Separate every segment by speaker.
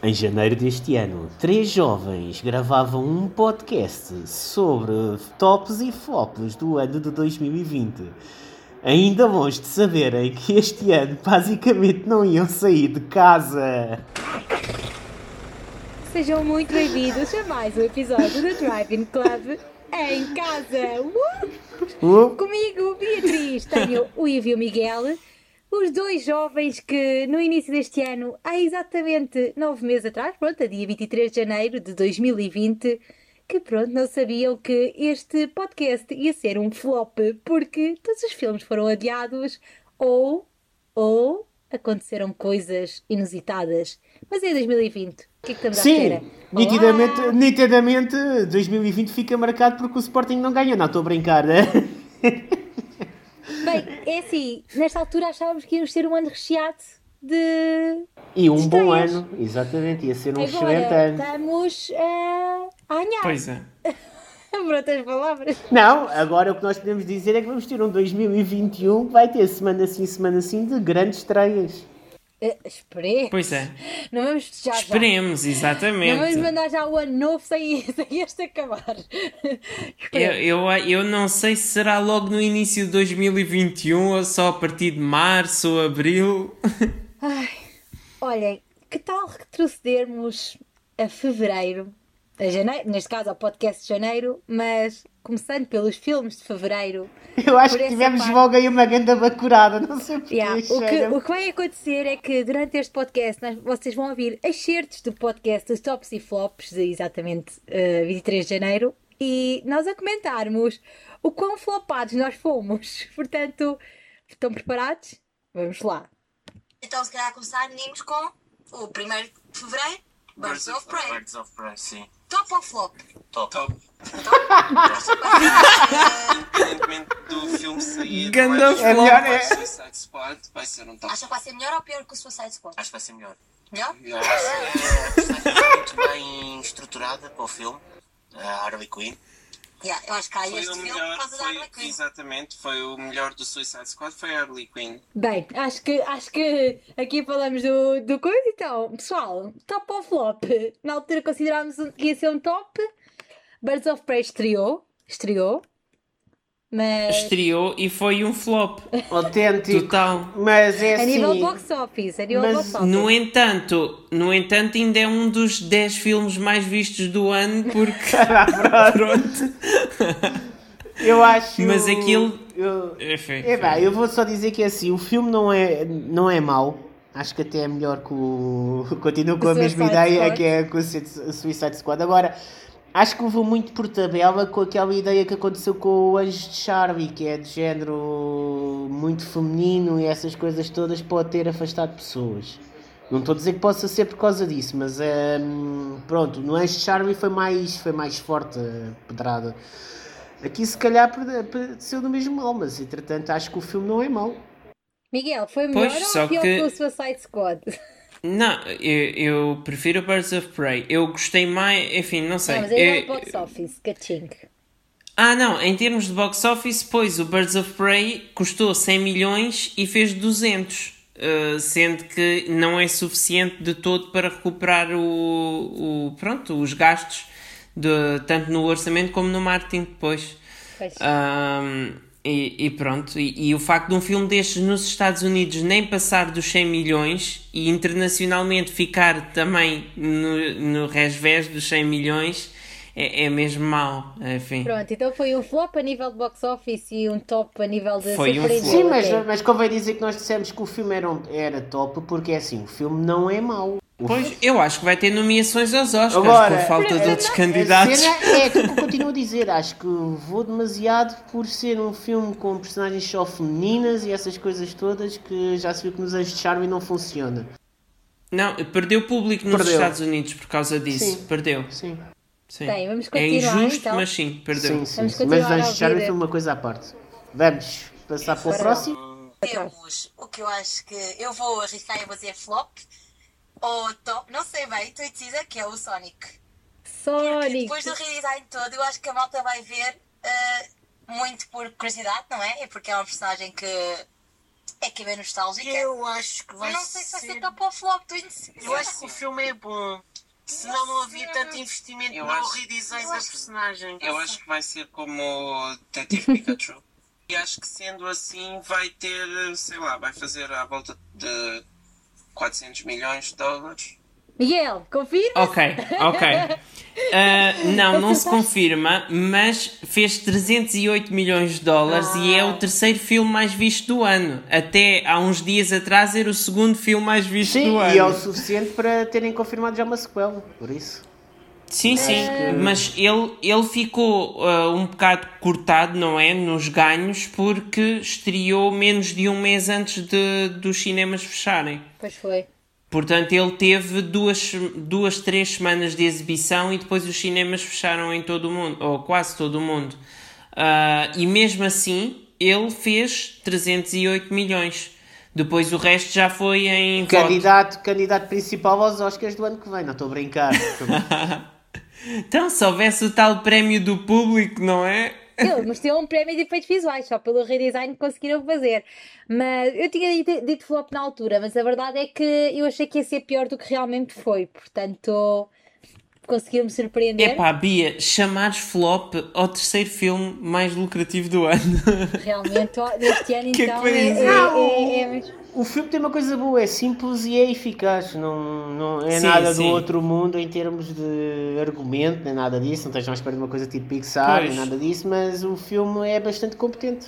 Speaker 1: Em janeiro deste ano, três jovens gravavam um podcast sobre tops e flops do ano de 2020. Ainda longe de saberem que este ano basicamente não iam sair de casa.
Speaker 2: Sejam muito bem-vindos a mais um episódio do Driving Club em casa. Uh!
Speaker 1: Uh?
Speaker 2: Comigo, Beatriz, tenho o Ivo e o Miguel, os dois jovens que no início deste ano, há exatamente nove meses atrás, pronto, a dia 23 de janeiro de 2020, que pronto, não sabiam que este podcast ia ser um flop porque todos os filmes foram adiados ou, ou aconteceram coisas inusitadas. Mas é 2020. O que é que estamos à
Speaker 1: Sim,
Speaker 2: espera? Olá!
Speaker 1: nitidamente, nitidamente 2020 fica marcado porque o Sporting não ganha. Não, estou a brincar, né?
Speaker 2: Bem, é assim, nesta altura achávamos que íamos ter um ano recheado de.
Speaker 1: E um bom
Speaker 2: Estranhas.
Speaker 1: ano, exatamente, ia ser um excelente
Speaker 2: Agora tá
Speaker 1: ano.
Speaker 2: estamos a. a anhar,
Speaker 3: Pois é.
Speaker 2: por outras palavras.
Speaker 1: Não, agora o que nós podemos dizer é que vamos ter um 2021 que vai ter semana sim, semana sim de grandes estreias.
Speaker 2: Eh, Esperemos.
Speaker 3: Pois é.
Speaker 2: Não vamos festejar já.
Speaker 3: Esperemos,
Speaker 2: Tá, Não vamos
Speaker 3: exatamente.
Speaker 2: mandar já o ano novo sem, sem este acabar.
Speaker 3: Eu, eu, eu não sei se será logo no início de 2021 ou só a partir de março ou abril.
Speaker 2: Ai, olhem, que tal retrocedermos a fevereiro, a janeiro, neste caso ao podcast de janeiro, mas começando pelos filmes de fevereiro.
Speaker 1: Eu acho
Speaker 2: Por
Speaker 1: que
Speaker 2: essa
Speaker 1: tivemos
Speaker 2: parte-
Speaker 1: logo aí uma grande bacurada, não sei porquê.
Speaker 2: Yeah, O, que,
Speaker 1: cheira-me.
Speaker 2: o que vai acontecer é que durante este podcast nós- vocês vão ouvir excertos do podcast dos Tops e Flops de exatamente eh, 23 de janeiro e nós a comentarmos o quão flopados nós fomos. Portanto, estão preparados? Vamos lá.
Speaker 4: Então, se calhar, começarmos com o 1 de fevereiro, Birds of Prey.
Speaker 5: Birds of Prey, sim.
Speaker 4: Top ou flop?
Speaker 5: Top. Independentemente do filme sair.
Speaker 3: Ganda
Speaker 5: eu acho que
Speaker 1: flop. É melhor,
Speaker 5: vai
Speaker 1: é?
Speaker 5: ser Suicide Squad vai ser um top.
Speaker 4: Acham que vai ser melhor ou pior que o Suicide Squad?
Speaker 5: Acho que vai ser melhor.
Speaker 4: Melhor?
Speaker 5: Não, acho que é está muito bem estruturada para o filme. A Harley Quinn.
Speaker 4: Yeah, eu acho que há
Speaker 5: Foi
Speaker 4: este
Speaker 5: o
Speaker 4: filme por
Speaker 5: melhor.
Speaker 4: causa da
Speaker 5: Foi,
Speaker 4: Harley Quinn.
Speaker 5: exatamente, foi o melhor do Suicide Squad. Foi a Harley Quinn.
Speaker 2: Bem, acho que, acho que aqui falamos do, do coisa, então, pessoal, top ou flop? Na altura considerámos que ia ser um top. Birds of Prey estreou, estreou, mas
Speaker 3: Estreou e foi um flop
Speaker 1: Autêntico.
Speaker 3: total.
Speaker 1: Mas é
Speaker 2: a
Speaker 1: assim.
Speaker 2: nível box office, a nível
Speaker 1: Mas
Speaker 2: box office.
Speaker 3: No entanto, no entanto, ainda é um dos 10 filmes mais vistos do ano porque. Pronto.
Speaker 1: Eu acho.
Speaker 3: Mas aquilo-
Speaker 1: Eu...
Speaker 3: Enfim.
Speaker 1: É pá, eu vou só dizer que é assim, o filme não é, não é mau. Acho que até é melhor que o. Continuo com a mesma
Speaker 2: Suicide
Speaker 1: ideia
Speaker 2: Squad.
Speaker 1: que é com o Su- Suicide Squad. Agora, acho que vou muito por tabela com aquela ideia que aconteceu com o Anjos de Charlie, que é de género muito feminino e essas coisas todas pode ter afastado pessoas. Não estou a dizer que possa ser por causa disso, mas hum, pronto, no Anjos de Charlie foi mais, foi mais forte a pedrada. Aqui se calhar perde- padeceu do mesmo mal, mas entretanto acho que o filme não é mau.
Speaker 2: Miguel, foi melhor
Speaker 3: Pois,
Speaker 2: ou
Speaker 3: só
Speaker 2: pior que...
Speaker 3: que-
Speaker 2: o Suicide Squad?
Speaker 3: Não, eu, eu prefiro Birds of Prey. Eu gostei mais. Enfim, não sei.
Speaker 2: Não, mas é um a nível
Speaker 3: Eu-
Speaker 2: box office, caching.
Speaker 3: Ah, não, em termos de box office, pois o Birds of Prey custou 100 milhões e fez 200, eh, sendo que não é suficiente de todo para recuperar o, o- pronto, os gastos de- tanto no orçamento como no marketing depois.
Speaker 2: Pois.
Speaker 3: Ah. Ahm, e, e pronto, e, e o facto de um filme destes nos Estados Unidos nem passar dos 100 milhões e internacionalmente ficar também no, no resvés dos 100 milhões é, é mesmo mau, enfim.
Speaker 2: Pronto, então foi um flop a nível de box office e um top a nível de
Speaker 3: Foi um
Speaker 2: surpreendeu
Speaker 3: flop.
Speaker 1: Sim, mas, é.
Speaker 2: até.
Speaker 1: mas convém dizer que nós dissemos que o filme era, um- era top, porque é assim, o filme não é mau.
Speaker 3: Pois, eu acho que vai ter nomeações aos Oscars
Speaker 1: Agora,
Speaker 3: por falta de outros candidatos.
Speaker 1: A cena é aquilo que eu continuo a dizer, acho que vou demasiado por ser um filme com personagens só femininas e essas coisas todas que já se viu que nos Anjos de Charme não funciona.
Speaker 3: Não, perdeu público nos
Speaker 1: Perdeu.
Speaker 3: Estados Unidos por causa disso.
Speaker 1: Sim.
Speaker 3: Perdeu.
Speaker 1: Sim,
Speaker 3: Sim.
Speaker 2: Bem, vamos
Speaker 3: é
Speaker 2: continuar,
Speaker 3: injusto,
Speaker 2: então.
Speaker 3: mas sim,
Speaker 1: sim,
Speaker 3: perdeu.
Speaker 1: sim,
Speaker 2: Vamos
Speaker 1: sim.
Speaker 2: continuar
Speaker 1: Mas os
Speaker 2: a
Speaker 1: Anjos de Charme
Speaker 2: ouvir.
Speaker 1: foi uma coisa à parte. Vamos passar para o próximo.
Speaker 4: Temos o que eu acho que eu vou arriscar e vou dizer flop ou top, não sei bem, tu decida que é o Sonic. Porque
Speaker 2: Sonic.
Speaker 4: depois do redesign todo, eu acho que a malta vai eh, ver ah, muito por curiosidade, não é? É porque é uma personagem que é que é bem nostálgica.
Speaker 5: Eu acho que vai
Speaker 4: Mas não sei se vai ser
Speaker 5: ser-
Speaker 4: top ou flop, estou indecisa.
Speaker 5: Eu acho que o filme é bom. Senão não havia tanto investimento
Speaker 6: Eu
Speaker 5: no
Speaker 6: acho-
Speaker 5: redesign
Speaker 4: eu
Speaker 5: da
Speaker 4: acho-
Speaker 5: personagem.
Speaker 6: Eu acho que vai ser como o Detetive Pikachu. E acho que sendo assim vai ter, sei lá, vai fazer à volta de 400 milhões de dólares.
Speaker 2: Miguel, confirma?
Speaker 3: Ok, ok. Ah, não, não se confirma, mas fez 308 milhões de dólares e
Speaker 2: Ah.
Speaker 3: é o terceiro filme mais visto do ano. Até há uns dias atrás era o segundo filme mais visto
Speaker 1: Sim,
Speaker 3: do ano.
Speaker 1: e é o suficiente para terem confirmado já uma sequela, por isso.
Speaker 3: Sim, sim, mas ele, ele ficou ah, um bocado cortado, não é? Nos ganhos, porque estreou menos de um mês antes de, dos cinemas fecharem.
Speaker 2: Pois foi.
Speaker 3: Portanto, ele teve duas, duas, três semanas de exibição e depois os cinemas fecharam em todo o mundo, ou quase todo o mundo. Ah, e mesmo assim, ele fez 308 milhões. Depois o resto já foi em voto.
Speaker 1: Candidato, candidato principal aos Oscars do ano que vem, não estou a brincar.
Speaker 3: Então, se houvesse o tal prémio do público, não é?
Speaker 2: Ele mostrou um prémio de efeitos visuais, só pelo redesign que conseguiram fazer. Mas eu tinha dito, dito flop na altura, mas a verdade é que eu achei que ia ser pior do que realmente foi. Portanto, conseguiram-me surpreender.
Speaker 3: Epá, É Bia, chamares flop ao terceiro filme mais lucrativo do ano.
Speaker 2: Realmente, ó, neste ano,
Speaker 3: Que
Speaker 2: então,
Speaker 3: coisa!
Speaker 2: é, é, é- é mesmo.
Speaker 1: o filme tem uma coisa boa, é simples e é eficaz. Não, não é
Speaker 3: Sim,
Speaker 1: nada
Speaker 3: sim.
Speaker 1: do outro mundo em termos de argumento, nem nada disso. Não estás mais perto de uma coisa tipo Pixar,
Speaker 3: Pois.
Speaker 1: nem nada disso, mas o filme é bastante competente.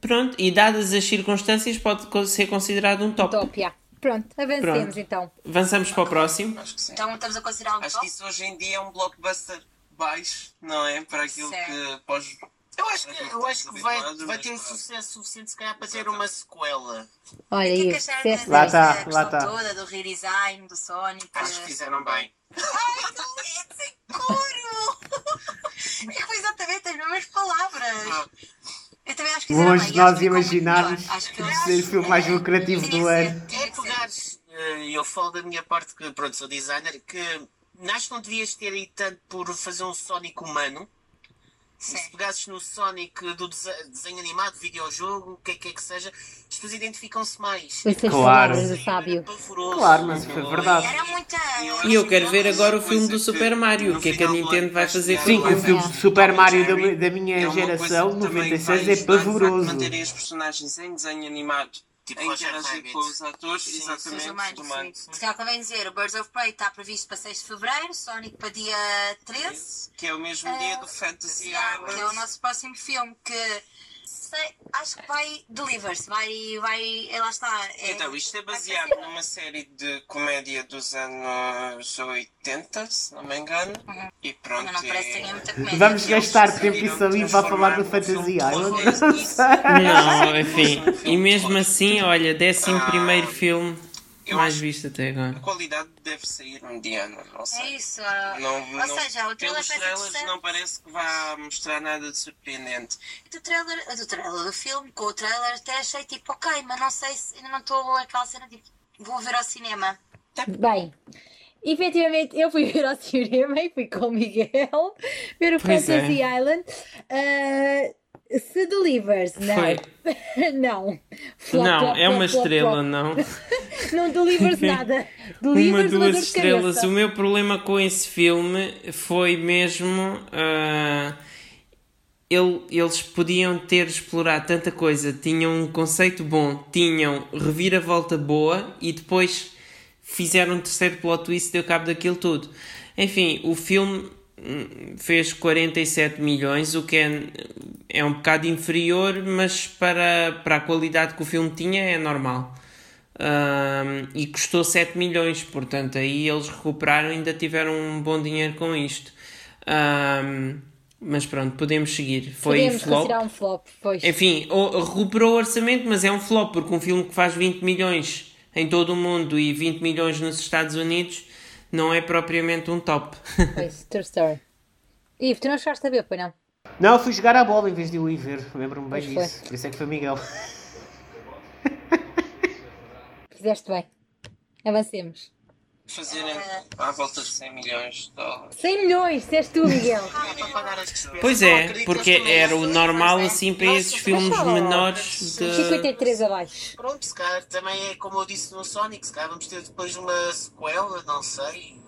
Speaker 3: Pronto, e dadas as circunstâncias, pode co- ser considerado um top.
Speaker 2: top, já. Pronto, avancemos
Speaker 3: Pronto.
Speaker 2: então.
Speaker 3: Avançamos para o próximo.
Speaker 6: Acho que sim.
Speaker 4: Então estamos a considerar um
Speaker 6: Acho que
Speaker 4: top?
Speaker 6: isso hoje em dia é um blockbuster baixo, não é? Para aquilo
Speaker 4: Certo.
Speaker 6: que pós.
Speaker 5: Eu acho que, eu acho que vai,
Speaker 6: Habituado,
Speaker 5: vai
Speaker 6: mas
Speaker 5: ter um
Speaker 6: pronto.
Speaker 5: sucesso suficiente, se calhar, para ter uma sequela.
Speaker 2: Olha
Speaker 4: O que é
Speaker 2: aí,
Speaker 4: que acharam desta
Speaker 1: Lá
Speaker 2: disseste.
Speaker 1: tá,
Speaker 4: desta
Speaker 1: lá
Speaker 4: questão
Speaker 1: tá.
Speaker 4: toda do redesign, do Sonic?
Speaker 6: Acho que fizeram bem.
Speaker 4: Ai, tu é seguro! é que foi exatamente as mesmas palavras. Eu também acho que fizeram
Speaker 1: Longe
Speaker 4: bem.
Speaker 1: de
Speaker 4: Eu
Speaker 1: nós
Speaker 4: acho que ficou muito
Speaker 1: imaginarmos
Speaker 4: melhor. Acho que eu
Speaker 1: o terceiro filme mais lucrativo do ano.
Speaker 5: É pegares, eh, eu falo da minha parte que, pronto, sou designer, que acho que não devias ter ido tanto por fazer um Sonic humano. E se
Speaker 4: Sim.
Speaker 5: pegasses no Sonic do dese- desenho animado, videojogo, o que é que é que seja, as pessoas identificam-se mais.
Speaker 2: Estas
Speaker 1: Claro.
Speaker 2: palavras do sábio.
Speaker 5: Pavoroso.
Speaker 1: Claro, mas foi verdade.
Speaker 4: Era muita.
Speaker 3: E eu quero ver agora o
Speaker 6: Coisa
Speaker 3: filme do
Speaker 6: que
Speaker 3: Super Mario.
Speaker 6: no
Speaker 3: O que é que a
Speaker 6: final do
Speaker 3: Nintendo
Speaker 6: ano
Speaker 3: vai
Speaker 6: vai
Speaker 3: fazer
Speaker 6: chegar
Speaker 3: com
Speaker 1: Sim,
Speaker 3: o
Speaker 1: o filme do Super Mario da, mi- da minha
Speaker 6: É uma coisa
Speaker 1: geração,
Speaker 6: que também
Speaker 1: 96,
Speaker 6: vai
Speaker 1: é
Speaker 6: ajudar, de facto,
Speaker 1: pavoroso.
Speaker 6: Manterem os personagens em desenho animado,
Speaker 5: Tipo
Speaker 6: a
Speaker 5: Roger
Speaker 6: interagir
Speaker 5: Rabbit.
Speaker 6: com os atores,
Speaker 5: Sim,
Speaker 6: exatamente,
Speaker 4: Seus
Speaker 6: os
Speaker 4: humanos,
Speaker 6: humanos.
Speaker 4: sim. Se calhar convém dizer, o Birds of Prey está previsto para 6 de Fevereiro, Sonic para dia 13,
Speaker 6: Que é o mesmo dia do Fantasy
Speaker 4: que é o
Speaker 6: Island.
Speaker 4: nosso próximo filme que sei- acho que vai deliver-se, vai, vai, é, lá está. é-
Speaker 6: Então, isto é
Speaker 4: vai ser
Speaker 6: baseado
Speaker 4: assim.
Speaker 6: numa série de comédia dos anos 80, se não me engano. E pronto.
Speaker 4: Mas Uhum. não parece que
Speaker 6: é-
Speaker 4: tenha muita comédia.
Speaker 1: Vamos
Speaker 6: eles
Speaker 1: gastar tempo e
Speaker 6: conseguiram
Speaker 1: salinho para falar do
Speaker 6: transformar um
Speaker 1: Fantasy
Speaker 6: filme
Speaker 1: Island?
Speaker 6: de
Speaker 4: É
Speaker 1: Não
Speaker 6: horror.
Speaker 1: sei.
Speaker 3: Não, enfim. E mesmo assim, olha, décimo
Speaker 5: Ah,
Speaker 3: primeiro filme
Speaker 6: Eu
Speaker 3: mais
Speaker 6: acho-
Speaker 3: visto até agora.
Speaker 6: A qualidade deve sair um dia, não não
Speaker 4: É
Speaker 6: sei.
Speaker 4: isso, ah,
Speaker 6: Não, não,
Speaker 4: ou seja, o trailer
Speaker 6: pelos
Speaker 4: vai ser
Speaker 6: trailers
Speaker 4: interessante.
Speaker 6: não parece que vá mostrar nada de surpreendente.
Speaker 4: do trailer, do trailer do filme, com o trailer até achei tipo, ok, mas não sei se ainda não estou aquela cena tipo, vou ver ao cinema.
Speaker 2: Bem, efetivamente eu fui ver ao cinema e fui com o Miguel ver o
Speaker 3: Pois é.
Speaker 2: Fantasy Island. Ah, se delivers, não. é? não. Flop,
Speaker 3: Não,
Speaker 2: flop,
Speaker 3: é uma
Speaker 2: flop, flop,
Speaker 3: estrela,
Speaker 2: flop.
Speaker 3: não.
Speaker 2: Não delivers nada.
Speaker 3: Uma,
Speaker 2: Delivers
Speaker 3: duas
Speaker 2: dor de
Speaker 3: estrelas. um
Speaker 2: cabeça.
Speaker 3: O meu problema com esse filme foi mesmo. ah, ele- eles podiam ter explorado tanta coisa. Tinham um conceito bom, tinham reviravolta boa e depois fizeram um terceiro plot twist e deu cabo daquilo tudo. Enfim, o filme hum, fez 47 milhões, o que é, é um bocado inferior, mas para, para a qualidade que o filme tinha é normal. Ahm, e custou 7 milhões, portanto, aí eles recuperaram e ainda tiveram um bom dinheiro com isto. Ahm, mas pronto, podemos seguir. Foi
Speaker 2: Podemos
Speaker 3: flop.
Speaker 2: considerar um flop, pois.
Speaker 3: Enfim, o- recuperou o orçamento, mas é um flop, porque um filme que faz 20 milhões em todo o mundo e 20 milhões nos Estados Unidos não é propriamente um top.
Speaker 2: Pois, true story. Ivo, tu não chegaste a ver, pois não?
Speaker 1: Não, fui jogar à bola em vez de eu ir ver. Lembro-me bem
Speaker 2: Pois foi.
Speaker 1: disso. Por isso é que foi Miguel.
Speaker 2: Fizeste bem. Avancemos.
Speaker 6: fazerem
Speaker 4: É.
Speaker 6: à volta de 100 milhões de dólares.
Speaker 2: 100 milhões, disseste tu, Miguel.
Speaker 4: Ah, para pagar as despesas.
Speaker 3: Pois
Speaker 5: Não
Speaker 3: é,
Speaker 5: acredito,
Speaker 3: porque
Speaker 5: mas também
Speaker 3: era o
Speaker 5: essas
Speaker 3: normal
Speaker 5: coisas,
Speaker 3: assim
Speaker 5: né?
Speaker 3: para esses
Speaker 5: Nossa,
Speaker 3: filmes
Speaker 2: mas só-
Speaker 3: menores de.
Speaker 2: 53 abaixo.
Speaker 5: Pronto, se calhar também é como eu disse no Sonic, se calhar vamos ter depois uma sequela, não sei.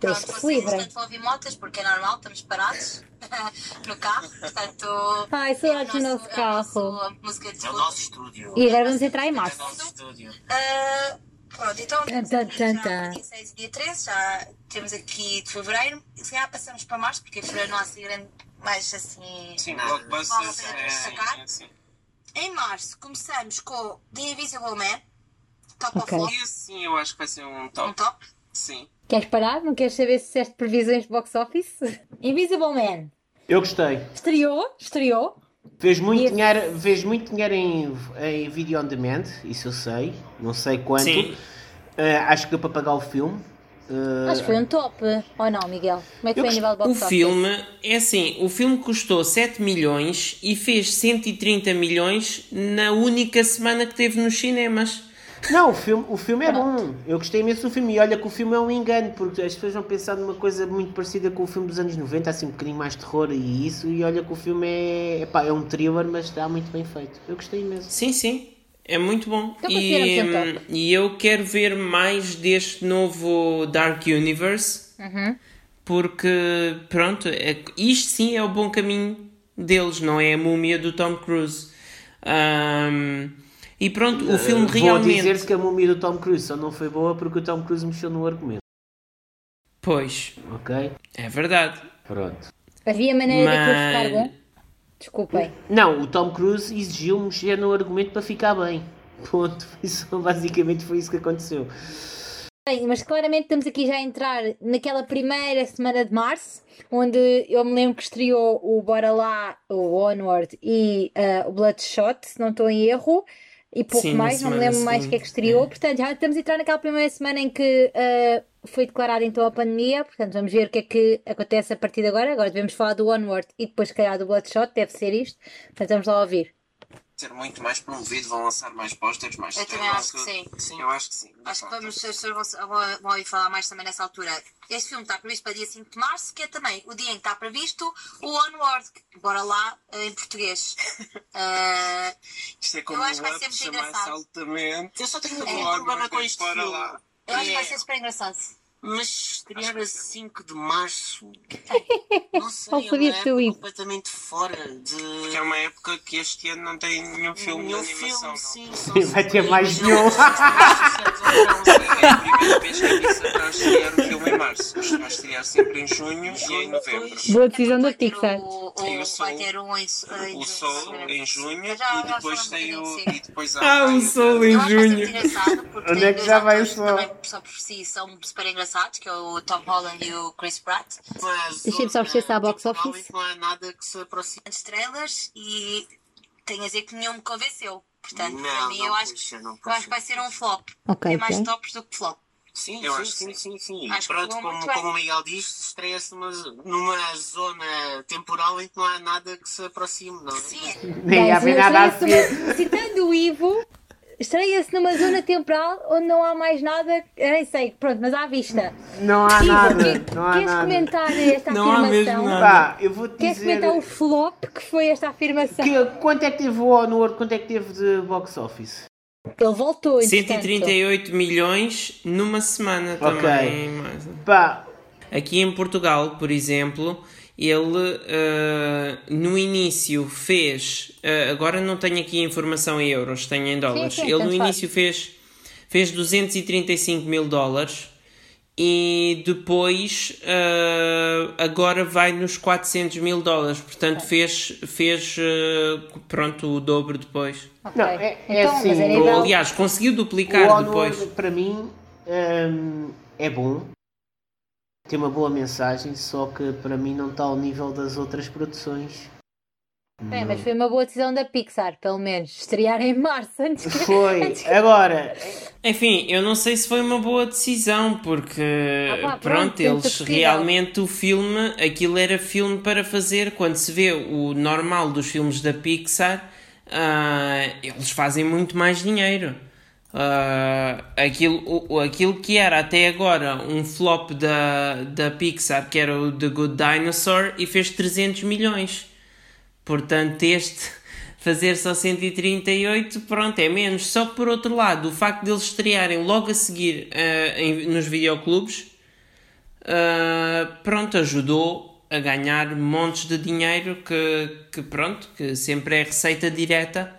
Speaker 2: Deus que
Speaker 4: Pronto,
Speaker 2: se
Speaker 4: vocês
Speaker 2: livrem.
Speaker 4: tanto ouvir motas, porque é normal, estamos parados no carro, portanto.
Speaker 2: Ai, saudades do nosso
Speaker 4: É o
Speaker 2: carro.
Speaker 4: nosso- a música de
Speaker 5: É o
Speaker 4: fundo.
Speaker 5: nosso estúdio.
Speaker 2: E agora vamos entrar em
Speaker 5: É o
Speaker 2: março.
Speaker 5: nosso estúdio.
Speaker 4: Ah, Pronto, então
Speaker 2: Tan,
Speaker 4: já
Speaker 2: tan, tan, tan.
Speaker 4: dia 26 e dia 3, já temos aqui de fevereiro. E se calhar passamos para março, porque fevereiro não há assim grande, mais assim.
Speaker 6: Sim,
Speaker 5: Nada.
Speaker 4: Vale a
Speaker 6: blockbusters.
Speaker 4: pena
Speaker 6: É, sim,
Speaker 4: destacar.
Speaker 6: sim, sim.
Speaker 4: Em março começamos com The Invisible Man, Top
Speaker 2: Ok.
Speaker 4: of Love,
Speaker 6: E assim eu acho que vai ser um
Speaker 4: um
Speaker 6: top.
Speaker 4: top.
Speaker 6: Sim.
Speaker 2: Queres parar? Não queres saber se disseste previsões de box office? Invisible Man.
Speaker 1: Eu gostei.
Speaker 2: Estreou, estreou.
Speaker 1: Fez muito,
Speaker 2: Esse-
Speaker 1: dinheiro, fez muito dinheiro em, em vídeo on demand, isso eu sei. Não sei quanto.
Speaker 3: Sim.
Speaker 1: Ah, acho que deu para pagar o filme. Ah,
Speaker 2: Acho que foi um top. Ou não, Miguel? Como é que foi a
Speaker 3: Eh, Eu gost-
Speaker 2: nível de box
Speaker 3: o
Speaker 2: office?
Speaker 3: filme é assim, o filme custou 7 milhões e fez 130 milhões na única semana que teve nos cinemas.
Speaker 1: Não, o filme, o filme é bom. Eu gostei imenso do filme. E olha que o filme é um engano, porque as pessoas vão pensar numa coisa muito parecida com o filme dos anos 90, assim um bocadinho mais terror e isso. E olha que o filme é. epá, é um thriller, mas está muito bem feito. Eu gostei imenso.
Speaker 3: Sim, sim. É muito bom.
Speaker 2: Então
Speaker 3: e, hum,
Speaker 2: consideramos um top.
Speaker 3: e eu quero ver mais deste novo Dark Universe.
Speaker 2: Uhum.
Speaker 3: Porque, pronto, é- isto sim é o bom caminho deles, não é a múmia do Tom Cruise. Ahm, e pronto, o filme
Speaker 1: Vou
Speaker 3: realmente.
Speaker 1: dizer-se que a múmia do Tom Cruise só não foi boa porque o Tom Cruise mexeu no argumento.
Speaker 3: Pois,
Speaker 1: Ok?
Speaker 3: é verdade.
Speaker 1: Pronto.
Speaker 2: Havia maneira daquilo
Speaker 3: Mas-
Speaker 2: ficar bom? Desculpem.
Speaker 1: Não, o Tom Cruise exigiu mexer no argumento para ficar bem. Ponto. Isso, basicamente foi isso que aconteceu.
Speaker 2: Bem, mas claramente estamos aqui já a entrar naquela primeira semana de março, onde eu me lembro que estreou o Bora Lá, o Onward e ah, o Bloodshot, se não estou em erro, e pouco
Speaker 3: Sim, na
Speaker 2: mais, não me
Speaker 3: semana
Speaker 2: lembro mais o que é que
Speaker 3: seguinte,
Speaker 2: estreou.
Speaker 3: é.
Speaker 2: Portanto, já estamos a entrar naquela primeira semana em que ah, foi declarada então a pandemia, portanto, vamos ver o que é que acontece a partir de agora. Agora devemos falar do Onward e depois, se calhar, do Bloodshot, deve ser isto. Portanto, vamos lá ouvir.
Speaker 6: Ser muito mais promovido, vão lançar mais pósteres, mais
Speaker 4: Eu também
Speaker 6: trailers,
Speaker 4: acho que sim.
Speaker 6: Sim, eu acho que sim.
Speaker 4: Acho que
Speaker 6: Dá
Speaker 4: vamos, as pessoas vão, vão- vão ouvir falar mais também nessa altura. Este filme está previsto para dia 5 de março, que é também o dia em que está previsto o Onward, que- bora lá eh, em português. Ah,
Speaker 6: Isto é como
Speaker 4: Eu acho que
Speaker 6: o
Speaker 4: vai ser
Speaker 6: Up
Speaker 4: muito
Speaker 6: chamar-se
Speaker 4: engraçado.
Speaker 6: altamente.
Speaker 5: Eu só tenho um
Speaker 6: É,
Speaker 5: problema com este
Speaker 6: bora lá.
Speaker 5: filme.
Speaker 4: eu acho que vai
Speaker 5: É,
Speaker 4: ser super engraçado.
Speaker 5: Mas estrear a 5 de março. Não sei,
Speaker 2: Não
Speaker 5: é
Speaker 2: sabias
Speaker 5: uma
Speaker 2: que eu ia.
Speaker 5: época completamente fora de.
Speaker 6: Que é uma época que este ano não tem nenhum
Speaker 3: é um
Speaker 6: filme
Speaker 5: Nenhum
Speaker 6: de animação.
Speaker 5: filme,
Speaker 6: não.
Speaker 5: sim.
Speaker 1: E
Speaker 5: só
Speaker 1: vai ter
Speaker 5: se-
Speaker 1: mais nenhum.
Speaker 6: É a primeira vez que a Pixar está a estrear o filme em março. Costuma estrear sempre em junho e em novembro.
Speaker 2: Boa decisão da
Speaker 4: É Vai ter
Speaker 2: Pixar.
Speaker 4: o-
Speaker 6: Tem o
Speaker 4: o- Vai
Speaker 6: Sol.
Speaker 4: ter um em su- em
Speaker 6: O
Speaker 4: junho,
Speaker 6: Sol em junho
Speaker 4: Eu já-
Speaker 6: e
Speaker 4: já
Speaker 6: depois
Speaker 4: falamos
Speaker 6: tem o.
Speaker 4: um bocadinho,
Speaker 6: E depois há
Speaker 3: Ah, o
Speaker 6: tem
Speaker 3: sol
Speaker 4: Eu
Speaker 3: em
Speaker 4: acho que vai ser muito
Speaker 3: junho.
Speaker 4: engraçado, porque
Speaker 1: Onde é que
Speaker 4: dois
Speaker 1: já vai
Speaker 4: atores
Speaker 1: o
Speaker 4: que
Speaker 1: Sol?
Speaker 4: Também, só por si, são super engraçados, que é o Tom Holland e o Chris Pratt.
Speaker 5: Mas
Speaker 2: Deixa-me só mexer se há box
Speaker 5: temporal
Speaker 2: office.
Speaker 5: em que Tipo, Não há nada que se aproxime.
Speaker 4: Antes trailers e tenho a dizer que nenhum me convenceu. Portanto,
Speaker 5: Não,
Speaker 4: para mim,
Speaker 5: não
Speaker 4: eu, acho,
Speaker 5: puxa,
Speaker 4: eu
Speaker 5: não
Speaker 4: acho
Speaker 5: puxa.
Speaker 4: que vai ser um flop.
Speaker 2: Ok,
Speaker 4: é mais
Speaker 2: ok.
Speaker 4: tops do que flop.
Speaker 5: Sim,
Speaker 6: Eu
Speaker 5: sim,
Speaker 6: acho que
Speaker 5: sim, sim, sim.
Speaker 4: Acho que
Speaker 5: Pronto,
Speaker 4: pulou
Speaker 5: como,
Speaker 4: muito bem.
Speaker 5: como o Miguel diz, estreia-se numa, numa zona temporal em que não há nada que se aproxime, não é?
Speaker 4: Sim,
Speaker 2: assim,
Speaker 1: Nem havia nada a seguir.
Speaker 2: estreia-se numa- Citando o Ivo, estreia-se numa zona temporal onde não há mais nada, eu nem sei, pronto, mas à vista.
Speaker 1: Não há
Speaker 2: Ivo,
Speaker 1: nada.
Speaker 2: que-
Speaker 1: Não há
Speaker 2: queres
Speaker 1: nada.
Speaker 2: comentar esta
Speaker 3: Não há mesmo
Speaker 2: afirmação?
Speaker 3: nada.
Speaker 1: Pá, eu vou te
Speaker 2: Queres
Speaker 1: dizer.
Speaker 2: comentar o flop que foi esta afirmação?
Speaker 1: Que, quanto é que teve o Onward? Quanto é que teve de box office?
Speaker 2: Ele voltou, entretanto.
Speaker 3: 138 milhões numa semana
Speaker 1: Ok.
Speaker 3: também. mais.
Speaker 1: Pá,
Speaker 3: Aqui em Portugal, por exemplo, ele ah, no início fez. ah, agora não tenho aqui a informação em euros, tenho em dólares.
Speaker 2: sim,
Speaker 3: ele
Speaker 2: tanto
Speaker 3: no
Speaker 2: faz.
Speaker 3: início fez, fez 235 mil dólares e depois ah, agora vai nos 400 mil dólares. Portanto, fez, fez ah, pronto o dobro depois.
Speaker 2: Ok.
Speaker 1: Não, é- é
Speaker 2: então, mas
Speaker 1: assim,
Speaker 2: a
Speaker 1: o-
Speaker 2: nível...
Speaker 3: Aliás, conseguiu
Speaker 1: o
Speaker 3: duplicar
Speaker 1: Onward
Speaker 3: depois.
Speaker 1: para mim hum, é bom. Tem uma boa mensagem, só que para mim não está ao nível das outras produções.
Speaker 2: É, mas foi uma boa decisão da Pixar, pelo menos. Estrear em março antes que...
Speaker 1: Foi. Agora,
Speaker 3: Enfim, eu não sei se foi uma boa decisão, porque
Speaker 2: Ah pá, pronto,
Speaker 3: pronto,
Speaker 2: tenta
Speaker 3: eles
Speaker 2: possível.
Speaker 3: realmente o filme, aquilo era filme para fazer, quando se vê o normal dos filmes da Pixar, ah, eles fazem muito mais dinheiro. Ah, aquilo, o- o- aquilo que era até agora um flop da, da Pixar, que era o The Good Dinosaur, e fez 300 milhões. Portanto, este fazer só 138, pronto, é menos. Só que por outro lado, o facto de eles estrearem logo a seguir ah, em- nos videoclubes, ah, pronto, ajudou a ganhar montes de dinheiro que, que, pronto, que sempre é receita direta,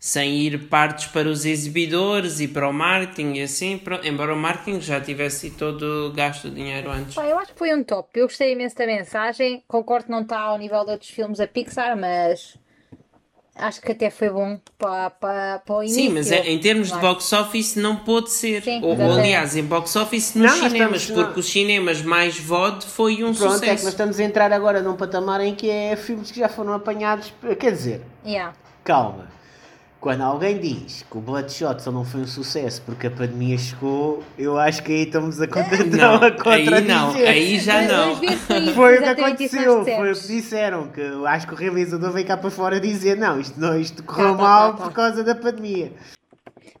Speaker 3: sem ir partes para os exibidores e para o marketing e assim, pronto, embora o marketing já tivesse sido todo gasto de dinheiro antes.
Speaker 2: Pá, eu acho que foi um top. Eu gostei imenso da mensagem. Concordo que não está ao nível de outros filmes da Pixar, mas acho que até foi bom para, para, para o início.
Speaker 3: Sim, mas é- em termos de
Speaker 2: Claro.
Speaker 3: box office não pôde ser.
Speaker 2: Sim,
Speaker 3: ou, ou,
Speaker 2: exatamente.
Speaker 3: aliás, em box office
Speaker 1: Não,
Speaker 3: nos
Speaker 1: nós
Speaker 3: cinemas,
Speaker 1: estamos-
Speaker 3: porque os cinemas mais VOD foi
Speaker 1: Pronto,
Speaker 3: um
Speaker 1: é que
Speaker 3: sucesso.
Speaker 1: nós estamos a entrar agora num patamar em que é filmes que já foram apanhados. Quer dizer,
Speaker 2: Yeah.
Speaker 1: calma. Quando alguém diz que o Bloodshot só não foi um sucesso porque a pandemia chegou, eu acho que aí estamos a contratar
Speaker 3: Não,
Speaker 1: a
Speaker 3: aí não,
Speaker 1: contradizer.
Speaker 3: aí já
Speaker 2: Mas-
Speaker 3: não.
Speaker 2: mas ver se isso,
Speaker 1: Foi o que
Speaker 2: exatamente isso é um nós
Speaker 1: aconteceu,
Speaker 2: dissemos.
Speaker 1: foi o que disseram, que eu acho que o realizador veio cá para fora dizer não, isto, não, isto
Speaker 2: Tá,
Speaker 1: correu
Speaker 2: tá, tá,
Speaker 1: mal
Speaker 2: tá.
Speaker 1: por causa da pandemia.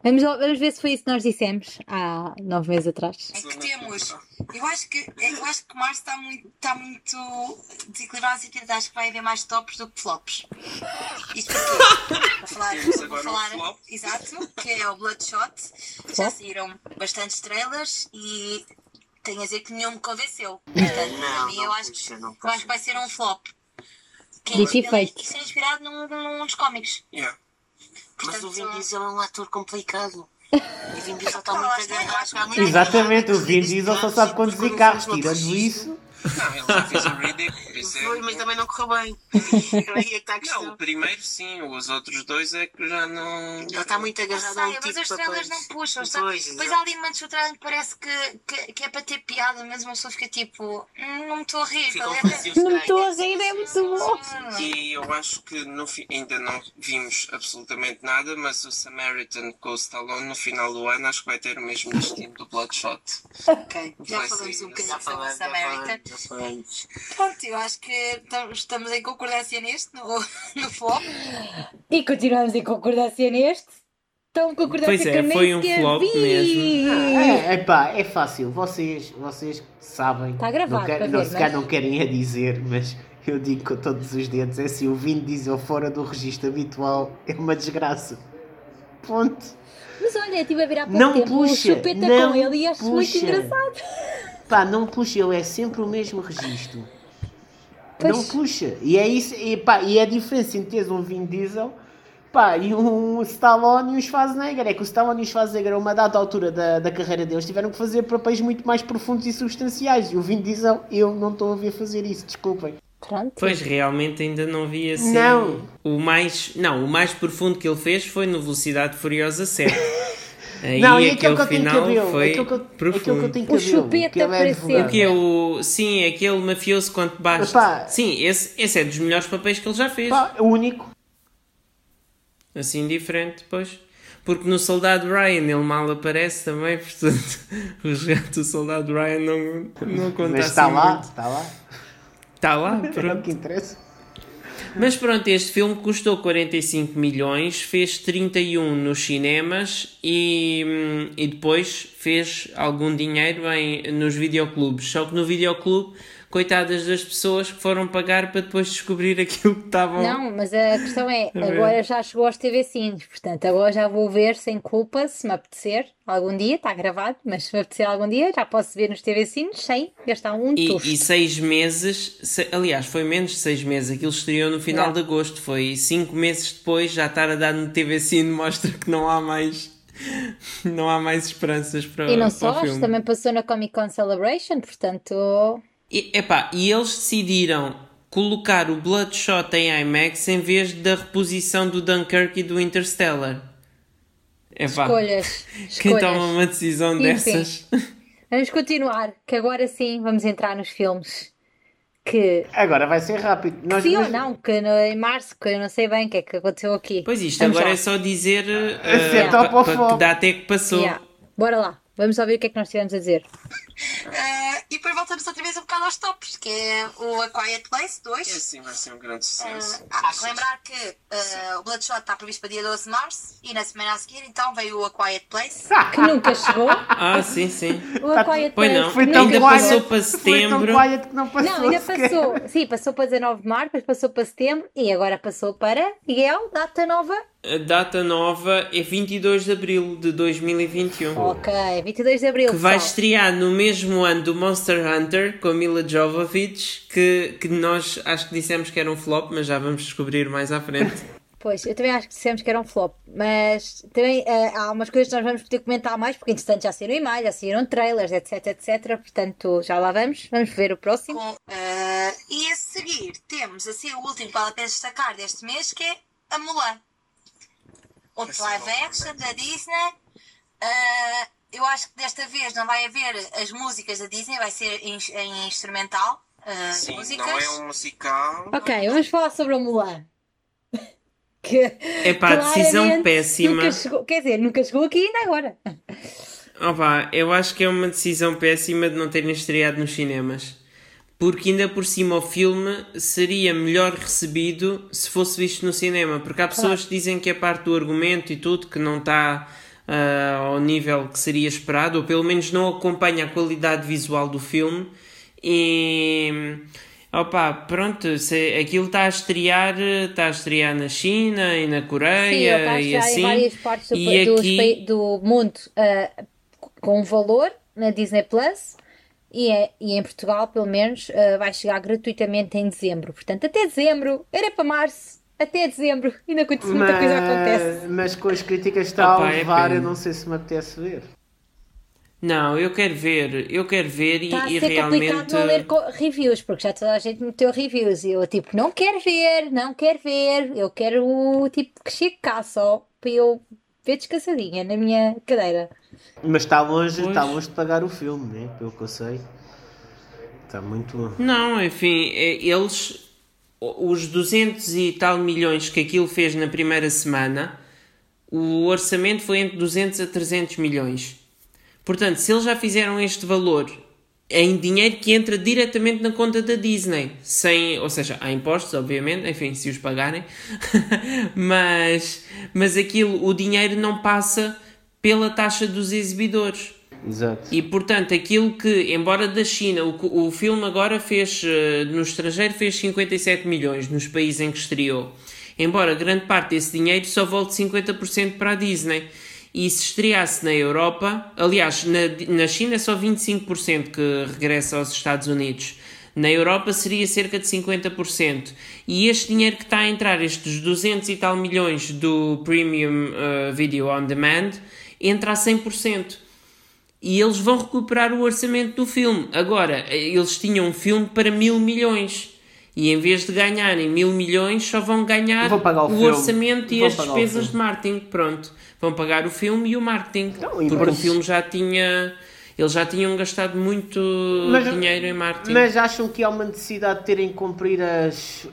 Speaker 2: Vamos, lá- vamos ver se foi isso que nós dissemos há nove meses atrás.
Speaker 4: Em É que temos. Eu acho que, é, eu acho que março está muito, está muito desequilibrado no sentido de acho que vai haver mais tops do que flops. Isto porquê? Vou falar, vou
Speaker 6: agora um
Speaker 4: falar
Speaker 6: flop.
Speaker 4: exato, que é o Bloodshot. Já saíram bastantes trailers e tenho a dizer que nenhum me convenceu. Portanto, para
Speaker 5: Não,
Speaker 4: mim, eu
Speaker 5: não
Speaker 4: acho,
Speaker 5: convenceu, não
Speaker 4: eu acho que vai ser um flop. Que
Speaker 2: Dito e
Speaker 4: ele-
Speaker 2: feito.
Speaker 4: Isso é inspirado num, num dos cómics.
Speaker 6: Yeah.
Speaker 5: Mas o Vin
Speaker 4: Portanto,
Speaker 5: Diesel é um ator complicado. E o Vin Diesel está
Speaker 4: Ah, lá
Speaker 5: muito
Speaker 4: está, eu acho
Speaker 5: agarrado
Speaker 4: que
Speaker 5: à
Speaker 4: não
Speaker 5: mulher.
Speaker 1: Exatamente, o Vin Diesel só sabe conduzir carros, tirando isso.
Speaker 6: Não, ele já fez o Riddick, por isso é-
Speaker 5: Foi, mas também não correu bem. Aí é que está a questão.
Speaker 6: Não, o primeiro sim, os outros dois é que já não.
Speaker 5: Ele está muito
Speaker 4: Não
Speaker 5: agarrado a um
Speaker 4: sei, mas
Speaker 5: tipo
Speaker 4: as
Speaker 5: de
Speaker 4: estrelas
Speaker 5: papéis.
Speaker 4: não puxam, sabe?
Speaker 5: Pois,
Speaker 4: Depois
Speaker 5: exato.
Speaker 4: há ali momentos do trailer que parece que, que, que é para ter piada, mas uma pessoa fica tipo, "Hum, não me estou a rir.
Speaker 5: Ficam
Speaker 4: tá
Speaker 5: vazios
Speaker 2: Não me
Speaker 5: estranhos.
Speaker 2: estou a rir, é muito bom.
Speaker 4: ligado? Hum,
Speaker 6: E eu acho que no fi- ainda não vimos absolutamente nada, mas o Samaritan com o Stallone no final do ano acho que vai ter o mesmo destino do Bloodshot.
Speaker 4: Ok, já
Speaker 6: Vai
Speaker 4: falamos
Speaker 6: sair,
Speaker 4: um
Speaker 5: Já
Speaker 4: bocadinho sobre
Speaker 5: falamos,
Speaker 4: essa
Speaker 5: já
Speaker 4: América.
Speaker 5: falamos, já falamos.
Speaker 4: Pronto, eu acho que tam- estamos em concordância neste, no, no flop.
Speaker 2: E continuamos em concordância neste. Tão concordância
Speaker 3: Pois é,
Speaker 2: que eu nem
Speaker 3: foi um
Speaker 2: sequer
Speaker 3: flop
Speaker 2: vi.
Speaker 1: É, epá, é fácil, vocês, vocês sabem.
Speaker 2: Está Tá gravado
Speaker 1: não quer-
Speaker 2: para
Speaker 1: não,
Speaker 2: ver,
Speaker 1: se calhar
Speaker 2: mas-
Speaker 1: não querem a dizer, mas eu digo com todos os dentes: é assim, o Vin Diesel fora do registro habitual é uma desgraça. Ponto.
Speaker 2: Mas olha, estive a virar para
Speaker 1: não
Speaker 2: tempo
Speaker 1: puxa,
Speaker 2: o chupeta
Speaker 1: não
Speaker 2: com ele e acho muito
Speaker 1: puxa.
Speaker 2: engraçado.
Speaker 1: Pá, não puxa, ele é sempre o mesmo registro.
Speaker 2: Pois.
Speaker 1: Não puxa. E é isso, e, pá, e é a diferença entre teres um Vin Diesel pá, e um Stallone e um Schwarzenegger. É que o Stallone e o Schwarzenegger, a uma dada altura da, da carreira deles, tiveram que fazer papéis muito mais profundos e substanciais. E o Vin Diesel, eu não estou a ver fazer isso, desculpem.
Speaker 2: Pronto.
Speaker 3: Pois realmente ainda não vi assim.
Speaker 1: Não.
Speaker 3: O mais, não, o mais profundo que ele fez foi no Velocidade Furiosa 7. Aí
Speaker 1: não, e aquele
Speaker 3: aquele
Speaker 1: que eu tenho
Speaker 3: final
Speaker 1: cabelo,
Speaker 3: foi
Speaker 1: aquele que eu, aquele que
Speaker 3: profundo.
Speaker 1: eu tenho
Speaker 2: O
Speaker 1: cabelo,
Speaker 2: chupeta
Speaker 1: que ele é
Speaker 2: para
Speaker 1: advogado.
Speaker 3: O que é o. Sim, aquele mafioso quanto baixo.
Speaker 1: Epá.
Speaker 3: Sim, esse, esse é dos melhores papéis que ele já fez.
Speaker 1: Pá, o único.
Speaker 3: Assim diferente, pois. Porque no Soldado Ryan ele mal aparece também, portanto o resgate do Soldado Ryan não, não conta
Speaker 1: Mas está
Speaker 3: assim
Speaker 1: lá,
Speaker 3: muito.
Speaker 1: está lá.
Speaker 3: Está lá,
Speaker 1: É o
Speaker 3: pronto.
Speaker 1: que interessa.
Speaker 3: Mas pronto, este filme custou 45 milhões, fez 31 nos cinemas e, hum, e depois fez algum dinheiro em, nos videoclubes. Só que no videoclube, coitadas das pessoas que foram pagar para depois descobrir aquilo que estavam.
Speaker 2: Não, mas a questão é,
Speaker 3: ver.
Speaker 2: agora já chegou aos TV Cines, portanto, agora já vou ver sem culpa, se me apetecer, algum dia, está gravado, mas se me apetecer algum dia, já posso ver nos TV Cines sem gastar um
Speaker 3: E,
Speaker 2: tufo.
Speaker 3: e seis meses, se- aliás, foi menos de seis meses, aquilo estreou no final
Speaker 2: Yeah.
Speaker 3: de agosto, foi cinco meses depois, já estar a dar no TV Cine mostra que não há mais não há mais esperanças para,
Speaker 2: E não
Speaker 3: para
Speaker 2: só,
Speaker 3: o
Speaker 2: acho que
Speaker 3: é um filme.
Speaker 2: também passou na Comic Con Celebration, portanto,
Speaker 3: E, epá, e eles decidiram colocar o Bloodshot em IMAX em vez da reposição do Dunkirk e do Interstellar. Epá,
Speaker 2: escolhas,
Speaker 3: quem
Speaker 2: escolhas.
Speaker 3: toma uma decisão
Speaker 2: Enfim.
Speaker 3: dessas?
Speaker 2: Vamos continuar, que agora sim vamos entrar nos filmes que,
Speaker 1: Agora vai ser rápido. Nós-
Speaker 2: sim ou
Speaker 1: nós-
Speaker 2: não, que no- em março, que eu não sei bem o que é que aconteceu aqui.
Speaker 3: Pois isto,
Speaker 2: Vamos
Speaker 3: agora
Speaker 2: lá.
Speaker 3: é só dizer eh,
Speaker 1: Se é
Speaker 3: eh,
Speaker 1: top
Speaker 3: pa-
Speaker 1: ou
Speaker 3: pa-
Speaker 1: flop.
Speaker 3: que data é que passou.
Speaker 2: Yeah. Bora lá. Vamos só ver o que é que nós tivemos a dizer.
Speaker 4: Eh, e depois voltamos outra vez um bocado aos tops, que é o A Quiet Place 2.
Speaker 6: E assim vai ser um grande sucesso.
Speaker 4: Ah, há que lembrar que eh, o Bloodshot está previsto para dia 12 de março e na semana a seguir então veio o A Quiet Place.
Speaker 2: Que nunca chegou.
Speaker 3: Ah, sim, sim.
Speaker 2: O é A Quiet
Speaker 3: Pois
Speaker 2: Place
Speaker 3: não,
Speaker 2: nunca
Speaker 1: Então,
Speaker 3: ainda
Speaker 1: é
Speaker 2: chegou.
Speaker 3: passou para
Speaker 1: Foi tão
Speaker 3: setembro.
Speaker 1: quiet que não passou.
Speaker 2: Não, ainda
Speaker 1: sequer.
Speaker 2: passou. Sim, passou para 19 de março, depois passou para setembro e agora passou para Miguel, data nova.
Speaker 3: A data nova é 22 de abril de 2021.
Speaker 2: Ok, 22 de abril.
Speaker 3: Que vai
Speaker 2: pessoal.
Speaker 3: estrear no mesmo ano do Monster Hunter com a Mila Jovovich, que, que nós acho que dissemos que era um flop, mas já vamos descobrir mais à frente.
Speaker 2: Pois, eu também acho que dissemos que era um flop, mas também eh, há umas coisas que nós vamos poder comentar mais, porque entretanto já saíram imagens, já saíram trailers, etc, etc. Portanto, já lá vamos, vamos ver o próximo.
Speaker 4: Com, eh, e a seguir temos assim o último que vale a pena destacar deste mês que é a Mulan. Outro
Speaker 6: Esse é
Speaker 4: live
Speaker 6: bom,
Speaker 4: action da Disney. Eh, eu acho que desta vez não vai haver as músicas da Disney, vai ser em, em instrumental. eh,
Speaker 6: Sim,
Speaker 4: músicas.
Speaker 6: não é um musical.
Speaker 2: Ok, vamos falar sobre a Mulan. Que
Speaker 3: É pá, decisão
Speaker 2: claramente
Speaker 3: péssima.
Speaker 2: Nunca chegou, quer dizer, nunca chegou aqui ainda agora.
Speaker 3: Opa, eu acho que é uma decisão péssima de não terem estreado nos cinemas. Porque ainda por cima o filme seria melhor recebido se fosse visto no cinema. Porque há pessoas que dizem que é parte do argumento e tudo que não está ah, ao nível que seria esperado, ou pelo menos não acompanha a qualidade visual do filme. E opa, pronto, se, aquilo está a estrear, está a estrear na China e na
Speaker 2: Sim, eu
Speaker 3: Coreia
Speaker 2: acho
Speaker 3: e
Speaker 2: já
Speaker 3: assim.
Speaker 2: em várias partes do,
Speaker 3: e
Speaker 2: dos
Speaker 3: aqui-
Speaker 2: pai- do mundo ah, com um valor na Disney Plus e, é- e em Portugal, pelo menos, ah, vai chegar gratuitamente em dezembro. Portanto, até dezembro, era para março, até dezembro, ainda acontece, muita coisa acontece.
Speaker 1: Mas, mas com as críticas que está
Speaker 3: Opa,
Speaker 1: a
Speaker 3: é
Speaker 1: levar,
Speaker 3: pena.
Speaker 1: eu não sei se me apetece ver.
Speaker 3: Não, eu quero ver, eu quero ver e,
Speaker 2: Está Tá a
Speaker 3: e
Speaker 2: ser complicado
Speaker 3: realmente.
Speaker 2: não ler co- reviews, porque já toda a gente meteu reviews e eu, tipo, não quero ver, não quero ver, eu quero, tipo, que chegue cá só para eu ver descansadinha na minha cadeira.
Speaker 1: Mas está longe,
Speaker 3: Pois.
Speaker 1: está longe de pagar o filme, né? pelo que eu sei. Está muito longe.
Speaker 3: Não, enfim, é- eles. o- Os 200 e tal milhões que aquilo fez na primeira semana, o orçamento foi entre 200 a 300 milhões. Portanto, se eles já fizeram este valor em dinheiro que entra diretamente na conta da Disney, sem, ou seja, há impostos, obviamente, enfim, se os pagarem, mas, mas aquilo, o dinheiro não passa pela taxa dos exibidores.
Speaker 1: Exato.
Speaker 3: E portanto, aquilo que, embora da China, o, que- o filme agora fez, eh, no estrangeiro, fez 57 milhões nos países em que estreou. Embora grande parte desse dinheiro só volte 50% para a Disney. E se estreasse na Europa, aliás, na, Di- na China é só 25% que regressa aos Estados Unidos. Na Europa seria cerca de 50%. E este dinheiro que está a entrar, estes 200 e tal milhões do Premium eh, Video On Demand, entra a 100%. E eles vão recuperar o orçamento do filme. Agora, eles tinham um filme para mil milhões. E em vez de ganharem mil milhões, só vão ganhar
Speaker 1: Vão pagar o filme.
Speaker 3: orçamento e
Speaker 1: Vão
Speaker 3: as
Speaker 1: pagar o
Speaker 3: despesas
Speaker 1: filme.
Speaker 3: de marketing. Pronto. Vão pagar o filme e o marketing.
Speaker 1: Então, e
Speaker 3: porque o
Speaker 1: pronto.
Speaker 3: filme já tinha. Eles já tinham gastado muito
Speaker 1: Mas-
Speaker 3: dinheiro em marketing.
Speaker 1: Mas acham que há uma necessidade de terem que cumprir as,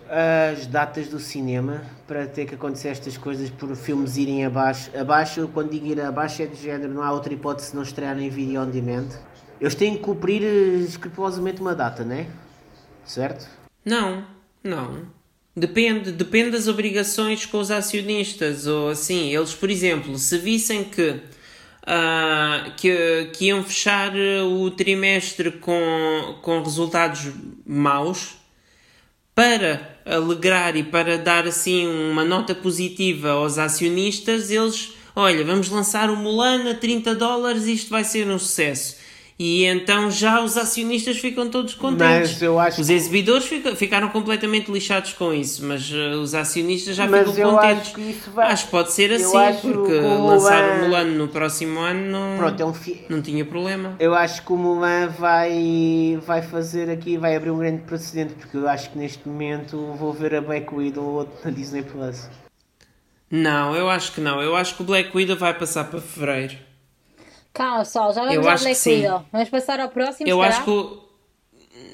Speaker 1: as datas do cinema para ter que acontecer estas coisas por filmes irem abaixo? Abaixo, quando digo ir abaixo, é de género, não há outra hipótese de não estrear em vídeo on demand. Eles têm que cumprir eh, escrupulosamente uma data, né? Certo?
Speaker 3: Não, não. Depende, depende das obrigações com os acionistas ou assim. Eles, por exemplo, se vissem que, ah, que, que iam fechar eh, o trimestre com, com resultados maus, para alegrar e para dar assim uma nota positiva aos acionistas, eles, olha, vamos lançar o Mulan a 30 dólares, isto vai ser um sucesso. E então já os acionistas ficam todos contentes.
Speaker 1: Mas eu acho
Speaker 3: os
Speaker 1: que-
Speaker 3: exibidores fica- ficaram completamente lixados com isso, mas eh, os acionistas já
Speaker 1: Mas
Speaker 3: ficam
Speaker 1: eu
Speaker 3: contentes.
Speaker 1: acho que isso vai-
Speaker 3: Acho que pode ser
Speaker 1: Eu
Speaker 3: assim,
Speaker 1: acho
Speaker 3: porque
Speaker 1: que o
Speaker 3: lançar o
Speaker 1: Mulan-
Speaker 3: Mulan no próximo ano não,
Speaker 1: Pronto, é um fi...
Speaker 3: não tinha problema.
Speaker 1: Eu acho que o Mulan vai, vai fazer aqui, vai abrir um grande precedente, porque eu acho que neste momento vou ver a Black Widow ou outro na Disney Plus.
Speaker 3: Não, eu acho que não. Eu acho que o Black Widow vai passar para fevereiro.
Speaker 2: Calma, pessoal, já vamos
Speaker 3: Eu
Speaker 2: ao
Speaker 3: acho que
Speaker 2: Black
Speaker 3: sim.
Speaker 2: Widow. Vamos passar ao próximo,
Speaker 3: Eu
Speaker 2: será?
Speaker 3: acho que. o-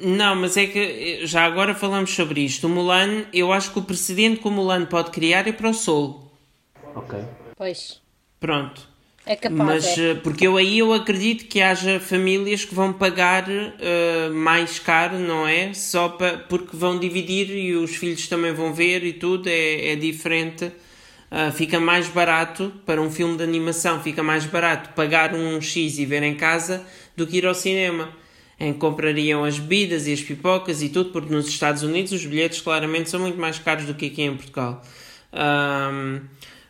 Speaker 3: Não, mas é que eh, já agora falamos sobre isto. O Mulan, eu acho que o precedente que o Mulan pode criar é para o Sol.
Speaker 1: Ok.
Speaker 2: Pois.
Speaker 3: Pronto.
Speaker 2: É capaz.
Speaker 3: Mas
Speaker 2: é.
Speaker 3: eh, porque eu aí eu acredito que haja famílias que vão pagar eh, mais caro, não é? Só pa, porque vão dividir e os filhos também vão ver e tudo, é, é diferente. Ah, fica mais barato para um filme de animação, fica mais barato pagar um X e ver em casa do que ir ao cinema. Em que comprariam as bebidas e as pipocas e tudo, porque nos Estados Unidos os bilhetes claramente são muito mais caros do que aqui em Portugal. Ahm,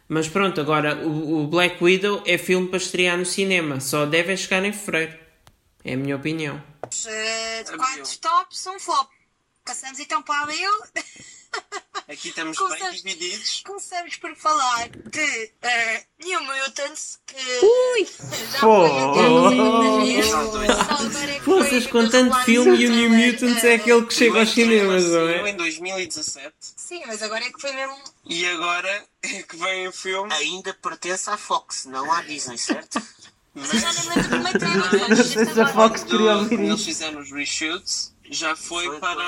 Speaker 3: mas pronto, agora o, o Black Widow é filme para estrear no cinema, só deve é chegar em fevereiro. É a minha opinião.
Speaker 4: Eh, de
Speaker 6: Abril.
Speaker 4: quatro tops, um flop. Passamos então para abril.
Speaker 6: Aqui estamos
Speaker 4: Com
Speaker 6: bem
Speaker 4: certeza.
Speaker 6: divididos.
Speaker 4: Começamos por falar de eh, New Mutants, que
Speaker 2: Ui!
Speaker 4: já foi um deles.
Speaker 6: Só dois.
Speaker 3: Vocês com tanto
Speaker 4: é
Speaker 3: filme e o New Mutants é aquele que chega aos
Speaker 6: Dois
Speaker 3: cinemas, não
Speaker 6: saiu
Speaker 3: é?
Speaker 6: Em 2017.
Speaker 4: Sim, mas agora é que foi mesmo.
Speaker 6: E agora é que vem o filme.
Speaker 5: Ainda pertence à Fox, não à Disney, certo?
Speaker 4: Eu Já nem lembro como é que era. mas
Speaker 1: sei se a
Speaker 4: agora-
Speaker 1: Fox-
Speaker 6: do-
Speaker 1: queria ouvir
Speaker 6: quando eles
Speaker 1: isto.
Speaker 6: fizeram os reshoots, já foi,
Speaker 5: Foi
Speaker 6: para,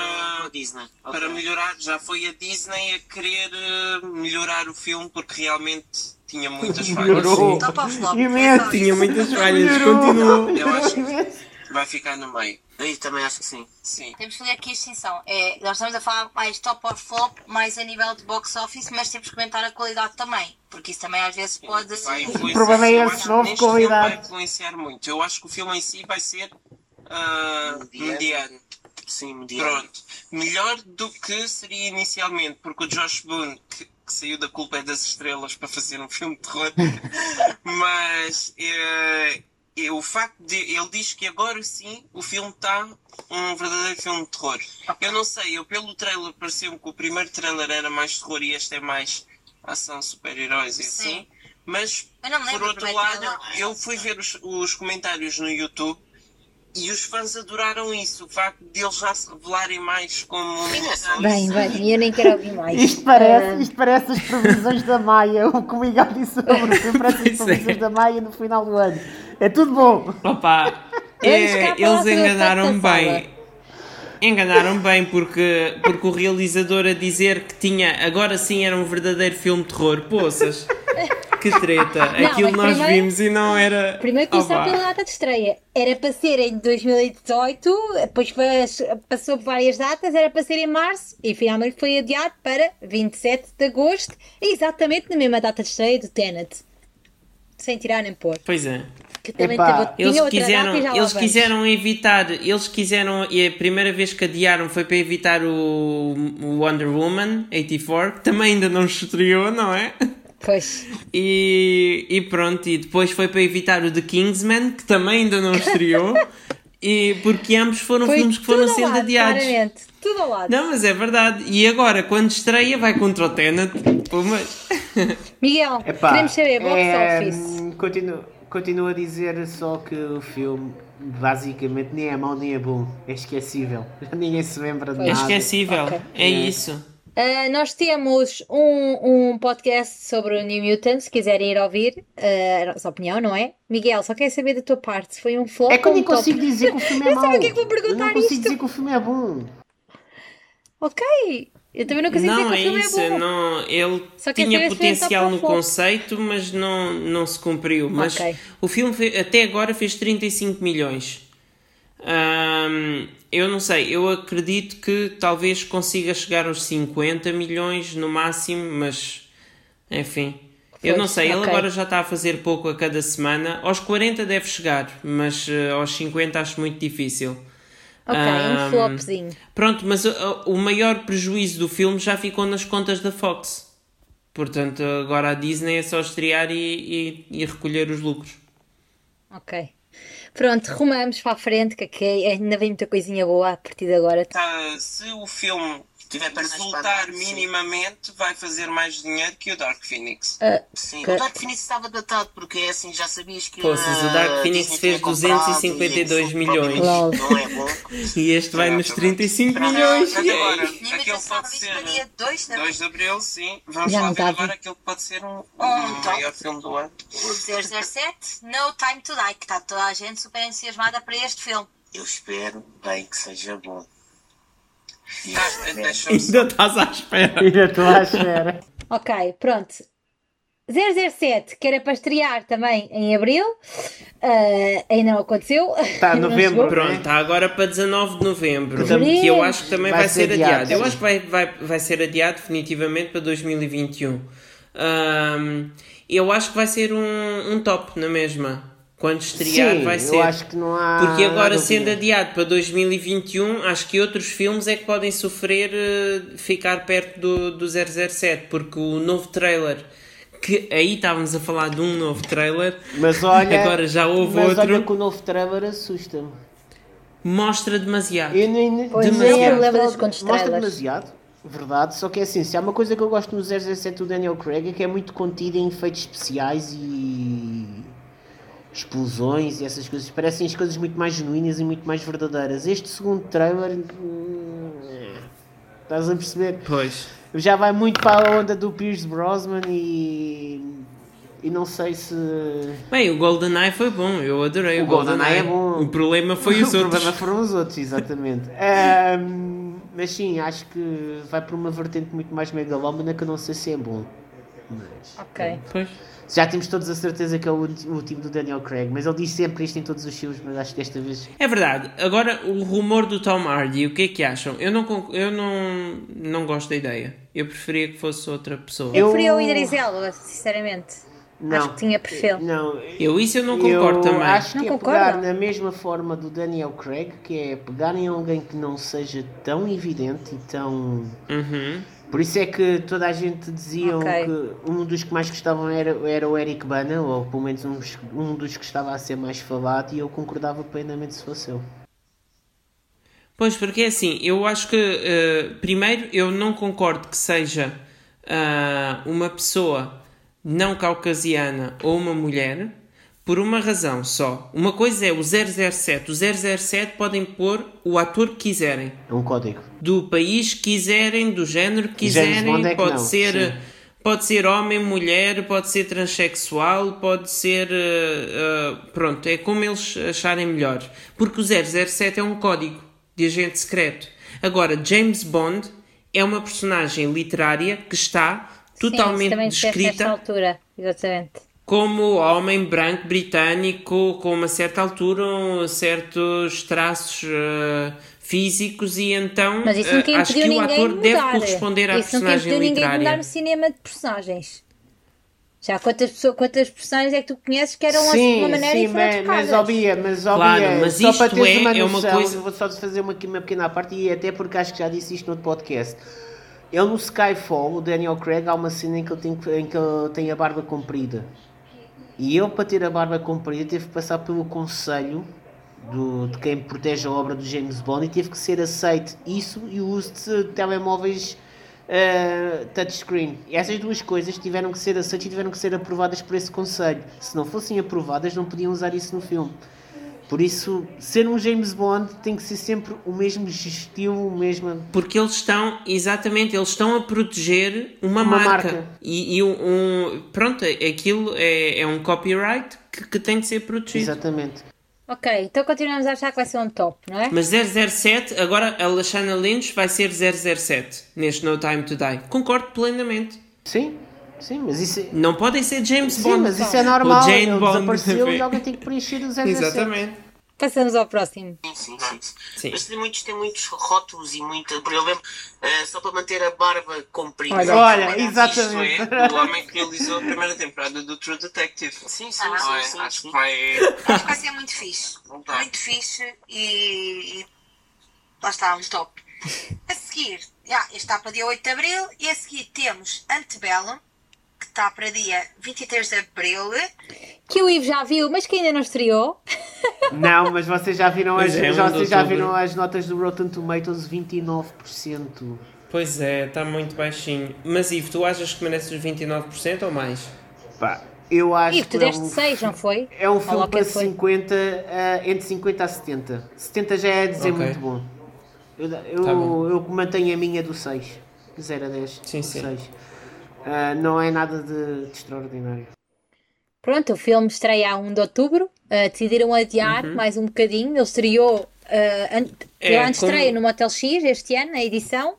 Speaker 5: a Disney.
Speaker 6: para
Speaker 5: Ok.
Speaker 6: melhorar. Já foi a Disney a querer eh, melhorar o filme porque realmente tinha muitas falhas.
Speaker 1: Melhorou.
Speaker 4: Top ou flop?
Speaker 1: Imenso.
Speaker 3: Tinha muitas falhas,
Speaker 1: Melhorou.
Speaker 3: continua.
Speaker 6: Eu acho que
Speaker 1: Imenso.
Speaker 6: vai ficar no meio.
Speaker 5: Aí também acho que sim.
Speaker 6: Sim.
Speaker 4: Temos que fazer aqui a distinção. É, nós estamos a falar mais top ou flop, mais a nível de box office, mas temos que comentar a qualidade também. Porque isso também às vezes pode.
Speaker 6: Vai influenciar-
Speaker 1: problema é
Speaker 6: eu
Speaker 1: esse,
Speaker 6: acho que
Speaker 1: não houve
Speaker 6: neste filme
Speaker 1: qualidade.
Speaker 6: Vai influenciar muito. Eu acho que o filme em si vai ser ah,
Speaker 4: Um
Speaker 5: Mediano.
Speaker 6: mediano.
Speaker 5: Sim, um mediano.
Speaker 6: Pronto. Melhor do que seria inicialmente, porque o Josh Boone, que, que saiu da culpa é das estrelas para fazer um filme de terror, mas eh, eh, o facto de ele diz que agora sim o filme está um verdadeiro filme de terror. Eu não sei, eu pelo trailer pareceu-me que o primeiro trailer era mais terror e este é mais ação super-heróis e assim.
Speaker 4: Sim.
Speaker 6: Mas
Speaker 4: Eu não me
Speaker 6: por
Speaker 4: lembro é
Speaker 6: outro
Speaker 4: do
Speaker 6: lado,
Speaker 4: primeiro trailer.
Speaker 6: eu fui ver os, os comentários no YouTube e os fãs adoraram isso, o facto de eles já se revelarem mais como um animação.
Speaker 2: Bem, bem, eu nem quero ouvir mais.
Speaker 1: Isto
Speaker 2: É.
Speaker 1: parece, isto parece as previsões da Maia, o que o Miguel disse sobre o que parece as
Speaker 3: Pois é.
Speaker 1: previsões da Maia no final do ano. É tudo bom.
Speaker 3: Opa,
Speaker 2: Eles
Speaker 3: é,
Speaker 2: cá para lá
Speaker 3: eles
Speaker 2: são
Speaker 3: enganaram
Speaker 2: efeito da sala.
Speaker 3: bem. Enganaram bem porque, porque o realizador a dizer que tinha agora sim era um verdadeiro filme de terror. Poças, que treta.
Speaker 2: Não,
Speaker 3: Aquilo
Speaker 2: mas
Speaker 3: nós
Speaker 2: primeiro-
Speaker 3: vimos e não era.
Speaker 2: Primeiro começar
Speaker 3: Opa.
Speaker 2: pela data de estreia. Era para ser em 2018, depois faz- passou por várias datas, era para ser em março e finalmente foi adiado para 27 de agosto, exatamente na mesma data de estreia do Tenet. Sem tirar nem pôr.
Speaker 3: Pois é.
Speaker 2: Que também
Speaker 1: Epá,
Speaker 2: teve, tinha
Speaker 3: Eles
Speaker 2: outra
Speaker 3: quiseram,
Speaker 2: data e já lá
Speaker 3: eles
Speaker 2: vamos.
Speaker 3: quiseram evitar, eles quiseram, e a primeira vez que adiaram foi para evitar o, o Wonder Woman 84, que também ainda não estreou, não é?
Speaker 2: Pois.
Speaker 3: E, e pronto, e depois foi para evitar o The Kingsman, que também ainda não estreou, e porque ambos foram
Speaker 2: Foi
Speaker 3: filmes que
Speaker 2: tudo
Speaker 3: foram
Speaker 2: ao
Speaker 3: sendo
Speaker 2: lado,
Speaker 3: adiados.
Speaker 2: Claramente, tudo ao lado.
Speaker 3: Não, mas é verdade. E agora, quando estreia, vai contra o Tenet. Pumas.
Speaker 2: Miguel,
Speaker 1: Epá,
Speaker 2: queremos saber, box
Speaker 1: é,
Speaker 2: office.
Speaker 1: hum, Continuo, continuo a dizer só que o filme basicamente nem é mau nem é bom. É esquecível. Ninguém se lembra de
Speaker 3: É
Speaker 1: nada.
Speaker 3: esquecível.
Speaker 2: Ok.
Speaker 3: É isso.
Speaker 2: Uh, nós temos um, um podcast sobre o New Mutants, se quiserem ir ouvir uh, a nossa opinião, não é? Miguel, só quero saber da tua parte, se foi um flop
Speaker 1: É que eu
Speaker 2: ou um
Speaker 1: nem
Speaker 2: top?
Speaker 1: consigo dizer que o filme é
Speaker 2: Eu
Speaker 1: mau.
Speaker 2: sei o que é que vou
Speaker 1: Eu
Speaker 2: perguntar
Speaker 1: não consigo
Speaker 2: isto.
Speaker 1: dizer que o filme é bom.
Speaker 2: Ok, eu também não consigo
Speaker 3: não,
Speaker 2: dizer que o
Speaker 3: é
Speaker 2: filme
Speaker 3: isso.
Speaker 2: é bom.
Speaker 3: não, ele
Speaker 2: Só que
Speaker 3: tinha
Speaker 2: essa vez foi
Speaker 3: potencial
Speaker 2: top
Speaker 3: no
Speaker 2: flop.
Speaker 3: conceito, mas não, não se cumpriu. Mas
Speaker 2: Ok.
Speaker 3: o filme fe- até agora fez 35 milhões. Ahm, eu não sei, eu acredito que talvez consiga chegar aos 50 milhões no máximo, mas enfim. Eu
Speaker 2: Pois,
Speaker 3: não sei, ele
Speaker 2: ok.
Speaker 3: agora já está a fazer pouco a cada semana. Aos 40 deve chegar, mas eh, aos 50 acho muito difícil.
Speaker 2: Ok, um
Speaker 3: Ahm,
Speaker 2: flopzinho.
Speaker 3: Pronto, mas uh, o, o maior prejuízo do filme já ficou nas contas da Fox. Portanto, agora a Disney é só estrear e, e- e recolher os lucros.
Speaker 2: Ok. Pronto, rumamos para a frente, que aqui ainda vem muita coisinha boa a partir de agora.
Speaker 6: Tá, se o filme
Speaker 5: Tiver para
Speaker 6: resultar
Speaker 5: mais para andar, sim.
Speaker 6: minimamente, vai fazer mais dinheiro que o Dark Phoenix.
Speaker 2: Ah,
Speaker 5: Sim,
Speaker 2: Que-
Speaker 5: o Dark Phoenix estava datado porque é assim, já sabias que.
Speaker 3: Poças, o Dark
Speaker 5: ah,
Speaker 3: Phoenix
Speaker 5: Disney
Speaker 3: fez
Speaker 5: tinha comprado
Speaker 3: 252
Speaker 5: e,
Speaker 3: milhões.
Speaker 2: Lol.
Speaker 5: Não é bom.
Speaker 3: E este vai nos 35 milhões.
Speaker 6: Mas agora,
Speaker 4: New
Speaker 6: aquele
Speaker 4: Mutants
Speaker 6: pode
Speaker 4: estava visto
Speaker 6: ser
Speaker 4: para dia né? 2 de
Speaker 6: 2
Speaker 4: abril.
Speaker 6: de Abril, sim. Vamos
Speaker 2: Já
Speaker 6: lá
Speaker 2: não tá
Speaker 6: ver
Speaker 2: dá,
Speaker 6: agora
Speaker 2: viu?
Speaker 6: aquele pode ser um,
Speaker 5: Oh,
Speaker 4: Um
Speaker 6: um
Speaker 5: então.
Speaker 4: top.
Speaker 6: maior filme do ano.
Speaker 4: O 007, No Time to Die, que está toda a gente super entusiasmada para este filme.
Speaker 5: Eu espero bem que seja bom. E eu
Speaker 6: Ah,
Speaker 5: espero-
Speaker 6: deixa-me só-
Speaker 3: Ainda estás à espera.
Speaker 1: Ainda estou à espera.
Speaker 2: Ok, pronto. 007, que era para estrear também em abril, ah, ainda não aconteceu.
Speaker 1: Está em
Speaker 2: Não
Speaker 1: novembro.
Speaker 2: chegou.
Speaker 1: não
Speaker 3: Pronto,
Speaker 1: é?
Speaker 3: está agora para 19 de novembro.
Speaker 1: Que também-
Speaker 3: Que eu acho que também
Speaker 1: Vai
Speaker 3: vai,
Speaker 1: ser
Speaker 3: ser,
Speaker 1: adiado,
Speaker 3: adiado. Eu
Speaker 1: sim.
Speaker 3: acho que vai, vai, vai ser adiado definitivamente para 2021. Ahm, eu acho que vai ser um, um top na mesma. Quando estrear,
Speaker 1: Sim,
Speaker 3: vai
Speaker 1: eu
Speaker 3: ser.
Speaker 1: acho que não há
Speaker 3: Porque agora,
Speaker 1: dúvida.
Speaker 3: sendo adiado para 2021, acho que outros filmes é que podem sofrer eh, ficar perto do, do 007. Porque o novo trailer. Que aí estávamos a falar de um novo trailer.
Speaker 1: Mas olha,
Speaker 3: Agora já houve
Speaker 1: mas
Speaker 3: outro.
Speaker 1: olha que o novo trailer assusta-me.
Speaker 3: Mostra demasiado.
Speaker 1: Eu nem, nem,
Speaker 2: Pois é,
Speaker 1: demasiado.
Speaker 2: eu lembro das contas
Speaker 1: Mostra
Speaker 2: trailers.
Speaker 1: demasiado, verdade. Só que é assim, se há uma coisa que eu gosto no 007 do Daniel Craig é que é muito contida em efeitos especiais e explosões e essas coisas. Parecem as coisas muito mais genuínas e muito mais verdadeiras. Este segundo trailer. hum, é. Estás a perceber?
Speaker 3: Pois.
Speaker 1: Já vai muito para a onda do Pierce Brosnan e. E não sei se.
Speaker 3: Bem, o GoldenEye foi bom, eu adorei.
Speaker 1: O
Speaker 3: O,
Speaker 1: GoldenEye
Speaker 3: GoldenEye
Speaker 1: é bom.
Speaker 3: O problema foi os
Speaker 1: o
Speaker 3: outros.
Speaker 1: problema foram os outros, exatamente. Ahm, mas sim, acho que vai para uma vertente muito mais megalómana que eu não sei se é bom. Mas,
Speaker 2: Ok.
Speaker 3: Pois.
Speaker 1: já temos todos a certeza que é o ulti- o último do Daniel Craig, mas ele diz sempre isto em todos os filmes, mas acho que desta vez.
Speaker 3: É verdade. Agora, o rumor do Tom Hardy, o que é que acham? Eu não, conc- eu não, não gosto da ideia. Eu preferia que fosse outra pessoa.
Speaker 1: Eu-
Speaker 3: Eu,
Speaker 2: Eu preferia o Idris Elba, sinceramente.
Speaker 1: Não.
Speaker 2: Acho que tinha perfil.
Speaker 1: Não,
Speaker 3: isso eu não concordo
Speaker 1: eu
Speaker 3: também.
Speaker 1: Acho
Speaker 2: Não
Speaker 1: que é
Speaker 2: concorda?
Speaker 1: pegar na mesma forma do Daniel Craig, que é pegarem alguém que não seja tão evidente e tão.
Speaker 3: Uhum.
Speaker 1: Por isso é que toda a gente dizia
Speaker 2: Ok.
Speaker 1: que um dos que mais gostavam era, era o Eric Bana, ou pelo menos um, dos- um dos que estava a ser mais falado, e eu concordava plenamente se fosse eu.
Speaker 3: Pois, porque é assim, eu acho que, eh, primeiro, eu não concordo que seja ah, uma pessoa não caucasiana ou uma mulher, por uma razão só. Uma coisa é o 007. O 007 podem pôr o ator que quiserem,
Speaker 1: É um código.
Speaker 3: do país que quiserem, do género que
Speaker 1: James
Speaker 3: quiserem.
Speaker 1: Bond é que
Speaker 3: pode,
Speaker 1: não,
Speaker 3: ser,
Speaker 1: sim.
Speaker 3: pode ser homem, mulher, pode ser transexual, pode ser. eh, eh, pronto, é como eles acharem melhor. Porque o 007 é um código de agente secreto. Agora, James Bond é uma personagem literária que está
Speaker 2: Sim, isso
Speaker 3: totalmente
Speaker 2: também disseste nesta
Speaker 3: descrita
Speaker 2: altura, exatamente.
Speaker 3: como homem branco britânico com uma certa altura, um, certos traços eh, físicos e então
Speaker 2: Mas isso
Speaker 3: eh,
Speaker 2: nunca
Speaker 3: acho que
Speaker 2: impediu
Speaker 3: o
Speaker 2: ninguém
Speaker 3: ator
Speaker 2: de
Speaker 3: deve
Speaker 2: mudar.
Speaker 3: corresponder à
Speaker 2: isso nunca
Speaker 3: personagem
Speaker 2: impediu ninguém de mudar
Speaker 3: literária.
Speaker 2: no cinema de personagens. Já quantas, pessoas, quantas personagens é que tu conheces que eram assim de uma maneira e foram
Speaker 1: mas, mas
Speaker 2: trocadas?
Speaker 1: óbvio, mas óbvio,
Speaker 3: Claro, mas
Speaker 1: só para
Speaker 3: isto
Speaker 1: teres
Speaker 3: é-
Speaker 1: uma
Speaker 3: é uma
Speaker 1: noção,
Speaker 3: coisa-
Speaker 1: eu vou só fazer uma, aqui uma pequena parte, e até porque acho que já disse isto no outro podcast. Ele no Skyfall, o Daniel Craig, há uma cena em que ele tem, que- em que ele tem a barba comprida. E ele, para ter a barba comprida, teve que passar pelo conselho do, de quem protege a obra do James Bond e teve que ser aceite isso e o uso de telemóveis eh, touchscreen. E essas duas coisas tiveram que ser aceites e tiveram que ser aprovadas por esse conselho. Se não fossem aprovadas, não podiam usar isso no filme. Por isso, ser um James Bond tem que ser sempre o mesmo estilo, o mesmo.
Speaker 3: Porque eles estão, exatamente, eles estão a proteger uma,
Speaker 1: Uma
Speaker 3: marca.
Speaker 1: marca.
Speaker 3: E, e um, um- pronto, aquilo é, é um copyright que, que tem de ser protegido.
Speaker 1: Exatamente.
Speaker 2: Ok, então continuamos a achar que vai ser um top, não é?
Speaker 3: Mas 007, agora a Lashana Lynch vai ser 007 neste No Time to Die. Concordo plenamente.
Speaker 1: Sim, sim, mas isso. é-
Speaker 3: Não podem ser James
Speaker 1: Sim,
Speaker 3: Bond.
Speaker 1: mas isso é normal.
Speaker 3: O Jane
Speaker 1: Ele
Speaker 3: Bond
Speaker 1: desapareceu
Speaker 3: também.
Speaker 1: e alguém tem que preencher os 007.
Speaker 3: Exatamente.
Speaker 2: Passamos ao próximo.
Speaker 5: Sim, sim, sim.
Speaker 3: Sim.
Speaker 5: Mas tem muitos, tem muitos rótulos e muita. Por exemplo, eh, só para manter a barba comprida.
Speaker 1: Olha, olha, exatamente.
Speaker 6: Isto é do homem que realizou a primeira temporada do True Detective.
Speaker 5: Sim, sim,
Speaker 6: Não
Speaker 5: sim,
Speaker 6: é?
Speaker 5: sim,
Speaker 6: Acho
Speaker 5: sim.
Speaker 6: que vai.
Speaker 4: Acho que vai ser é muito fixe.
Speaker 6: Voltar.
Speaker 4: Muito fixe e. e Lá está, um top. A seguir, já, este está para dia 8 de abril e a seguir temos Antebellum, que está para dia 23 de abril.
Speaker 2: Que o Ivo já viu, mas que ainda não estreou.
Speaker 1: Não, mas vocês já viram as,
Speaker 3: Pois é, um
Speaker 1: já-
Speaker 3: de
Speaker 1: vocês já
Speaker 3: outubro.
Speaker 1: viram as notas do Rotten Tomatoes 29%.
Speaker 3: Pois é, está muito baixinho. Mas Ivo, tu achas que mereces os 29% ou mais?
Speaker 1: Pá, eu acho
Speaker 2: Ivo, tu
Speaker 1: que é
Speaker 2: deste
Speaker 1: um,
Speaker 2: 6, não foi?
Speaker 1: é um
Speaker 2: Olha
Speaker 1: filme
Speaker 2: lá o que
Speaker 1: para
Speaker 2: é que foi.
Speaker 1: 50, ah, entre 50 a 70. 70 já é dizer
Speaker 3: Ok.
Speaker 1: muito bom. Eu, eu,
Speaker 3: Tá bom.
Speaker 1: eu mantenho a minha do 6. 0 a 10.
Speaker 3: Sim,
Speaker 1: do
Speaker 3: sim.
Speaker 1: seis. Ah, não é nada de, de extraordinário.
Speaker 2: Pronto, o filme estreia a 1 de outubro. Uh, decidiram adiar mais um bocadinho. Ele estreou, uh, an-
Speaker 3: É,
Speaker 2: antes estreia
Speaker 3: como-
Speaker 2: no Motel X este ano, a edição.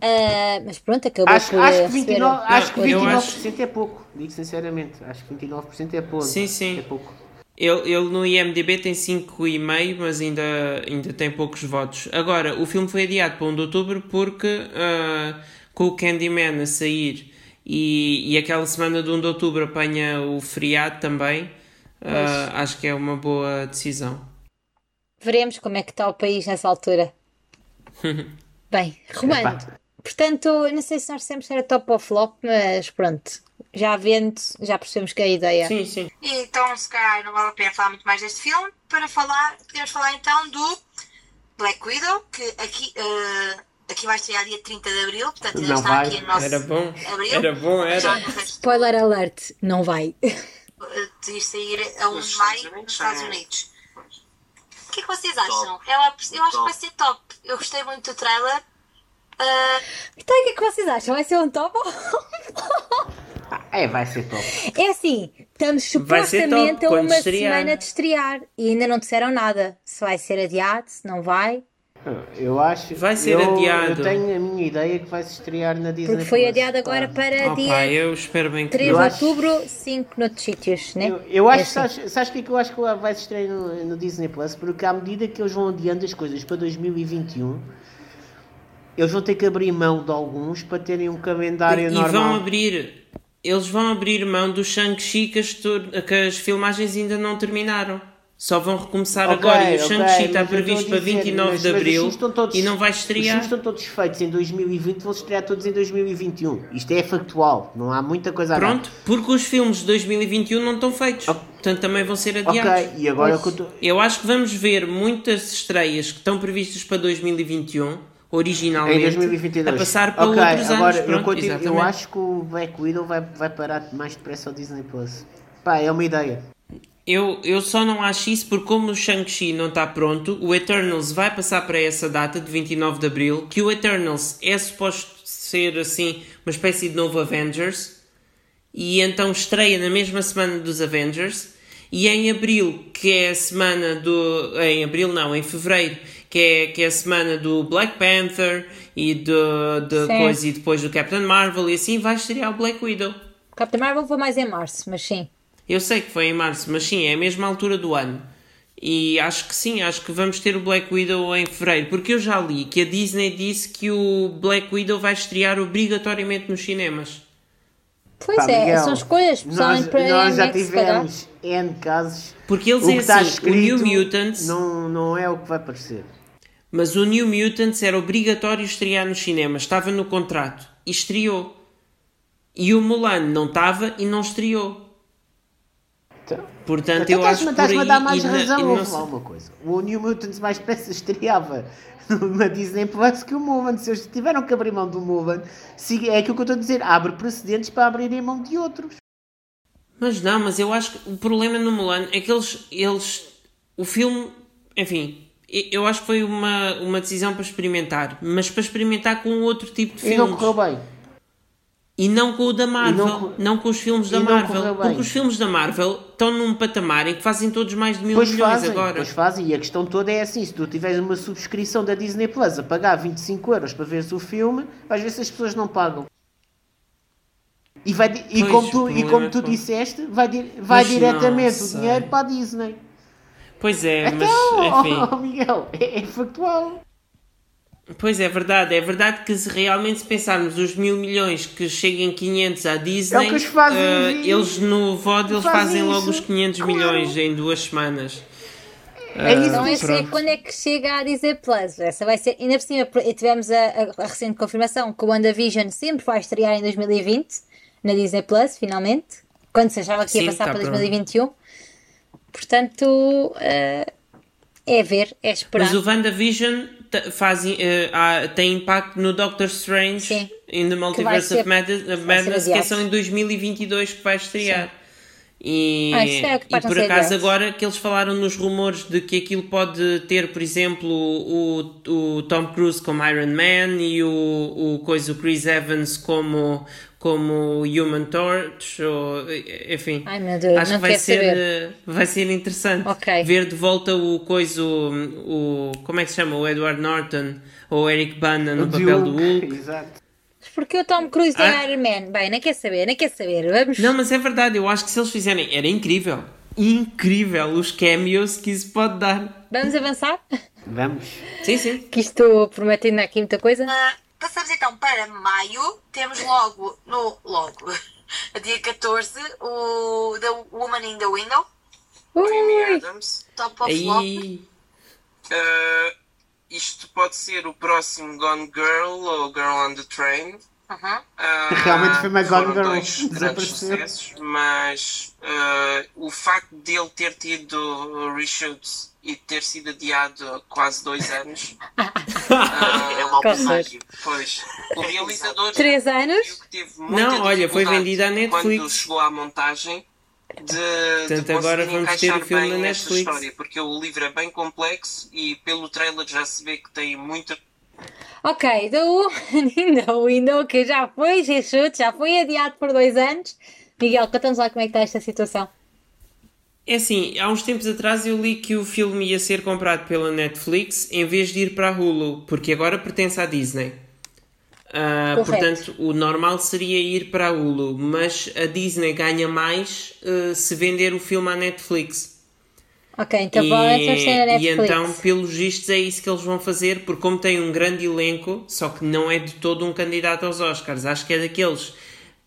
Speaker 2: Ah, mas pronto, acabou
Speaker 1: Acho,
Speaker 2: por eh,
Speaker 1: acho que
Speaker 2: receber um
Speaker 1: 29%, acho que
Speaker 3: Não, eu
Speaker 1: 29
Speaker 3: acho-
Speaker 1: é pouco, digo sinceramente. Acho que 29% é pouco.
Speaker 3: Sim, sim.
Speaker 1: É pouco.
Speaker 3: Ele, ele no IMDB tem 5,5, mas ainda, ainda tem poucos votos. Agora, o filme foi adiado para 1 de outubro porque ah, com o Candyman a sair e, e aquela semana um de 1 de outubro apanha o feriado também, ah, acho que é uma boa decisão.
Speaker 2: Veremos como é que está o país nessa altura. Bem, Romano, portanto, eu não sei se nós dissemos se era top ou flop, mas pronto, já vendo, já percebemos que é a ideia.
Speaker 3: Sim, sim.
Speaker 4: Então, se calhar não vale a pena falar muito mais deste filme. Para falar, podemos falar então do Black Widow, que aqui, eh, aqui vai estrear dia 30 de Abril, portanto ainda
Speaker 1: Não
Speaker 4: está
Speaker 1: vai.
Speaker 4: aqui no nosso
Speaker 3: Era bom,
Speaker 4: Abril.
Speaker 3: era bom,
Speaker 4: Já
Speaker 3: era.
Speaker 4: no resto,
Speaker 2: Spoiler alert, não vai.
Speaker 4: eh, de sair a 1
Speaker 6: Nos
Speaker 4: de
Speaker 6: Estados
Speaker 4: maio nos
Speaker 6: Unidos,
Speaker 4: Estados
Speaker 6: é.
Speaker 4: Unidos. O que é que vocês acham? Eu, acho que vai ser top. Eu gostei muito do trailer. Eh,
Speaker 2: Então, o que é que vocês acham? Vai ser um top ou... um
Speaker 1: Ah, é, vai ser top.
Speaker 2: É assim, estamos
Speaker 3: Vai ser top
Speaker 2: supostamente a
Speaker 3: quando
Speaker 2: uma
Speaker 3: estrear.
Speaker 2: semana de estrear e ainda não disseram nada. Se vai ser adiado, se não vai,
Speaker 1: Ah, Eu acho.
Speaker 3: Vai ser
Speaker 1: eu,
Speaker 3: adiado.
Speaker 1: Eu tenho a minha ideia que vai se estrear na Disney.
Speaker 2: porque foi
Speaker 1: Plus, Tá.
Speaker 2: adiado
Speaker 1: pá.
Speaker 2: agora
Speaker 3: Tá.
Speaker 2: para
Speaker 3: Opa,
Speaker 2: dia
Speaker 3: eu espero bem que
Speaker 2: 3
Speaker 3: não.
Speaker 2: de
Speaker 1: Eu acho-
Speaker 2: outubro, 5 noutros sítios, né?
Speaker 1: Eu, eu acho,
Speaker 2: É assim.
Speaker 1: sabes, sabes o que é que eu acho que vai se estrear no, no Disney Plus? Porque à medida que eles vão adiando as coisas para 2021, eles vão ter que abrir mão de alguns para terem um calendário
Speaker 3: E
Speaker 1: normal.
Speaker 3: vão abrir, eles vão abrir mão do Shang-Chi que, as tur- que as filmagens ainda não terminaram. Só vão recomeçar
Speaker 1: Ok,
Speaker 3: agora. E o
Speaker 1: ok,
Speaker 3: Shang-Chi está
Speaker 1: mas eu
Speaker 3: previsto
Speaker 1: estou a
Speaker 3: para
Speaker 1: dizer,
Speaker 3: 29
Speaker 1: mas-
Speaker 3: de
Speaker 1: mas os
Speaker 3: abril
Speaker 1: filmes estão todos-
Speaker 3: e não vai
Speaker 1: Os
Speaker 3: estrear.
Speaker 1: filmes estão todos feitos em 2020, vão se estrear todos em 2021. Isto é factual, não há muita coisa a dar.
Speaker 3: Pronto, porque os filmes de 2021 não estão feitos. Portanto, também vão ser
Speaker 1: Ok,
Speaker 3: adiados.
Speaker 1: e agora o que eu tô-
Speaker 3: Eu acho que vamos ver muitas estreias que estão previstas para 2021, originalmente,
Speaker 1: Em 2022.
Speaker 3: a passar para
Speaker 1: Ok,
Speaker 3: outros
Speaker 1: agora
Speaker 3: anos.
Speaker 1: eu,
Speaker 3: Pronto,
Speaker 1: continuo- eu
Speaker 3: exatamente.
Speaker 1: acho que o Black Widow vai, vai parar mais depressa ao Disney Plus. Pá, é uma ideia.
Speaker 3: Eu, eu só não acho isso porque, como o Shang-Chi não está pronto, o Eternals vai passar para essa data de 29 de Abril. Que o Eternals é suposto ser assim uma espécie de novo Avengers e então estreia na mesma semana dos Avengers. E em abril, que é a semana do. Em abril, não, em fevereiro, que é, que é a semana do Black Panther e do, de
Speaker 2: Sim.
Speaker 3: coisa, e depois do Captain Marvel, e assim vai estrear o Black Widow.
Speaker 2: Captain Marvel foi mais em março, mas sim.
Speaker 3: Eu sei que foi em março, mas sim, é a mesma altura do ano. E acho que sim, acho que vamos ter o Black Widow em fevereiro, porque eu já li que a Disney disse que o Black Widow vai estrear obrigatoriamente nos cinemas.
Speaker 2: Pois
Speaker 1: Pá,
Speaker 2: é,
Speaker 1: Miguel,
Speaker 2: são
Speaker 1: nós,
Speaker 2: escolhas, especialmente para
Speaker 1: nós já
Speaker 2: IMAX, se calhar.
Speaker 1: tivemos N casos.
Speaker 3: Porque eles
Speaker 1: o que
Speaker 3: é
Speaker 1: está
Speaker 3: assim, o New
Speaker 1: escrito
Speaker 3: Mutants-
Speaker 1: Não, não é o que vai parecer.
Speaker 3: Mas o New Mutants era obrigatório estrear nos cinemas, estava no contrato e estreou. E o Mulan não estava e não estreou.
Speaker 1: Então,
Speaker 3: Portanto,
Speaker 1: Então
Speaker 3: eu acho que por aí
Speaker 1: estás-me a dar mais
Speaker 3: e na- e
Speaker 1: razão,
Speaker 3: não
Speaker 1: vou
Speaker 3: sei-
Speaker 1: falar uma coisa. O New Mutants mais depressa estreava numa Disney Plus que o Mulan. Se eles tiveram que abrir mão do Mulan, se- é aquilo que eu estou a dizer, abre precedentes para abrirem mão de outros.
Speaker 3: Mas não, mas eu acho que o problema no Mulan é que eles. eles o filme. Enfim, e- eu acho que foi uma, uma decisão para experimentar. Mas para experimentar com outro tipo de
Speaker 1: E
Speaker 3: filmes.
Speaker 1: não correu bem.
Speaker 3: E não com o da Marvel.
Speaker 1: não
Speaker 3: Não,
Speaker 1: co-
Speaker 3: com os filmes
Speaker 1: e
Speaker 3: da
Speaker 1: não
Speaker 3: Marvel.
Speaker 1: correu bem.
Speaker 3: Porque os filmes da Marvel estão num patamar em que fazem todos mais de mil
Speaker 1: Pois
Speaker 3: milhões
Speaker 1: fazem,
Speaker 3: agora.
Speaker 1: pois fazem. E a questão toda é assim: se tu tiveres uma subscrição da Disney Plus a pagar 25 euros para veres o filme, vais ver se as pessoas não pagam. E, vai, di- e
Speaker 3: Pois,
Speaker 1: como
Speaker 3: o
Speaker 1: tu, e
Speaker 3: problema
Speaker 1: como
Speaker 3: é
Speaker 1: tu
Speaker 3: que-
Speaker 1: disseste, vai, di- vai
Speaker 3: Mas
Speaker 1: diretamente
Speaker 3: não
Speaker 1: o
Speaker 3: sei.
Speaker 1: dinheiro para a Disney.
Speaker 3: Pois é, mas
Speaker 1: então,
Speaker 3: enfim.
Speaker 1: oh, Miguel, é, é factual.
Speaker 3: Pois é verdade, é verdade que se realmente se pensarmos os mil milhões que cheguem 500 à Disney,
Speaker 1: É o que eles fazem,
Speaker 3: eh,
Speaker 1: vi.
Speaker 3: eles no VOD eles fazem,
Speaker 1: Fazem
Speaker 3: logo os
Speaker 1: isso,
Speaker 3: 500
Speaker 1: claro.
Speaker 3: milhões em duas semanas.
Speaker 1: É isso
Speaker 2: Então,
Speaker 1: que
Speaker 2: essa é quando é que chega a dizer Plus. Essa vai ser, ainda por cima, por- e tivemos a, a- a recente confirmação que o WandaVision sempre vai estrear em 2020, na Disney Plus, finalmente, quando se achava que ia
Speaker 3: Sim,
Speaker 2: passar
Speaker 3: tá
Speaker 2: para
Speaker 3: pronto.
Speaker 2: 2021. Portanto, eh, é ver, é esperar.
Speaker 3: Mas o WandaVision t- faz, eh, há- tem impacto no Doctor Strange
Speaker 2: Sim.
Speaker 3: in the
Speaker 2: vai
Speaker 3: Multiverse
Speaker 2: ser-
Speaker 3: of Madness,
Speaker 2: vai ser
Speaker 3: Madness, que é
Speaker 2: adiado.
Speaker 3: só em 2022 que vai estrear. E,
Speaker 2: Ah, isso é o que
Speaker 3: e
Speaker 2: faz não
Speaker 3: por
Speaker 2: ser
Speaker 3: acaso
Speaker 2: grande.
Speaker 3: agora que eles falaram nos rumores de que aquilo pode ter, por exemplo, o, o Tom Cruise como Iron Man e o, o coisa o Chris Evans como como Human Torch, ou, enfim.
Speaker 2: Ai, meu Deus,
Speaker 3: acho
Speaker 2: não
Speaker 3: que vai
Speaker 2: quero
Speaker 3: ser
Speaker 2: saber.
Speaker 3: eh, vai ser interessante
Speaker 2: Ok.
Speaker 3: ver de volta o coisa o, o- como é que se chama o Edward Norton ou o Eric Bana no papel do Hulk.
Speaker 1: Exato.
Speaker 2: Mas Porque o Tom Cruise tem
Speaker 3: Ah.
Speaker 2: Iron Man. Bem, não quer saber, não quer saber. Vamos.
Speaker 3: Não, mas é verdade, eu acho que se eles fizerem, era incrível. Incrível os cameos que isso pode dar.
Speaker 2: Vamos avançar?
Speaker 1: Vamos.
Speaker 3: Sim, sim.
Speaker 2: Que isto promete ainda aqui muita coisa.
Speaker 4: Ah, passamos então para maio. Temos logo, no logo, dia 14, o The Woman in the Window,
Speaker 6: Amy
Speaker 2: Ui!
Speaker 6: Adams.
Speaker 4: Top of Love.
Speaker 3: Aí,
Speaker 6: Ah, isto pode ser o próximo Gone Girl ou Girl on the Train.
Speaker 4: Uhum.
Speaker 6: Ah,
Speaker 1: Realmente foi uma Gone
Speaker 6: foram
Speaker 1: Girl,
Speaker 6: dois grandes
Speaker 1: desapareceu.
Speaker 6: sucessos, mas ah, o facto dele ter tido reshoots e ter sido adiado há quase dois anos ah,
Speaker 5: É uma
Speaker 2: Com
Speaker 5: homenagem.
Speaker 6: Pois, o realizador
Speaker 2: Três anos?
Speaker 6: viu que teve muita
Speaker 3: Não, olha, foi
Speaker 6: dificuldade
Speaker 3: vendida à
Speaker 6: Quando
Speaker 3: Netflix.
Speaker 6: chegou à montagem de, de
Speaker 3: Portanto, agora
Speaker 6: conseguir
Speaker 3: vamos ter o
Speaker 6: encaixar
Speaker 3: filme
Speaker 6: bem
Speaker 3: na
Speaker 6: esta
Speaker 3: Netflix.
Speaker 6: história, porque o livro é bem complexo e pelo trailer já se vê que tem muita
Speaker 2: Ok, The Woman in the Window, que já foi rechute, já foi adiado por dois anos. Miguel, conta-nos lá como é que está esta situação.
Speaker 3: É assim, há uns tempos atrás eu li que o filme ia ser comprado pela Netflix em vez de ir para a Hulu, porque agora pertence à Disney. Ah,
Speaker 2: Correto.
Speaker 3: portanto, o normal seria ir para a Hulu, mas a Disney ganha mais ah, se vender o filme à Netflix.
Speaker 2: Ok, então provavelmente vamos ter na
Speaker 3: e
Speaker 2: Netflix.
Speaker 3: então, pelos vistos, é isso que eles vão fazer, porque como tem um grande elenco, só que não é de todo um candidato aos Oscars, acho que é daqueles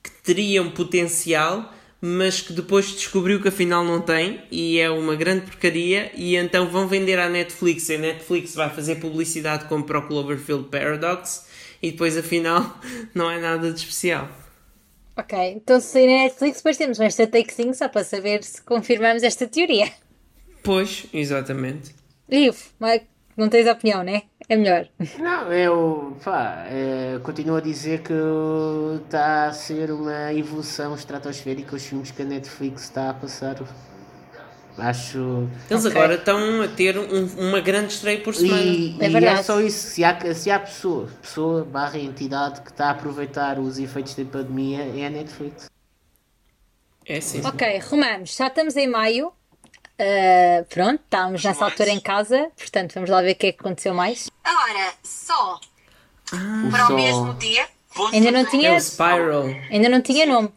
Speaker 3: que teriam potencial, mas que depois descobriu que afinal não tem, e é uma grande porcaria, e então vão vender à Netflix, e a Netflix vai fazer publicidade como para o Cloverfield Paradox, e depois afinal não é nada de especial.
Speaker 2: Ok, então se sair na Netflix, depois temos um extra takezinho só para saber se confirmamos esta teoria.
Speaker 3: Pois, exatamente.
Speaker 2: Ivo, mas não tens opinião, né? É melhor.
Speaker 1: Não, eu pá, eh, continuo a dizer que está a ser uma evolução estratosférica os filmes que a Netflix está a passar. Acho.
Speaker 3: Eles
Speaker 2: Ok.
Speaker 3: agora estão a ter um- uma grande estreia por semana.
Speaker 1: E,
Speaker 2: É
Speaker 1: e
Speaker 2: verdade.
Speaker 1: é só isso, se há, se há pessoa, pessoa barra entidade que está a aproveitar os efeitos da pandemia é a Netflix.
Speaker 3: É sim.
Speaker 2: Ok, rumamos. Já estamos em maio. Ah, pronto, estávamos nessa altura em casa, portanto vamos lá ver o que é que aconteceu mais.
Speaker 4: Agora, só
Speaker 6: Hum.
Speaker 1: O
Speaker 4: para
Speaker 1: só-
Speaker 4: o mesmo dia,
Speaker 2: Ainda não
Speaker 3: É
Speaker 2: tinha,
Speaker 3: o Spiral.
Speaker 2: ainda não tinha nome.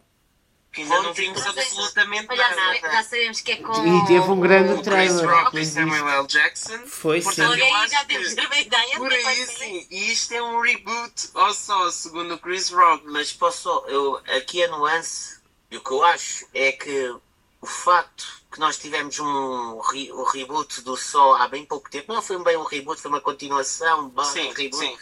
Speaker 6: que ainda não vimos absolutamente
Speaker 4: já, sabe- já
Speaker 6: nada.
Speaker 4: sabemos que é com
Speaker 1: E teve um grande
Speaker 6: O Chris
Speaker 1: trailer.
Speaker 6: Rock
Speaker 1: não
Speaker 6: e Samuel
Speaker 1: existe.
Speaker 6: L. Jackson.
Speaker 3: Foi,
Speaker 6: Portanto,
Speaker 3: sim.
Speaker 6: eu
Speaker 4: Olha aí, já
Speaker 6: acho
Speaker 4: temos
Speaker 6: que
Speaker 4: uma ideia.
Speaker 6: Por
Speaker 4: do que vai
Speaker 6: aí
Speaker 4: ser.
Speaker 6: sim, e isto é um reboot ou só, segundo o Chris Rock.
Speaker 5: Mas posso, eu, aqui
Speaker 6: é
Speaker 5: a nuance, e o que eu acho é que o facto que nós tivemos um, re- um reboot do Só há bem pouco tempo, não foi bem um reboot, foi uma continuação, barra
Speaker 6: Sim,
Speaker 5: reboot,
Speaker 6: sim.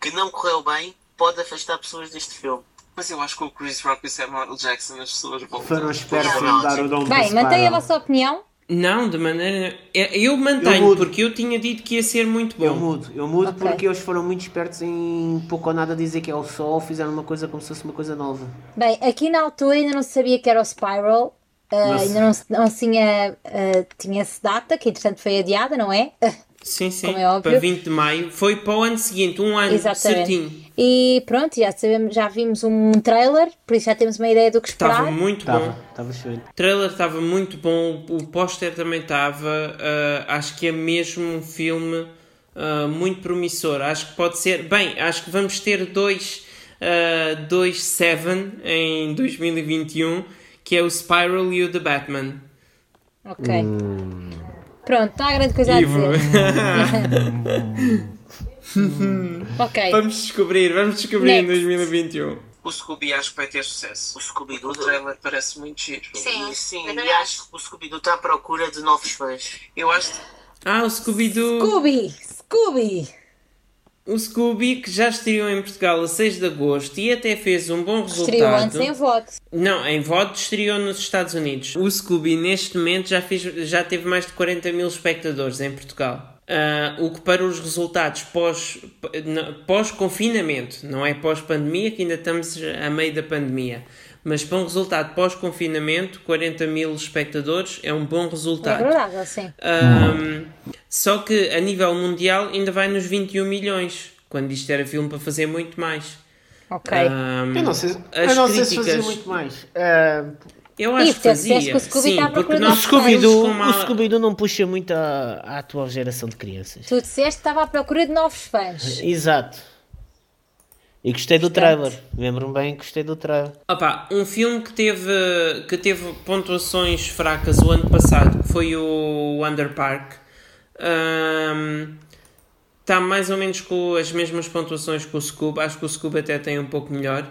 Speaker 5: que não correu bem, pode afastar pessoas deste filme.
Speaker 6: Mas eu acho que o Chris Rock e o Samuel L. Jackson as pessoas voltam.
Speaker 1: Foram espertos
Speaker 5: Não,
Speaker 1: em
Speaker 5: não,
Speaker 1: dar
Speaker 5: sim.
Speaker 1: o nome
Speaker 2: Bem,
Speaker 1: do
Speaker 2: mantenha a
Speaker 1: Spiral.
Speaker 2: vossa opinião.
Speaker 3: Não, de maneira. é- Eu mantenho,
Speaker 1: Eu mudo.
Speaker 3: porque eu tinha dito que ia ser muito
Speaker 1: Eu
Speaker 3: bom.
Speaker 1: mudo, eu mudo
Speaker 2: Ok.
Speaker 1: porque eles foram muito espertos em pouco ou nada dizer que é o sol, fizeram uma coisa como se fosse uma coisa nova.
Speaker 2: Bem, aqui na altura ainda não se sabia que era o Spiral, ah,
Speaker 1: Nossa.
Speaker 2: ainda não, se- não se tinha, ah, tinha-se data, que entretanto foi adiada, não é?
Speaker 3: Sim, sim.
Speaker 2: Como é óbvio.
Speaker 3: Para 20 de maio. Foi para o ano seguinte, um ano
Speaker 2: Exatamente.
Speaker 3: certinho.
Speaker 2: E pronto, já sabemos, já vimos um trailer, por isso já temos uma ideia do que esperar.
Speaker 3: Estava muito
Speaker 1: Estava,
Speaker 3: bom.
Speaker 1: estava cheio.
Speaker 3: O trailer estava muito bom, o póster também estava. ah, acho que é mesmo um filme ah, muito promissor. Acho que pode ser. Bem, acho que vamos ter dois, ah, dois Seven em 2021, que é o Spiral e o The Batman.
Speaker 2: Ok. Pronto, não há grande coisa a
Speaker 3: Ivo.
Speaker 2: dizer. Ok.
Speaker 3: Vamos descobrir, vamos descobrir em
Speaker 2: Next.
Speaker 3: 2021.
Speaker 6: O Scooby acho que vai ter sucesso.
Speaker 5: O Scooby-Doo.
Speaker 6: O trailer parece muito giro.
Speaker 4: Sim,
Speaker 5: E
Speaker 2: é
Speaker 5: sim,
Speaker 4: eu também
Speaker 5: e acho que o Scooby-Doo está à procura de novos fãs.
Speaker 6: Eu acho que
Speaker 3: Ah, o Scooby-Doo.
Speaker 2: Scooby! Scooby!
Speaker 3: O Scooby que já estreou em Portugal a 6 de agosto e até fez um bom resultado.
Speaker 2: Estreou antes em voto.
Speaker 3: Não, em voto estreou nos Estados Unidos. O Scooby neste momento já, fez, já teve mais de 40 mil espectadores em Portugal. Ah, o que para os resultados pós- p- na- pós-confinamento, não é pós-pandemia, que ainda estamos a meio da pandemia, mas para um resultado pós-confinamento, 40 mil espectadores é um bom
Speaker 2: É
Speaker 3: resultado.
Speaker 2: verdade, sim.
Speaker 3: Ah, Ahm, só que a nível mundial ainda vai nos 21 milhões, quando isto era filme para fazer muito mais.
Speaker 2: Ok.
Speaker 3: Ahm,
Speaker 1: Eu não sei, eu
Speaker 3: as
Speaker 1: não sei se
Speaker 3: críticas-
Speaker 1: fazia muito mais. Ah,
Speaker 3: Eu acho
Speaker 2: Isso,
Speaker 3: que
Speaker 2: se dissesse
Speaker 3: fazia.
Speaker 2: que o Scooby
Speaker 3: Sim,
Speaker 2: estava à
Speaker 3: porque
Speaker 2: procura
Speaker 1: o
Speaker 3: nós
Speaker 2: de
Speaker 1: Scooby-Doo
Speaker 3: filmes com uma-
Speaker 1: o Scooby-Doo não puxa muito à, à atual geração de crianças.
Speaker 2: Tu disseste que estava à procura de novos fãs.
Speaker 1: Exato. E gostei do
Speaker 2: Portanto.
Speaker 1: trailer. Lembro-me bem que gostei do trailer.
Speaker 3: Opa, um filme que teve, que teve pontuações fracas o ano passado, que foi o Wonder Park, está mais ou menos com as mesmas pontuações que o Scoob, acho que o Scoob até tem um pouco melhor,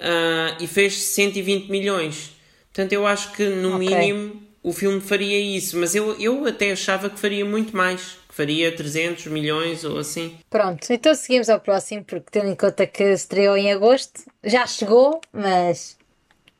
Speaker 3: Ah, e fez 120 milhões. Portanto, eu acho que no
Speaker 2: Ok.
Speaker 3: mínimo o filme faria isso, mas eu, eu até achava que faria muito mais, que faria 300 milhões ou assim.
Speaker 2: Pronto, então seguimos ao próximo, porque tendo em conta que estreou em agosto, já chegou, mas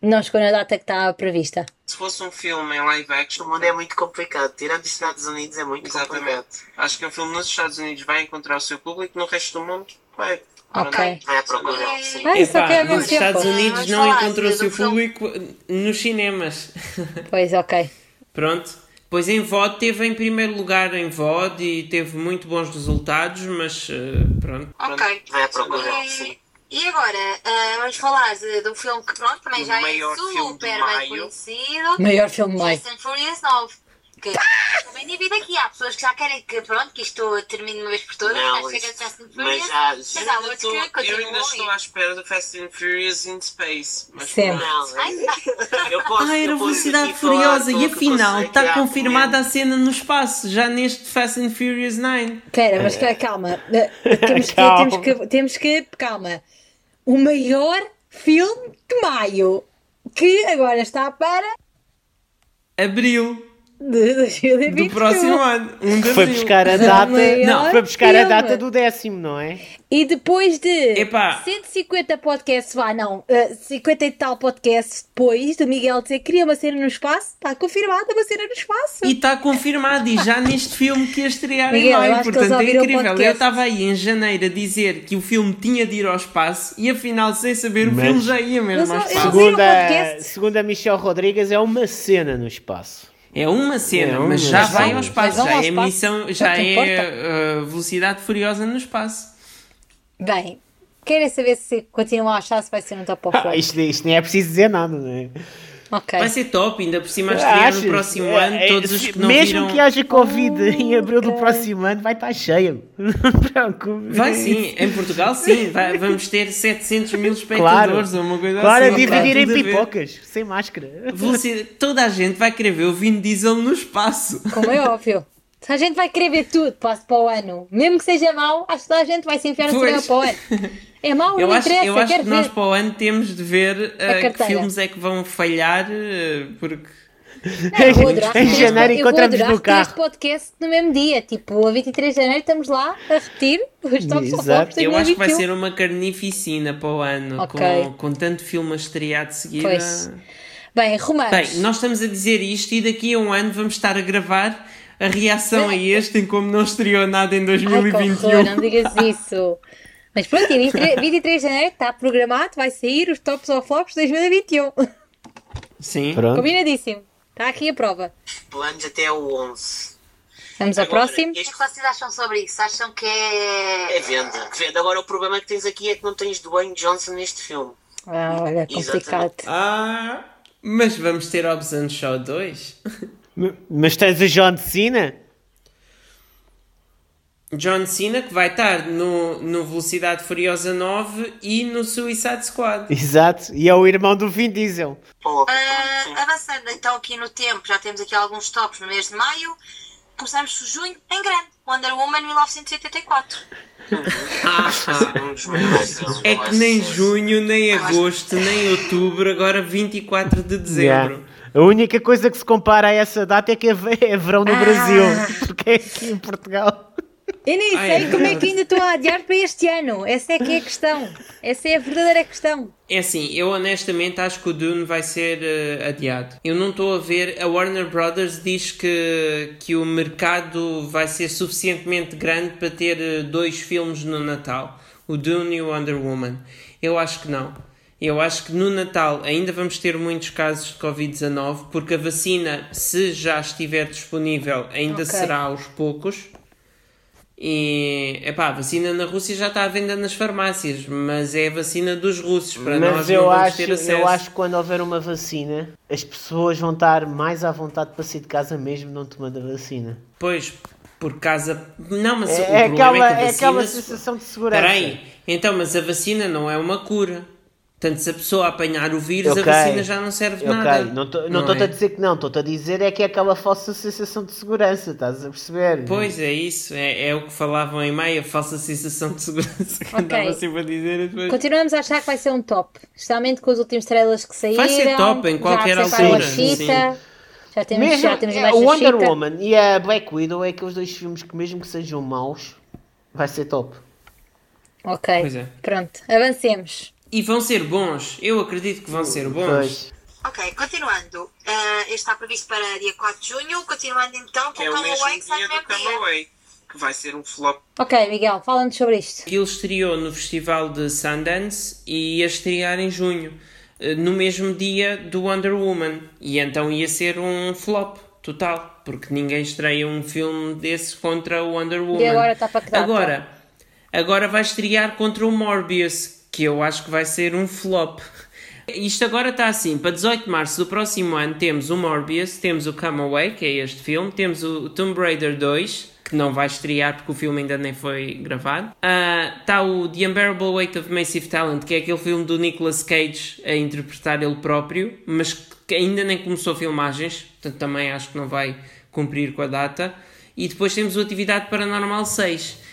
Speaker 2: não chegou na data que estava prevista.
Speaker 6: Se fosse um filme em live action,
Speaker 5: O mundo é muito complicado. Tirando os Estados Unidos é muito complicado.
Speaker 6: Exatamente. Acho que um filme nos Estados Unidos vai encontrar o seu público, no resto do mundo vai.
Speaker 2: Ok.
Speaker 5: Vai à
Speaker 6: é
Speaker 4: eh,
Speaker 5: procura. Sim.
Speaker 2: Ah, isso
Speaker 3: Epá,
Speaker 2: ok, é bom
Speaker 3: nos Estados
Speaker 2: tempo.
Speaker 3: Unidos
Speaker 5: Vamos
Speaker 3: não
Speaker 5: falar,
Speaker 3: encontrou-se o
Speaker 5: mas o filme-
Speaker 3: público nos cinemas.
Speaker 2: Pois, ok.
Speaker 3: Pronto. Pois em VOD teve em primeiro lugar em VOD e teve muito bons resultados, mas eh, pronto.
Speaker 4: Ok.
Speaker 5: Vai à procura. Sim.
Speaker 4: E, e agora ah, vamos falar de, de um filme que pronto, também
Speaker 6: O
Speaker 4: já
Speaker 6: maior
Speaker 4: é
Speaker 6: filme de
Speaker 4: super
Speaker 6: maio.
Speaker 4: bem conhecido.
Speaker 2: Maior filme de maio.
Speaker 4: Fast and Furious 9. Que também divido aqui, há pessoas que já querem que pronto, que isto termine de uma vez por todas,
Speaker 5: Não,
Speaker 4: mas chega de
Speaker 5: isso-
Speaker 4: Fast and
Speaker 5: mas
Speaker 4: Furious,
Speaker 5: já-
Speaker 4: mas
Speaker 5: eu
Speaker 4: há
Speaker 6: ah, Eu
Speaker 4: outros
Speaker 6: estou-
Speaker 4: que
Speaker 6: eu ainda estou à
Speaker 4: continuam.
Speaker 6: espera do Fast and Furious in Space. Mas
Speaker 2: Sempre.
Speaker 5: Não,
Speaker 4: Ai, tá.
Speaker 5: eu posso,
Speaker 3: Ah, era
Speaker 5: eu posso
Speaker 3: Velocidade
Speaker 5: aqui falar
Speaker 3: Furiosa
Speaker 5: tudo
Speaker 3: e
Speaker 5: o é que
Speaker 3: afinal
Speaker 5: consigo
Speaker 3: está
Speaker 5: criar. um
Speaker 3: confirmada a cena no espaço, já neste Fast and Furious 9.
Speaker 2: Espera, mas ca- calma. Eh, Temos, que-
Speaker 1: Calma.
Speaker 2: temos que, temos que. Calma. O maior filme de maio, que agora está para
Speaker 3: Abril
Speaker 2: de 2021.
Speaker 3: do próximo ano. Um de
Speaker 1: Que foi
Speaker 3: abril.
Speaker 1: buscar a
Speaker 2: Não,
Speaker 1: data.
Speaker 2: maior
Speaker 1: Não, é foi buscar a
Speaker 2: filme.
Speaker 1: data do décimo, não é?
Speaker 2: E depois de
Speaker 3: Epá.
Speaker 2: 150 podcasts, vá, não, eh, 50 e tal podcasts depois do Miguel dizer que queria uma cena no espaço, está confirmada uma cena no espaço.
Speaker 3: E está confirmado, e já neste filme que ia estrear
Speaker 2: Miguel,
Speaker 3: em
Speaker 2: eu
Speaker 3: maio,
Speaker 2: acho que
Speaker 3: portanto é
Speaker 2: eles ouviram o
Speaker 3: incrível. Eu
Speaker 2: podcast.
Speaker 3: estava aí em janeiro a dizer que o filme tinha de ir ao espaço e afinal, sem saber, o
Speaker 1: Mas-
Speaker 3: filme já ia
Speaker 2: Mas
Speaker 3: mesmo ao
Speaker 2: eu-
Speaker 1: um
Speaker 3: espaço.
Speaker 2: ouvi no
Speaker 1: Segunda,
Speaker 2: podcast.
Speaker 1: segunda Michelle Rodrigues é uma cena no espaço.
Speaker 3: É uma cena,
Speaker 1: É uma
Speaker 3: mas já
Speaker 1: cena.
Speaker 3: vai ao
Speaker 2: Mas
Speaker 3: espaço,
Speaker 2: vão
Speaker 3: já
Speaker 2: ao
Speaker 3: é
Speaker 2: espaço.
Speaker 3: missão,
Speaker 2: Não
Speaker 3: já
Speaker 2: te
Speaker 3: é uh, velocidade furiosa no espaço.
Speaker 2: Bem, querem saber se continuam a achar se vai ser um top of
Speaker 1: Ah, isto, isto nem é preciso dizer nada, não é?
Speaker 2: Ok.
Speaker 3: Vai ser top, ainda por cima a estrear no próximo
Speaker 1: É,
Speaker 3: ano,
Speaker 1: é,
Speaker 3: todos os
Speaker 1: se-
Speaker 3: que não
Speaker 1: Mesmo
Speaker 3: viram.
Speaker 1: que haja Covid em abril do
Speaker 2: Ok.
Speaker 1: próximo ano, vai estar cheia. Não te preocupes.
Speaker 3: Vai sim, em Portugal sim, vai- vamos ter 700 mil
Speaker 1: Claro,
Speaker 3: espectadores ou uma coisa
Speaker 1: claro a
Speaker 3: assim. está
Speaker 1: dividir em
Speaker 3: tudo a ver.
Speaker 1: pipocas, sem máscara.
Speaker 3: Velocidade- Toda a gente vai querer ver o Vin Diesel no espaço.
Speaker 2: Como é óbvio. Se a gente vai querer ver tudo para, para o ano, mesmo que seja mau, acho que toda a gente vai se enfiar no cinema
Speaker 3: Pois.
Speaker 2: para o ano. É mau,
Speaker 3: Eu
Speaker 2: não
Speaker 3: acho,
Speaker 2: interessa,
Speaker 3: eu acho que
Speaker 2: quero
Speaker 3: nós
Speaker 2: ver.
Speaker 3: para o ano temos de ver
Speaker 2: A
Speaker 3: uh, que
Speaker 2: carteira.
Speaker 3: filmes é que vão falhar, uh, porque.
Speaker 2: Eu vou adorar
Speaker 1: em
Speaker 2: ter
Speaker 1: janeiro
Speaker 2: este- eu vou
Speaker 1: encontramos
Speaker 2: adorar
Speaker 1: no
Speaker 2: ter este
Speaker 1: carro.
Speaker 2: podcast no mesmo dia. Tipo, a 23 de janeiro estamos lá a repetir os tops of
Speaker 1: Exato.
Speaker 2: flops
Speaker 3: Eu acho que vai
Speaker 2: 2021.
Speaker 3: ser uma carnificina para o ano,
Speaker 2: Ok.
Speaker 3: com, com tanto filme a estrear de seguida.
Speaker 2: Pois. Bem, romanos.
Speaker 3: Bem, nós estamos a dizer isto e daqui a um ano vamos estar a gravar a reação a este em como não estreou nada em
Speaker 2: Ai, que horror,
Speaker 3: 2021.
Speaker 2: não digas isso. Mas pronto, e 23, 23 de janeiro está programado, vai sair os tops of flops 2021.
Speaker 3: Sim.
Speaker 1: Pronto.
Speaker 2: Combinadíssimo. Está aqui a prova.
Speaker 5: Planos até o 11.
Speaker 2: Vamos ao
Speaker 6: Agora,
Speaker 2: próximo.
Speaker 4: O que é que vocês acham sobre isso? Acham que é.
Speaker 5: É venda. Venda. Agora o problema que tens aqui é que não tens Dwayne Johnson neste filme.
Speaker 2: Ah, olha, complicado.
Speaker 3: Ah, mas vamos ter Hobbs and Shaw 2.
Speaker 1: M- Mas tens o John Cena?
Speaker 3: John Cena que vai estar no, no Velocidade Furiosa 9 e no Suicide Squad.
Speaker 1: Exato. E é o irmão do Vin Diesel.
Speaker 5: Pô,
Speaker 4: Ah,
Speaker 5: sim.
Speaker 4: avançando então aqui no tempo, já temos aqui alguns tops no mês de maio. Começamos por junho em grande, Wonder Woman 1984.
Speaker 3: Ah, ah.
Speaker 6: Um dos maiores.
Speaker 3: É que nem junho, nem agosto, nem outubro, agora 24 de dezembro.
Speaker 1: Yeah. A única coisa que se compara a essa data é que é ve- é verão no
Speaker 2: Ah.
Speaker 1: Brasil. Porque é aqui em Portugal.
Speaker 2: Eu nem
Speaker 3: Ah, é
Speaker 2: sei como é
Speaker 3: verdade.
Speaker 2: que ainda estou a adiar para este ano. Essa é que é a questão. Essa é a verdadeira questão.
Speaker 3: É assim, eu honestamente acho que o Dune vai ser eh, adiado. Eu não estou a ver. A Warner Brothers diz que, que o mercado vai ser suficientemente grande para ter eh, dois filmes no Natal: o Dune e o Wonder Woman. Eu acho que não. Eu acho que no Natal ainda vamos ter muitos casos de Covid-19, porque a vacina, se já estiver disponível, ainda
Speaker 2: Ok.
Speaker 3: será aos poucos. E, epá, a vacina na Rússia já está à venda nas farmácias, mas é a vacina dos russos, para nós
Speaker 1: Mas
Speaker 3: não
Speaker 1: eu
Speaker 3: vamos
Speaker 1: acho,
Speaker 3: ter acesso.
Speaker 1: eu acho que quando houver uma vacina, as pessoas vão estar mais à vontade para sair de casa mesmo não tomando a vacina.
Speaker 3: Pois, por causa... Não, mas o
Speaker 1: É, é
Speaker 3: problema
Speaker 1: aquela,
Speaker 3: é que a
Speaker 1: é
Speaker 3: vacina...
Speaker 1: aquela
Speaker 3: se-
Speaker 1: sensação de segurança.
Speaker 3: Espera aí, então, mas a vacina não é uma cura. Portanto, se a pessoa apanhar o vírus,
Speaker 1: Ok.
Speaker 3: a vacina já não serve de
Speaker 1: Ok,
Speaker 3: nada.
Speaker 1: não estou-te
Speaker 3: não
Speaker 1: a
Speaker 3: é?
Speaker 1: dizer que não, estou-te a dizer é que é aquela falsa sensação de segurança, estás a perceber?
Speaker 3: Pois é isso, é, é o que falavam em meio, a falsa sensação de segurança que
Speaker 2: Ok.
Speaker 3: andava sempre a dizer. e Depois...
Speaker 2: Continuamos a achar que vai ser um top, especialmente com os últimos trailers que saíram.
Speaker 3: Vai ser top em qualquer
Speaker 2: já separaram a
Speaker 1: altura, sim.
Speaker 2: chita, Já temos,
Speaker 1: Mesmo,
Speaker 2: já temos
Speaker 1: é,
Speaker 2: mais
Speaker 1: o
Speaker 2: da
Speaker 1: Wonder
Speaker 2: chita.
Speaker 1: Woman e a Black Widow é aqueles dois filmes que mesmo que sejam maus, vai ser top.
Speaker 2: Ok,
Speaker 3: Pois é.
Speaker 2: pronto, avancemos.
Speaker 3: E vão ser bons, eu acredito que vão ser bons.
Speaker 1: Pois.
Speaker 4: Ok, continuando. Ah, este está previsto para dia 4 de junho. Continuando então com
Speaker 6: Que é
Speaker 4: o
Speaker 6: o
Speaker 4: Come Away,
Speaker 6: mesmo
Speaker 4: que sai
Speaker 6: dia
Speaker 4: no
Speaker 6: do
Speaker 4: mesmo dia.
Speaker 6: Camaway, que vai ser um flop.
Speaker 2: Ok, Miguel, fala-nos sobre isto.
Speaker 3: Ele estreou no Festival de Sundance e ia estrear em junho, eh, no mesmo dia do Wonder Woman. E então ia ser um flop total, porque ninguém estreia um filme desse contra o Wonder Woman.
Speaker 2: agora
Speaker 1: tá
Speaker 2: está para que data?
Speaker 3: Agora, agora vai estrear contra o Morbius, que eu acho que vai ser um flop. Isto agora está assim, para 18 de março do próximo ano temos o Morbius, temos o Come Away, que é este filme, temos o Tomb Raider 2, que não vai estrear porque o filme ainda nem foi gravado. Ah, Está o The Unbearable Weight of Massive Talent, que é aquele filme do Nicolas Cage a interpretar ele próprio, mas que ainda nem começou filmagens, portanto também acho que não vai cumprir com a data. E depois temos o Atividade Paranormal 6,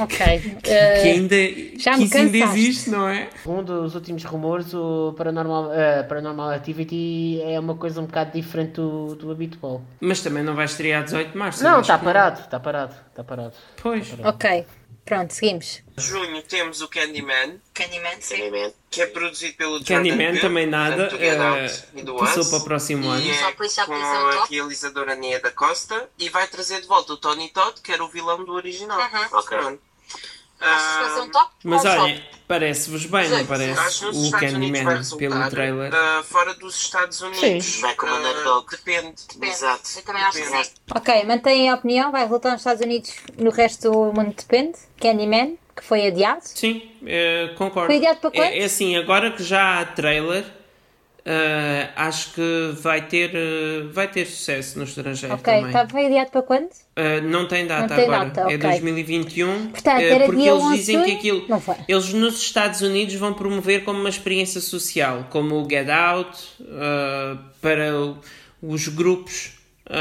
Speaker 2: Ok.
Speaker 1: É,
Speaker 3: que
Speaker 2: eh,
Speaker 3: ainda,
Speaker 2: já
Speaker 3: que
Speaker 2: me
Speaker 3: isso ainda
Speaker 1: tá.
Speaker 2: cansaste.
Speaker 3: existe, não é?
Speaker 1: Um dos últimos rumores, o Paranormal, eh, Paranormal Activity é uma coisa um bocado diferente do, do habitual.
Speaker 3: Mas também não vai estrear 18 de março.
Speaker 1: Não,
Speaker 3: acho
Speaker 1: está
Speaker 3: que
Speaker 1: parado, está parado, está parado.
Speaker 3: Pois.
Speaker 6: Tá,
Speaker 2: ok, pronto, seguimos.
Speaker 6: Junho temos o Candyman,
Speaker 4: Candyman, sim.
Speaker 5: Sinceramente.
Speaker 6: que é produzido pelo Jordan
Speaker 3: Candyman
Speaker 6: Peele,
Speaker 3: também nada.
Speaker 6: portanto, do Get
Speaker 3: eh,
Speaker 6: Out e do
Speaker 3: passou
Speaker 6: Us,
Speaker 3: para o próximo ano.
Speaker 6: tá, e
Speaker 4: Só
Speaker 6: é
Speaker 4: por isso já
Speaker 6: com
Speaker 4: pensei no
Speaker 6: a
Speaker 4: top.
Speaker 6: realizadora Nia da Costa e vai trazer de volta o Tony Todd, que era o vilão do original.
Speaker 4: Aham.
Speaker 6: Ok. Pronto.
Speaker 4: Achas que vai ser
Speaker 6: Ah,
Speaker 4: um top?
Speaker 3: Mas
Speaker 4: Ou um
Speaker 3: olha, parece-vos bem, não
Speaker 4: Sim,
Speaker 6: Acho que
Speaker 3: parece?
Speaker 6: nos
Speaker 3: O
Speaker 6: Estados Unidos vai
Speaker 3: Candyman pelo
Speaker 6: resultar.
Speaker 3: trailer.
Speaker 6: ah, fora dos Estados Unidos.
Speaker 1: Sim.
Speaker 5: Vai com o
Speaker 6: Ah,
Speaker 5: underdog.
Speaker 6: depende.
Speaker 4: Bem,
Speaker 5: Exato.
Speaker 4: Eu também acho que
Speaker 6: Depende.
Speaker 4: sim.
Speaker 2: Ok, mantém a opinião, vai voltar nos Estados Unidos, no resto do mundo depende. Candyman, que foi adiado.
Speaker 3: Sim, eh, concordo.
Speaker 2: Foi adiado para quando?
Speaker 3: É, é assim, agora que já há trailer, eh, acho que vai ter, eh, vai ter sucesso no estrangeiro
Speaker 2: Ok,
Speaker 3: também.
Speaker 2: tá, foi adiado para quando?
Speaker 3: Uh, não tem data
Speaker 2: Não tem
Speaker 3: agora,
Speaker 2: data,
Speaker 3: é
Speaker 2: ok.
Speaker 3: 2021.
Speaker 2: Portanto,
Speaker 3: uh,
Speaker 2: era
Speaker 3: porque
Speaker 2: dia
Speaker 3: eles
Speaker 2: 11 de
Speaker 3: dizem que
Speaker 2: junho?
Speaker 3: aquilo.
Speaker 2: Não foi.
Speaker 3: Eles nos Estados Unidos vão promover como uma experiência social, como o Get Out, uh, para o- os grupos.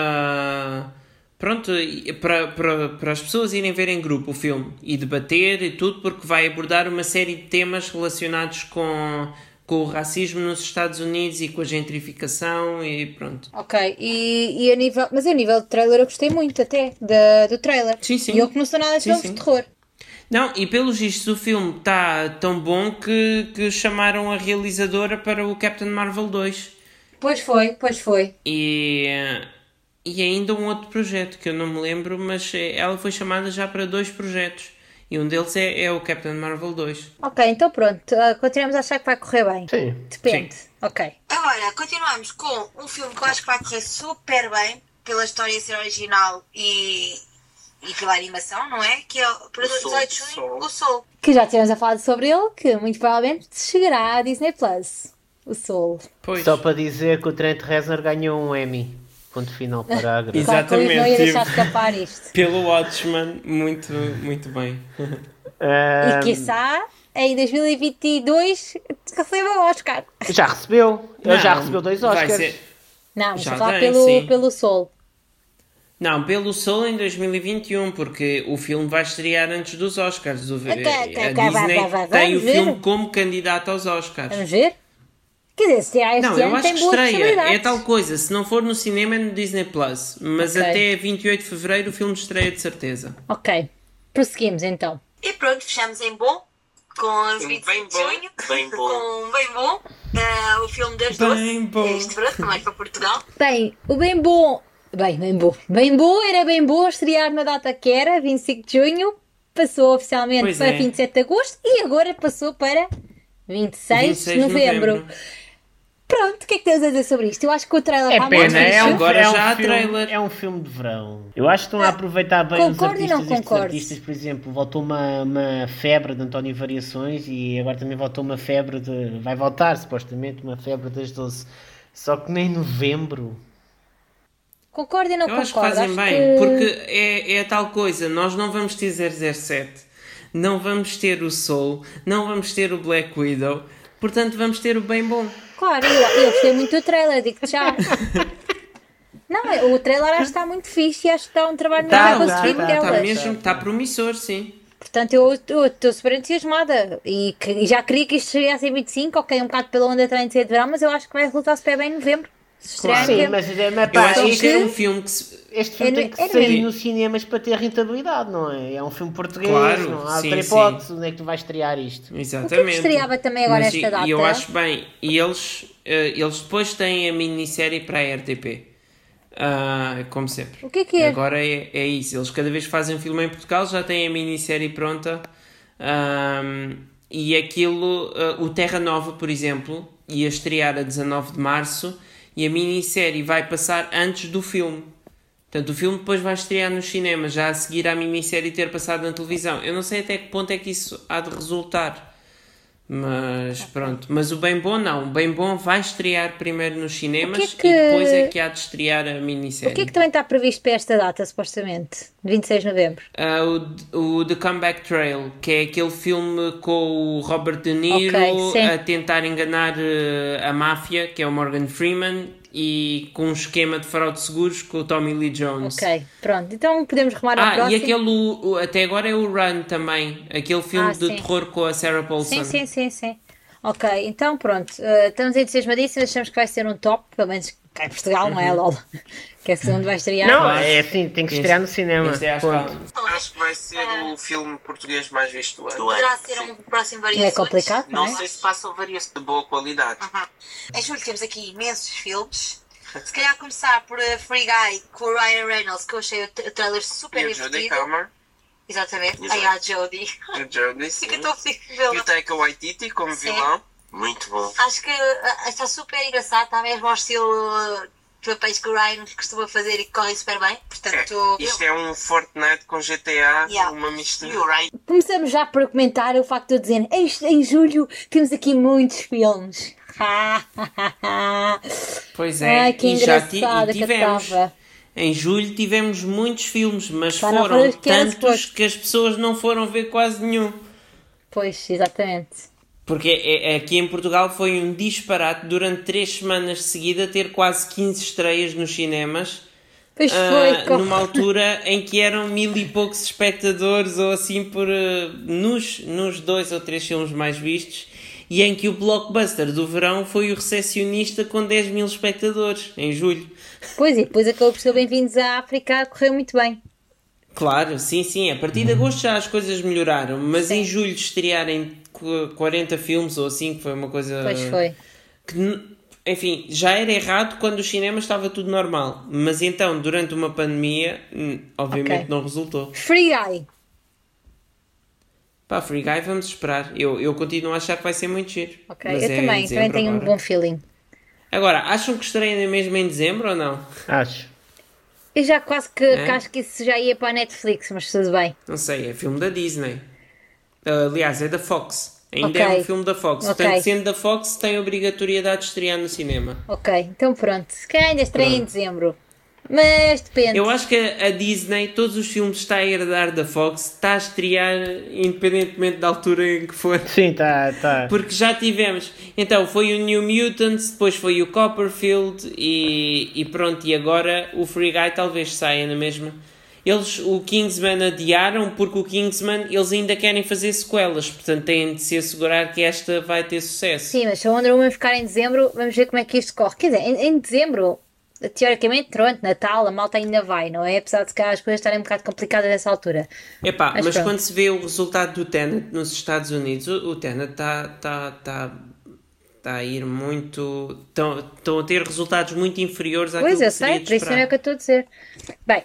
Speaker 3: uh, pronto, e- para, para, para as pessoas irem ver em grupo o filme e debater e tudo, porque vai abordar uma série de temas relacionados com. Com o racismo nos Estados Unidos e com a gentrificação e pronto.
Speaker 2: Ok, e, e a nível. Mas a nível de trailer eu gostei muito até da- do trailer.
Speaker 3: Sim, sim.
Speaker 2: E eu que não sou nada de
Speaker 3: Sim,
Speaker 2: filmes
Speaker 3: sim.
Speaker 2: de terror.
Speaker 3: Não, e pelos vistos o filme está tão bom que, que chamaram a realizadora para o Captain Marvel 2.
Speaker 2: Pois foi, pois foi.
Speaker 3: E, e ainda um outro projeto que eu não me lembro, mas eh, ela foi chamada já para dois projetos. E um deles é, é o Captain Marvel 2.
Speaker 2: Ok, então pronto, ah, continuamos a achar que vai correr bem.
Speaker 1: Sim.
Speaker 2: Depende. Ok.
Speaker 4: Agora, continuamos com um filme que eu acho que vai correr super bem, pela história ser original e, e pela animação, não é? Que é para
Speaker 5: O Soul,
Speaker 4: 18 de
Speaker 5: o
Speaker 4: junho,
Speaker 5: Soul.
Speaker 4: o Sol.
Speaker 2: Que já tivemos a falar sobre ele, que muito provavelmente chegará à Disney Plus. O Soul.
Speaker 3: Pois.
Speaker 1: Só para dizer que o Trent Reznor ganhou um Emmy. Ponto final, parágrafo.
Speaker 2: Claro
Speaker 3: Exato.
Speaker 2: que o Luís não ia
Speaker 3: Exatamente, tipo.
Speaker 2: deixar
Speaker 3: tive.
Speaker 2: escapar isto.
Speaker 3: Pelo Watchman, muito, muito bem.
Speaker 1: Ah,
Speaker 2: E quiçá, em 2022, receba o Oscar.
Speaker 1: já recebeu. Ele já
Speaker 3: Não,
Speaker 1: recebeu dois
Speaker 3: vai
Speaker 1: Oscars.
Speaker 3: ser-
Speaker 2: Não, mas
Speaker 3: Já
Speaker 2: estou a falar
Speaker 3: tem,
Speaker 2: pelo,
Speaker 3: sim.
Speaker 2: pelo Soul.
Speaker 3: Não, pelo Sol em 2021, porque o filme vai estrear antes dos Oscars. O,
Speaker 2: ok, ok, vai,
Speaker 3: a Disney
Speaker 2: vai, vai,
Speaker 3: tem o
Speaker 2: vamos ver.
Speaker 3: filme como candidato aos Oscars.
Speaker 2: Vamos ver? Quer dizer, se tirar este
Speaker 3: Não, eu
Speaker 2: ano
Speaker 3: acho
Speaker 2: tem
Speaker 3: que
Speaker 2: boas
Speaker 3: estreia. É
Speaker 2: possibilidades.
Speaker 3: tal coisa. Se não for no cinema, é no Disney Plus. Mas
Speaker 2: Ok.
Speaker 3: até 28 de fevereiro o filme estreia de certeza.
Speaker 2: Ok, prosseguimos então.
Speaker 4: E pronto, fechamos em bom, com os
Speaker 6: Sim,
Speaker 4: 20
Speaker 6: Um bem
Speaker 4: de
Speaker 6: bom,
Speaker 4: junho,
Speaker 5: bem bom.
Speaker 4: com um bem bom, ah, o filme das duas.
Speaker 3: Bem bom.
Speaker 4: Este pronto, também para Portugal.
Speaker 2: Bem, o bem bom. Bem, bem bom. Bem bom era bem bom estrear na data que era, 25 de junho. Passou oficialmente
Speaker 3: Pois
Speaker 2: para
Speaker 3: é.
Speaker 2: 27 de agosto e agora passou para 26, de novembro. Pronto, o que é que tens a dizer sobre isto? Eu acho que o trailer
Speaker 1: É
Speaker 2: está muito
Speaker 1: pena, é um,
Speaker 2: fixe.
Speaker 3: Agora
Speaker 1: é um
Speaker 3: já há
Speaker 1: filme,
Speaker 3: trailer.
Speaker 1: é um filme de verão. Eu acho que
Speaker 3: Ah,
Speaker 1: estão a aproveitar bem os
Speaker 2: concordo e não
Speaker 1: artistas. Estes
Speaker 2: concordo.
Speaker 1: artistas, por exemplo, voltou uma, uma febre de António Variações e agora também voltou uma febre de. Vai voltar, supostamente, uma febre das 12. Só que nem novembro.
Speaker 2: Concordo e não
Speaker 3: Eu
Speaker 2: concordo.
Speaker 3: acho que fazem
Speaker 2: acho
Speaker 3: bem,
Speaker 2: que-
Speaker 3: porque é, é a tal coisa, nós não vamos ter 007, não vamos ter o Soul, não vamos ter o Black Widow, portanto vamos ter o bem bom.
Speaker 2: Claro, eu, eu gostei muito do trailer, digo-te já. Não, é- o trailer acho que está muito fixe e acho que está um trabalho muito
Speaker 3: Está
Speaker 2: bem conseguido
Speaker 1: tá,
Speaker 3: tá,
Speaker 2: delas.
Speaker 3: tá mesmo, está promissor, sim.
Speaker 2: Portanto, eu eu estou super entusiasmada e, que- e já queria que isto chegasse em 25, ok, um bocado pela onda também de ser de verão, mas eu acho que vai resultar super bem em novembro. Se
Speaker 3: Claro.
Speaker 2: estrear em
Speaker 1: Sim,
Speaker 2: novembro.
Speaker 1: mas, é- mas
Speaker 3: Eu
Speaker 1: pá,
Speaker 3: acho que isto
Speaker 1: este,
Speaker 3: é um filme que se.
Speaker 1: este filme
Speaker 2: é-
Speaker 1: tem que
Speaker 2: é-
Speaker 1: sair
Speaker 3: é-
Speaker 1: nos cinemas para ter rentabilidade, não é? É um filme português,
Speaker 3: Claro,
Speaker 1: não há
Speaker 3: sim,
Speaker 1: outra
Speaker 3: sim.
Speaker 1: hipótese. Onde é que tu vais estrear isto?
Speaker 3: Exatamente.
Speaker 2: é estreava também agora
Speaker 3: Mas
Speaker 2: esta
Speaker 3: e-
Speaker 2: data?
Speaker 3: E eu acho bem, e eles, eh, eles depois têm a minissérie para a RTP. Ah, como sempre.
Speaker 2: O que é que é?
Speaker 3: Agora é, é isso. Eles cada vez que fazem um filme em Portugal, já têm a minissérie pronta. Ahm, e aquilo, ah, o Terra Nova, por exemplo, ia estrear a 19 de março e a minissérie vai passar antes do filme. Portanto, o filme depois vai estrear nos cinemas, já a seguir à minissérie ter passado na televisão. Eu não sei até que ponto é que isso há de resultar. Mas pronto, mas o Bem Bom não, o Bem Bom vai estrear primeiro nos cinemas
Speaker 2: O que é
Speaker 3: e depois
Speaker 2: que-
Speaker 3: é que há de estrear a
Speaker 2: O
Speaker 3: minissérie.
Speaker 2: que é que também está previsto para esta data, supostamente? 26 de novembro.
Speaker 3: Ah, o, o The Comeback Trail, que é aquele filme com o Robert De Niro
Speaker 2: Ok, sim.
Speaker 3: a tentar enganar eh, a máfia, que é o Morgan Freeman, e com um esquema de fraude de seguros com o Tommy Lee Jones.
Speaker 2: Ok, pronto. Então podemos remar ao
Speaker 3: Ah, e
Speaker 2: próximo.
Speaker 3: aquele, o- o- até agora é o Run também, aquele filme
Speaker 2: Ah,
Speaker 3: de
Speaker 2: sim.
Speaker 3: terror com a Sarah Paulson.
Speaker 2: Sim, sim, sim, sim. Ok, então pronto. eh, estamos entusiasmadíssimos, achamos que vai ser um top, pelo menos cá em Portugal, não é, LOL? Que é onde vai estrear.
Speaker 1: Não,
Speaker 3: claro.
Speaker 1: é assim, tem que estrear no cinema.
Speaker 3: Este é, acho que
Speaker 1: ponto.
Speaker 3: há-
Speaker 6: Acho que vai ser
Speaker 4: Eh.
Speaker 6: o filme português mais visto do ano.
Speaker 5: Do ano.
Speaker 4: Poderá ser um próximo
Speaker 2: É
Speaker 4: variações.
Speaker 2: complicado, não
Speaker 6: Não
Speaker 2: é?
Speaker 6: sei se façam variações de boa qualidade.
Speaker 4: Uhum. Em julho temos aqui imensos filmes. Se calhar começar por eh, Free Guy com o Ryan Reynolds, que eu achei o tra- o trailer super
Speaker 6: E o Jodie
Speaker 4: divertido.
Speaker 6: Comer,
Speaker 4: Exatamente.
Speaker 5: Exato.
Speaker 4: Aí há a Jodie.
Speaker 6: o Jodie, sim.
Speaker 4: Fica tão feliz de
Speaker 6: E o
Speaker 4: vê-la.
Speaker 6: Taika Waititi como
Speaker 4: Sim.
Speaker 6: vilão.
Speaker 5: Muito bom.
Speaker 4: Acho que eh, está super engraçado, está mesmo ao estilo eh, de papéis que o Ryan costuma fazer e que correm super bem. Portanto,
Speaker 6: É, isto é um Fortnite com GTA,
Speaker 4: Yeah.
Speaker 6: uma mistura.
Speaker 5: E o Ryan
Speaker 2: Começamos já por comentar o facto de eu dizer em, em julho temos aqui muitos filmes. Ha, ha, ha, ha.
Speaker 3: Pois é,
Speaker 2: Ai, que
Speaker 3: e já ti- e
Speaker 2: engraçada que eu
Speaker 3: tivemos.
Speaker 2: estava.
Speaker 3: Em julho tivemos muitos filmes, mas
Speaker 2: Está na
Speaker 3: foram
Speaker 2: hora de que era
Speaker 3: tantos
Speaker 2: suposto.
Speaker 3: que as pessoas não foram ver quase nenhum.
Speaker 2: Pois, exatamente.
Speaker 3: Porque é- é- aqui em Portugal foi um disparate durante três semanas de seguida ter quase 15 estreias nos cinemas,
Speaker 2: Pois
Speaker 3: ah,
Speaker 2: foi, corre.
Speaker 3: numa altura em que eram mil e poucos espectadores ou assim por ah, nos, nos dois ou três filmes mais vistos, e em que o blockbuster do verão foi o recepcionista com 10 mil espectadores em julho.
Speaker 2: Pois e depois acabou por ser o Bem-vindos à África, correu muito bem.
Speaker 3: Claro, sim, sim. A partir de agosto já as coisas melhoraram, mas em julho estrearem qu- 40 filmes ou assim, que foi uma coisa.
Speaker 2: Pois foi.
Speaker 3: Que, n- enfim, já era errado quando os cinemas estava tudo normal, mas então durante uma pandemia, hum, obviamente
Speaker 2: Ok.
Speaker 3: não resultou.
Speaker 2: Free Guy.
Speaker 3: Pá, Free Guy, vamos esperar. Eu, eu continuo a achar que vai ser muito giro.
Speaker 2: Ok,
Speaker 3: mas
Speaker 2: eu
Speaker 3: é em
Speaker 2: também, também
Speaker 3: dezembro
Speaker 2: tenho um
Speaker 3: agora.
Speaker 2: bom feeling.
Speaker 3: Agora, acham que estreia mesmo em dezembro ou não?
Speaker 1: Acho.
Speaker 2: Eu já quase que,
Speaker 3: É?
Speaker 2: que acho que isso já ia para a Netflix, mas tudo bem.
Speaker 3: Não sei, é filme da Disney. Ah, aliás, é da Fox. Ainda é
Speaker 2: Ok.
Speaker 3: um filme da Fox.
Speaker 2: Ok.
Speaker 3: Portanto, sendo da Fox, tem obrigatoriedade de estrear no cinema.
Speaker 2: Ok, então pronto. Se calhar ainda estreia em dezembro. Mas depende.
Speaker 3: Eu acho que a a Disney, todos os filmes que está a herdar da Fox, está a estrear independentemente da altura em que for.
Speaker 1: Sim, tá, tá.
Speaker 3: Porque já tivemos. Então, foi o New Mutants, depois foi o Copperfield e, e pronto. E agora o Free Guy talvez saia na mesma. Eles, o Kingsman adiaram porque o Kingsman, eles ainda querem fazer sequelas. Portanto, têm de se assegurar que esta vai ter sucesso.
Speaker 2: Sim, mas se a Wonder Woman ficar em dezembro, vamos ver como é que isto corre. Quer dizer, em, em dezembro, teoricamente, pronto, Natal, a malta ainda vai, não é? Apesar de se calhar as coisas estarem um bocado complicadas nessa altura.
Speaker 3: Epá,
Speaker 2: Mas
Speaker 3: mas,
Speaker 2: pronto.
Speaker 3: quando se vê o resultado do Tenet nos Estados Unidos, o, o Tenet está tá, tá, tá a ir muito. Estão a ter resultados muito inferiores àquilo
Speaker 2: Pois, eu
Speaker 3: que seria
Speaker 2: sei,
Speaker 3: de
Speaker 2: por isso não é o
Speaker 3: esperar.
Speaker 2: que eu estou a dizer. Bem,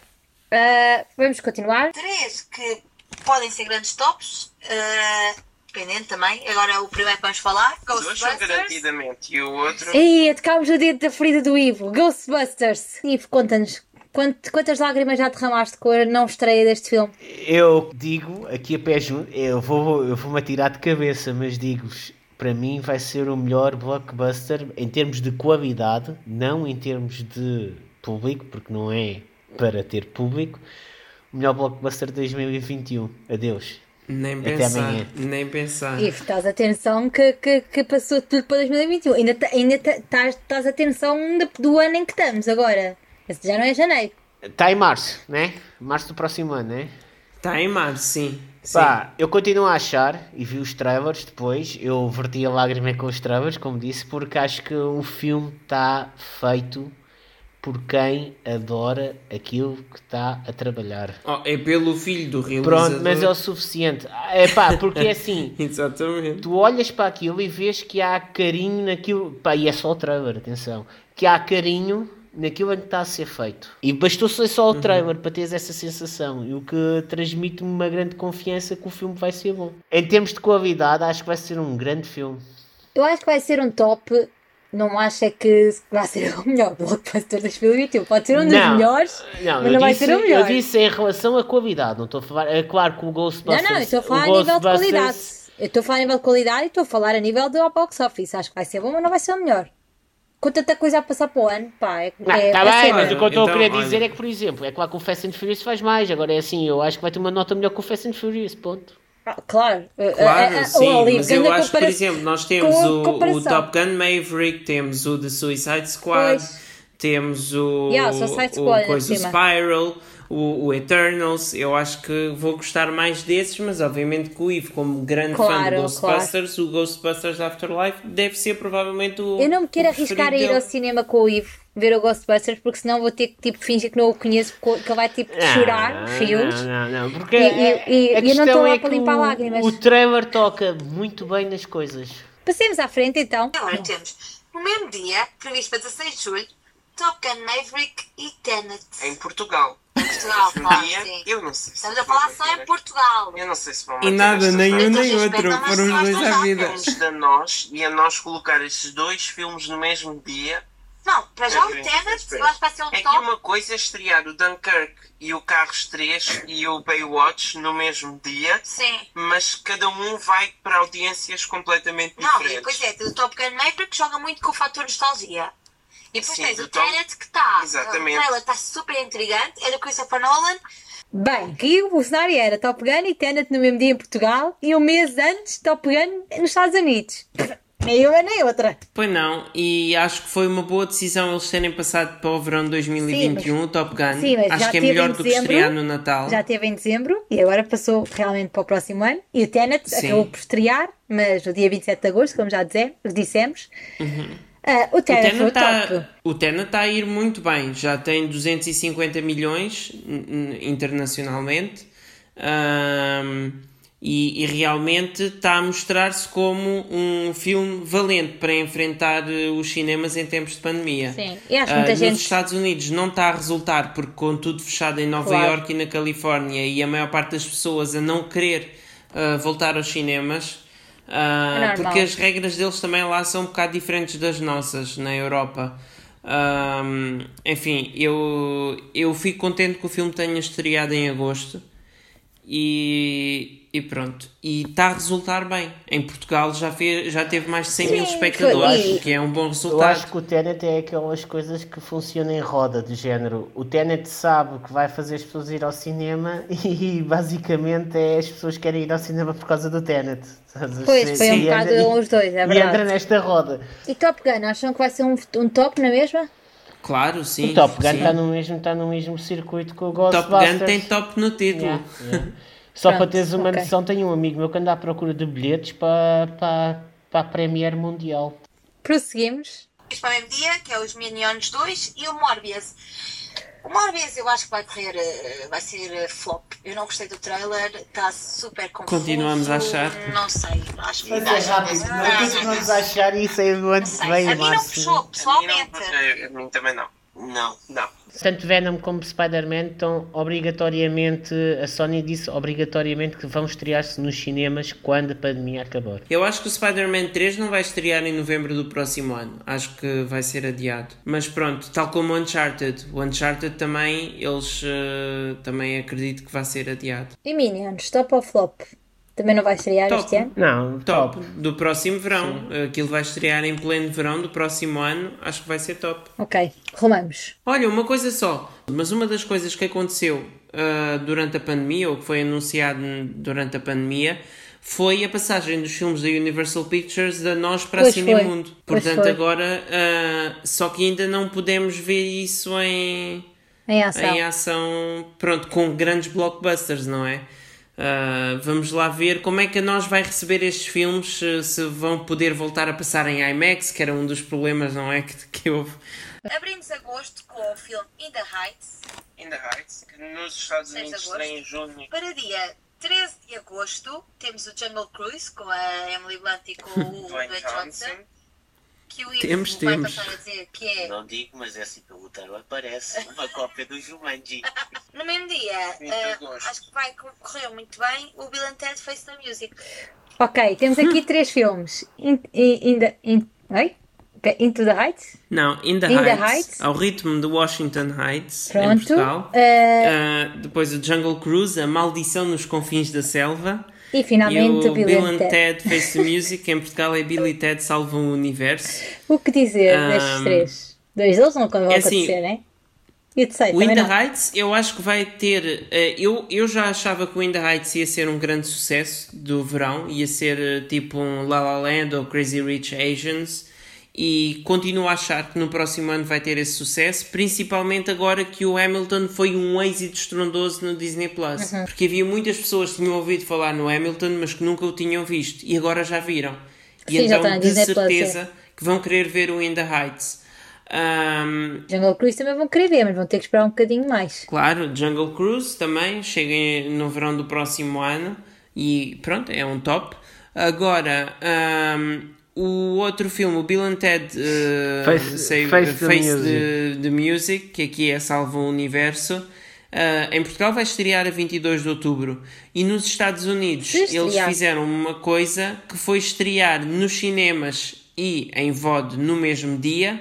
Speaker 2: ah, vamos continuar.
Speaker 4: três que podem ser grandes tops. eh, surpreendente também. Agora o primeiro que vamos falar,
Speaker 6: Dois são
Speaker 4: Ghostbusters.
Speaker 6: garantidamente e o outro.
Speaker 2: Ei, tocámos o dedo da ferida do Ivo. Ghostbusters. Ivo, conta-nos. quant- quantas lágrimas já derramaste com a não estreia deste filme?
Speaker 1: Eu digo, aqui a pé junto, eu vou- eu vou-me atirar de cabeça, mas digo-vos, para mim vai ser o melhor blockbuster em termos de qualidade, não em termos de público, porque não é para ter público. O melhor blockbuster de 2021. Adeus.
Speaker 3: Nem
Speaker 1: Até
Speaker 3: pensar,
Speaker 1: amanhã.
Speaker 3: nem pensar.
Speaker 2: Ivo, estás atenção que, que, que passou tudo para 2021. Ainda, ta- ainda ta- estás, estás atenção do, do ano em que estamos agora. Esse já não é janeiro.
Speaker 1: Está em março, né? Março do próximo ano, né?
Speaker 3: Está Tá em março, sim. sim.
Speaker 1: Pá, eu continuo a achar e vi os trailers depois. Eu verti a lágrima com os trailers, como disse, porque acho que o filme está feito por quem adora aquilo que está a trabalhar.
Speaker 3: Oh, é pelo filho do realizador.
Speaker 1: Pronto, mas é o suficiente. É pá, porque é assim.
Speaker 3: Exatamente.
Speaker 1: Tu olhas para aquilo e vês que há carinho naquilo. Pá, e é só o trailer, atenção. Que há carinho naquilo em que está a ser feito. E bastou ser só o trailer para teres essa sensação. E o que transmite-me uma grande confiança que o filme vai ser bom. Em termos de qualidade, acho que vai ser um grande filme.
Speaker 2: Eu acho que vai ser um top. Não acho é que vai ser o melhor blockbuster de 2021. Pode ser um dos
Speaker 1: Não.
Speaker 2: melhores,
Speaker 1: Não,
Speaker 2: mas
Speaker 1: eu,
Speaker 2: não vai
Speaker 1: disse,
Speaker 2: ser o melhor.
Speaker 1: eu disse em relação à qualidade. Não estou a falar. É claro que o
Speaker 2: não,
Speaker 1: Ghostbusters.
Speaker 2: não, eu estou a falar a
Speaker 1: o
Speaker 2: nível de
Speaker 1: Ghostbusters-
Speaker 2: qualidade. Eu estou a falar a nível de qualidade e estou a falar a nível do box office. Acho que vai ser bom, mas não vai ser o melhor. Com tanta coisa a passar para o ano, pá, é,
Speaker 1: Não,
Speaker 2: é
Speaker 1: tá
Speaker 2: vai
Speaker 1: bem,
Speaker 2: ser
Speaker 1: mas
Speaker 2: bom.
Speaker 1: o que eu estou a
Speaker 3: Então,
Speaker 1: querer
Speaker 3: olha.
Speaker 1: dizer é que, por exemplo, é claro que o Fast and Furious faz mais, agora é assim, eu acho que vai ter uma nota melhor que o Fast and Furious, ponto.
Speaker 2: Ah, Claro, Eh,
Speaker 3: Claro,
Speaker 2: eh, eh,
Speaker 3: sim,
Speaker 2: oh, Olive,
Speaker 3: mas eu
Speaker 2: grande
Speaker 3: acho que, por
Speaker 2: compara-
Speaker 3: exemplo, nós temos
Speaker 2: com a
Speaker 3: o, o
Speaker 2: comparação.
Speaker 3: Top Gun Maverick, temos o The Suicide Squad,
Speaker 2: Pois.
Speaker 3: temos o,
Speaker 2: Yeah, o Suicide
Speaker 3: o,
Speaker 2: Squad,
Speaker 3: coisa, o
Speaker 2: acima.
Speaker 3: Spiral, o, o Eternals. Eu acho que vou gostar mais desses, mas obviamente que o Ivo, como grande fã
Speaker 2: Claro,
Speaker 3: do Ghostbusters, o Ghostbusters Afterlife deve ser provavelmente o.
Speaker 2: Eu não me quero
Speaker 3: o preferido
Speaker 2: arriscar a ir
Speaker 3: dele.
Speaker 2: ao cinema com o Ivo ver o Ghostbusters, porque senão vou ter que tipo, fingir que não o conheço, co- que ele vai tipo chorar,
Speaker 1: Não,
Speaker 2: rios.
Speaker 1: Não, não, não, porque
Speaker 2: E-
Speaker 1: a-
Speaker 2: e- e-
Speaker 1: a
Speaker 2: eu não
Speaker 1: questão
Speaker 2: estou lá
Speaker 1: é
Speaker 2: para
Speaker 1: que
Speaker 2: limpar
Speaker 1: o-
Speaker 2: lágrimas.
Speaker 1: O trailer toca muito bem nas coisas.
Speaker 2: Passemos à frente então.
Speaker 4: Agora temos, no mesmo dia, previsto para 16 de julho, Top Gun Maverick e Tenet.
Speaker 6: Em Portugal.
Speaker 4: Portugal, claro,
Speaker 6: E é-
Speaker 4: Ah, sim.
Speaker 6: eu não sei se
Speaker 4: Estamos a falar só em Portugal. Então,
Speaker 6: Eu não sei se vão
Speaker 3: E
Speaker 6: manter
Speaker 3: nada,
Speaker 6: estas
Speaker 3: nem um
Speaker 6: regras.
Speaker 3: nem
Speaker 4: Respeito,
Speaker 3: outro.
Speaker 4: mas
Speaker 3: Foram os
Speaker 4: nós
Speaker 3: dois
Speaker 4: não
Speaker 3: à vida.
Speaker 4: sabemos.
Speaker 6: Antes da nós e a nós colocar estes dois filmes no mesmo dia.
Speaker 4: Não, para já o
Speaker 6: é-
Speaker 4: Tenet, eu acho que vai ser um
Speaker 6: É que
Speaker 4: top.
Speaker 6: uma coisa é estrear o Dunkirk e o Carros 3 e o Baywatch no mesmo dia,
Speaker 4: Sim.
Speaker 6: mas cada um vai para audiências completamente
Speaker 4: Não,
Speaker 6: diferentes.
Speaker 4: e depois é, o Top Gun Maverick joga muito com o fator nostalgia. E depois
Speaker 6: Sim,
Speaker 4: tens o
Speaker 6: do Tom-
Speaker 4: Tenet que está.
Speaker 6: Exatamente.
Speaker 4: O trailer está super intrigante, é do Christopher Nolan.
Speaker 2: Bem, que o cenário era Top Gun e Tenet no mesmo dia em Portugal e um mês antes Top Gun nos Estados Unidos. Nem uma nem outra.
Speaker 3: Pois não, e acho que foi uma boa decisão eles terem passado para o verão de 2021
Speaker 2: Sim, mas-
Speaker 3: o Top Gun.
Speaker 2: Sim, mas
Speaker 3: acho
Speaker 2: já
Speaker 3: que é
Speaker 2: teve
Speaker 3: melhor
Speaker 2: em
Speaker 3: do que
Speaker 2: dezembro.
Speaker 3: estrear no Natal.
Speaker 2: Já teve em dezembro e agora passou realmente para o próximo ano. E o Tenet
Speaker 3: Sim.
Speaker 2: acabou por estrear, mas no dia 27 de agosto, como já dize- dissemos. Ah, o
Speaker 3: Uhum. O
Speaker 2: Tenet foi
Speaker 3: Tenet tá
Speaker 2: o top.
Speaker 3: está o Tenet está a ir muito bem, já tem 250 milhões n- n- internacionalmente Ahm, e, e realmente está a mostrar-se como um filme valente para enfrentar eh, os cinemas em tempos de pandemia.
Speaker 2: Sim, e acho que
Speaker 3: Ah,
Speaker 2: muita
Speaker 3: nos
Speaker 2: gente-
Speaker 3: Estados Unidos não está a resultar porque com tudo fechado em Nova
Speaker 2: Claro.
Speaker 3: Iorque e na Califórnia e a maior parte das pessoas a não querer ah, voltar aos cinemas ah,
Speaker 2: É normal.
Speaker 3: porque as regras deles também lá são um bocado diferentes das nossas na Europa. Ahm, enfim, eu, eu fico contente que o filme tenha estreado em agosto e, e pronto. E está a resultar bem. Em Portugal já, fez, já teve mais de 100 mil
Speaker 2: Sim,
Speaker 3: espectadores,
Speaker 2: foi-
Speaker 3: o que é um bom
Speaker 1: Eu
Speaker 3: resultado.
Speaker 1: acho que o Tenet é aquelas coisas que funcionam em roda, de género. O Tenet sabe que vai fazer as pessoas ir ao cinema e basicamente é as pessoas querem ir ao cinema por causa do Tenet.
Speaker 2: Pois, foi um bocado os dois, é
Speaker 1: E
Speaker 2: verdade.
Speaker 1: entra nesta roda.
Speaker 2: E Top Gun, acham que vai ser um, um top na mesma?
Speaker 3: Claro, sim.
Speaker 1: o Top Gun
Speaker 3: sim.
Speaker 1: está no, mesmo- tá no mesmo circuito que o
Speaker 3: Top
Speaker 1: Ghostbusters.
Speaker 3: Gun tem top no título.
Speaker 1: Yeah, yeah. Só
Speaker 2: Pronto,
Speaker 1: para teres uma
Speaker 2: ok.
Speaker 1: noção, tenho um amigo meu que anda à procura de bilhetes para, para, para a Premiere Mundial.
Speaker 2: Prosseguimos.
Speaker 4: Depois para o mesmo dia, que é os Minions 2 e o Morbius. O Morbius eu acho que vai correr, eh, vai ser eh, flop. Eu não gostei do trailer, está super confuso.
Speaker 3: Continuamos a achar.
Speaker 4: Não sei, acho que
Speaker 1: Mas é rápido, não é? Continuamos a achar isso aí do ano
Speaker 4: Não
Speaker 1: que
Speaker 4: sei.
Speaker 1: vem,
Speaker 4: A
Speaker 1: em
Speaker 4: mim não
Speaker 1: março.
Speaker 4: puxou,
Speaker 6: A mim não,
Speaker 4: pessoalmente.
Speaker 6: mas a- a mim também não.
Speaker 5: Não.
Speaker 6: Não.
Speaker 1: tanto Venom como Spider-Man estão obrigatoriamente, a Sony disse obrigatoriamente que vão estrear-se nos cinemas quando a pandemia acabar.
Speaker 3: Eu acho que o Spider-Man 3 não vai estrear em novembro do próximo ano. Acho que vai ser adiado. Mas pronto, tal como o Uncharted. O Uncharted também, eles eh, também acredito que vai ser adiado.
Speaker 2: E Minions, top ou flop? Também não vai estrear
Speaker 3: Top.
Speaker 2: este ano?
Speaker 1: Não,
Speaker 3: Top.
Speaker 1: top.
Speaker 3: Do próximo verão. Aquilo vai estrear em pleno verão do próximo ano. Acho que vai ser top.
Speaker 2: Ok, rumamos.
Speaker 3: Olha, uma coisa só. Mas uma das coisas que aconteceu ah, durante a pandemia, ou que foi anunciado n- durante a pandemia, foi a passagem dos filmes da Universal Pictures da nós para
Speaker 2: Pois
Speaker 3: a
Speaker 2: foi.
Speaker 3: Cinemundo.
Speaker 2: Pois
Speaker 3: Portanto,
Speaker 2: foi.
Speaker 3: agora. ah, só que ainda não podemos ver isso em
Speaker 2: Em ação.
Speaker 3: em ação, pronto, com grandes blockbusters, não é? Ah, vamos lá ver como é que a nós vai receber estes filmes, se- se vão poder voltar a passar em IMAX, que era um dos problemas, não é? Que, que houve.
Speaker 4: Abrimos agosto com o filme In the Heights.
Speaker 6: In the Heights, que nos Estados
Speaker 4: Seis de
Speaker 6: Unidos
Speaker 4: agosto.
Speaker 6: estreia em junho.
Speaker 4: Para dia 13 de agosto, temos o Jungle Cruise com a Emily Blunt e com o
Speaker 6: Dwayne
Speaker 4: Dwayne Johnson.
Speaker 6: Johnson.
Speaker 4: Que o Ivo
Speaker 3: Temos,
Speaker 4: vai
Speaker 3: temos.
Speaker 4: passar a dizer que é.
Speaker 5: Não digo, mas essa pergunta aparece uma cópia do Jumanji.
Speaker 4: No mesmo dia,
Speaker 6: Sim, de
Speaker 4: ah,
Speaker 6: agosto.
Speaker 4: acho que vai correr muito bem o Bill and Ted Face the Music.
Speaker 2: Ok, temos aqui três filmes. In, in, in the, in, ai? Pe- Into the Heights.
Speaker 3: Não, In the,
Speaker 2: In the
Speaker 3: Heights,
Speaker 2: Heights.
Speaker 3: ao ritmo de Washington Heights, em
Speaker 2: Pronto.
Speaker 3: Portugal.
Speaker 2: Eh,
Speaker 3: Ah, depois o Jungle Cruise, A Maldição nos Confins da Selva.
Speaker 2: e finalmente
Speaker 3: e
Speaker 2: o
Speaker 3: o
Speaker 2: Bill, and Ted.
Speaker 3: Face the Music, em Portugal é Bill e Ted Salvam o Universo.
Speaker 2: O que dizer
Speaker 3: Ahm,
Speaker 2: destes três? Dois deles não vão
Speaker 3: Um, é
Speaker 2: acontecer,
Speaker 3: assim,
Speaker 2: né? E o terceiro
Speaker 3: O In
Speaker 2: também
Speaker 3: the
Speaker 2: não.
Speaker 3: Heights, eu acho que vai ter. eh, eu, eu já achava que o In the Heights ia ser um grande sucesso do verão, ia ser eh, tipo um La La Land ou Crazy Rich Asians, e continuo a achar que no próximo ano vai ter esse sucesso, principalmente agora que o Hamilton foi um êxito estrondoso no Disney Plus.
Speaker 2: Uhum.
Speaker 3: Porque havia muitas pessoas que tinham ouvido falar no Hamilton, mas que nunca o tinham visto, e agora já viram. E
Speaker 2: Sim, já
Speaker 3: então,
Speaker 2: está na
Speaker 3: de
Speaker 2: Disney Plus, é.
Speaker 3: certeza, que vão querer ver o In the Heights. Ahm,
Speaker 2: Jungle Cruise também vão querer ver, mas vão ter que esperar um bocadinho mais.
Speaker 3: Claro, Jungle Cruise também, chega em- no verão do próximo ano e pronto, é um top. Agora, ahm, o outro filme, o Bill and Ted eh,
Speaker 1: Face- Face the
Speaker 3: the, the Music, que aqui é Salva o Universo, ah, em Portugal vai estrear a 22 de outubro. E nos Estados Unidos
Speaker 2: Se estrear.
Speaker 3: eles fizeram uma coisa que foi estrear nos cinemas e em VOD no mesmo dia,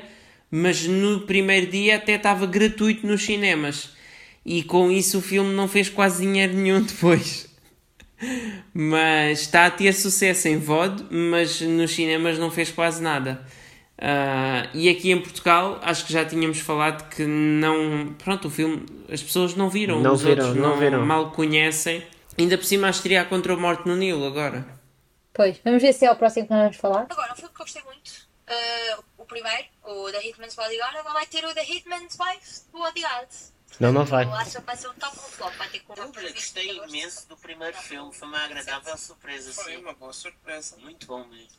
Speaker 3: mas no primeiro dia até estava gratuito nos cinemas. E com isso o filme não fez quase dinheiro nenhum depois. Mas está a ter sucesso em VOD, mas nos cinemas não fez quase nada. Ah, e aqui em Portugal, acho que já tínhamos falado que não. Pronto, o filme, as pessoas não viram,
Speaker 1: Não
Speaker 3: os
Speaker 1: viram,
Speaker 3: outros
Speaker 1: não viram.
Speaker 3: mal conhecem. Ainda por cima, a estrear contra a morte no Nilo agora.
Speaker 2: Pois, vamos ver se é o próximo que nós vamos falar.
Speaker 4: Agora, um filme que eu gostei muito, ah, o primeiro, o The Hitman's Bodyguard, agora vai ter o The Hitman's Wife do Bodyguard.
Speaker 1: Não, não vai.
Speaker 4: Eu acho que vai ser um top ou flop, vai ter que
Speaker 5: Eu gostei imenso do primeiro filme, foi uma agradável surpresa,
Speaker 6: Foi
Speaker 5: sim.
Speaker 6: uma boa surpresa.
Speaker 5: Muito bom mesmo.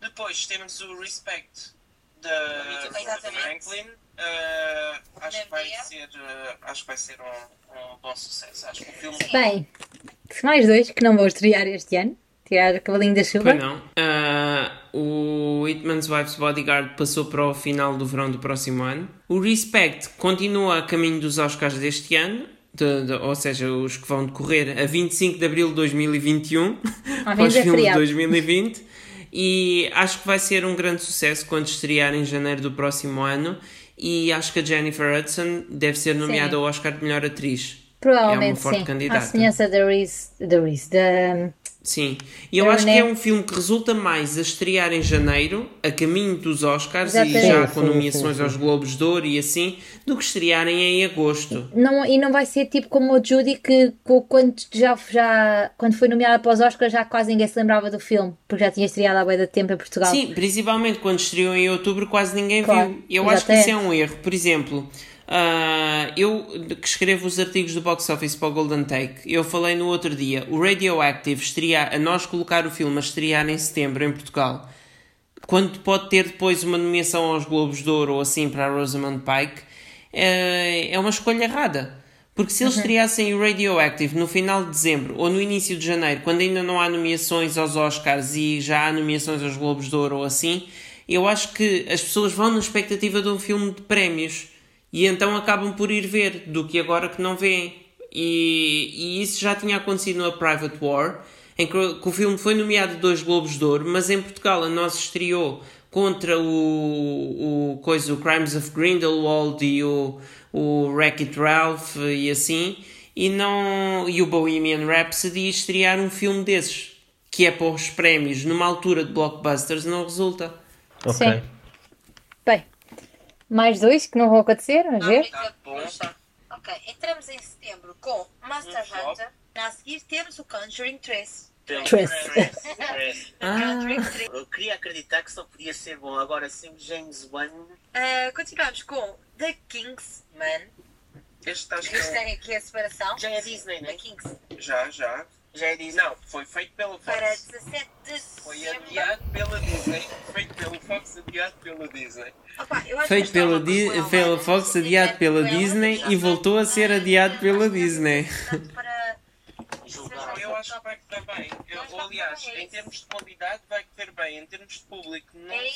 Speaker 6: Depois temos o Respect da
Speaker 4: Exatamente.
Speaker 6: Franklin. Eh, acho, que vai
Speaker 4: Mesmo dia.
Speaker 6: ser, eh, acho que vai ser um, um bom sucesso. Acho que o filme
Speaker 2: Bem, mais dois que não vão estrear este ano. Tirar o cavalinho da chuva.
Speaker 3: Pois não. É Ah, o Hitman's Wife's Bodyguard passou para o final do verão do próximo ano. O Respect continua a caminho dos Oscars deste ano. de- de- ou seja, os que vão decorrer a 25 de abril de 2021,
Speaker 2: Ao
Speaker 3: para
Speaker 2: menos
Speaker 3: os
Speaker 2: é
Speaker 3: filmes de
Speaker 2: feriado.
Speaker 3: 2020, e acho que vai ser um grande sucesso quando estrear em janeiro do próximo ano. E acho que a Jennifer Hudson deve ser nomeada
Speaker 2: Sim.
Speaker 3: ao Oscar de melhor atriz. é uma
Speaker 2: Provavelmente
Speaker 3: forte
Speaker 2: sim. À
Speaker 3: candidata.
Speaker 2: semelhança da Reese, da Reese, da
Speaker 3: Sim, e eu
Speaker 2: Eu
Speaker 3: acho que
Speaker 2: nem-
Speaker 3: é um filme que resulta mais a estrear em janeiro, a caminho dos Oscars
Speaker 2: Exatamente.
Speaker 3: e já
Speaker 1: Sim,
Speaker 3: com
Speaker 1: sim,
Speaker 3: nomeações
Speaker 1: sim, sim.
Speaker 3: aos Globos de Ouro e assim, do que estrearem em agosto.
Speaker 2: Não, e não vai ser tipo como o Judy que co- quando, já, já, quando foi nomeada para os Oscars já quase ninguém se lembrava do filme, porque já tinha estreado há bué de tempo em Portugal.
Speaker 3: Sim, principalmente quando estreou em outubro, quase ninguém
Speaker 2: Claro,
Speaker 3: viu. Eu acho que
Speaker 2: exatamente.
Speaker 3: isso é um erro. Por exemplo, ah, eu que escrevo os artigos do box office para o Golden Take, eu falei no outro dia, o Radioactive estrear, a nós colocar o filme a estrear em setembro em Portugal, quando pode ter depois uma nomeação aos Globos de Ouro ou assim para a Rosamund Pike, eh, é uma escolha errada. Porque se eles estreassem o Radioactive no final de dezembro ou no início de janeiro, quando ainda não há nomeações aos Oscars e já há nomeações aos Globos de Ouro ou assim, eu acho que as pessoas vão na expectativa de um filme de prémios. e então acabam por ir ver do que agora que não vêem. E, e isso já tinha acontecido no A Private War, em que, que o filme foi nomeado dois Globos de Ouro, mas em Portugal a nós estreou contra o, o coisa, o Crimes of Grindelwald e o, o Wreck-It Ralph e assim, e não e o Bohemian Rhapsody estrear um filme desses, que é para os prémios, numa altura de blockbusters, não resulta.
Speaker 2: Sim. Bem, mais dois que não vão acontecer, vamos ver.
Speaker 4: África
Speaker 5: Tá
Speaker 4: Bruxa. Ok, entramos em setembro com
Speaker 5: Um
Speaker 4: Master
Speaker 6: Hum,
Speaker 4: Hunter. A seguir temos o Conjuring 3.
Speaker 2: Tress.
Speaker 5: Tress.
Speaker 3: Ah.
Speaker 4: Conjuring 3.
Speaker 5: Eu queria acreditar que só podia ser bom. Agora, sem James Wan,
Speaker 4: Ah, continuamos com The Kingsman.
Speaker 6: Este acho que
Speaker 4: Eles
Speaker 6: é
Speaker 4: têm aqui a separação.
Speaker 5: já é Disney, não
Speaker 4: The
Speaker 5: é?
Speaker 4: Kings
Speaker 6: um- já, já.
Speaker 5: Já é Disney.
Speaker 6: Não, foi feito pela
Speaker 4: para
Speaker 6: Fox.
Speaker 4: 17 de
Speaker 6: Foi
Speaker 4: dezembro.
Speaker 6: adiado pela Disney. Feito pela Fox, adiado pela Disney.
Speaker 4: Opa, eu acho
Speaker 3: Feito
Speaker 4: que estava
Speaker 3: pela,
Speaker 4: com
Speaker 3: Di-
Speaker 4: ela,
Speaker 3: pela
Speaker 4: mas
Speaker 3: Fox,
Speaker 4: fiquei
Speaker 3: adiado pela
Speaker 4: com ela,
Speaker 3: Disney
Speaker 4: já
Speaker 3: e
Speaker 4: foi.
Speaker 3: voltou a ser
Speaker 4: Ah,
Speaker 3: adiado pela
Speaker 4: acho que
Speaker 3: Disney.
Speaker 4: estamos para-
Speaker 5: Julgar.
Speaker 6: Eu acho que vai correr bem.
Speaker 4: Mas
Speaker 6: Eu,
Speaker 4: vai
Speaker 6: aliás,
Speaker 4: correr bem, é
Speaker 6: em
Speaker 4: isso.
Speaker 6: termos de qualidade vai correr bem. Em termos de público, não
Speaker 4: É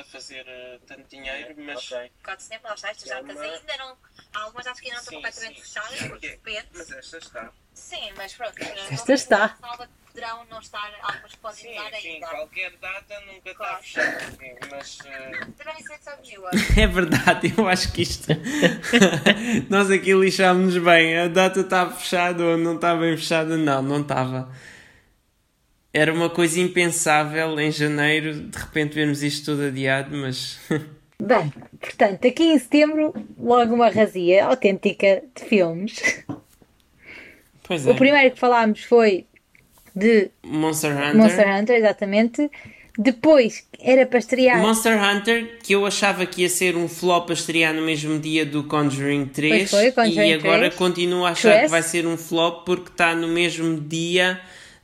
Speaker 6: a fazer eh, tanto dinheiro, mas
Speaker 5: Ok.
Speaker 4: Código de cinema, lá está, estas
Speaker 6: Calma.
Speaker 4: datas ainda não. Algumas acho que ainda não
Speaker 6: Sim,
Speaker 4: estão completamente
Speaker 6: sim.
Speaker 4: fechadas, porque de
Speaker 6: Mas
Speaker 4: repente.
Speaker 6: esta está.
Speaker 4: Sim, mas pronto. é,
Speaker 2: Esta está.
Speaker 4: Salva que poderão não estar, algumas que podem
Speaker 6: Sim,
Speaker 4: estar
Speaker 6: sim,
Speaker 4: ainda.
Speaker 6: qualquer data nunca está
Speaker 4: Claro.
Speaker 6: fechada. sim, Mas eh,
Speaker 4: Também isso é só de Jua.
Speaker 3: É verdade, eu acho que isto. Nós aqui lixámos-nos bem. A data está fechada ou não está bem fechada? Não, não estava. Era uma coisa impensável em janeiro, de repente vermos isto tudo adiado, mas.
Speaker 2: Bem, portanto, aqui em setembro, logo uma razia autêntica de filmes.
Speaker 3: Pois é.
Speaker 2: O primeiro que falámos foi de
Speaker 3: Monster Hunter.
Speaker 2: Monster Hunter, exatamente. Depois era para estrear,
Speaker 3: Monster Hunter, que eu achava que ia ser um flop a estrear no mesmo dia do Conjuring
Speaker 2: Pois
Speaker 3: 3
Speaker 2: foi, Conjuring
Speaker 3: e agora
Speaker 2: 3.
Speaker 3: continuo a achar que
Speaker 2: Tress.
Speaker 3: vai ser um flop porque está no mesmo dia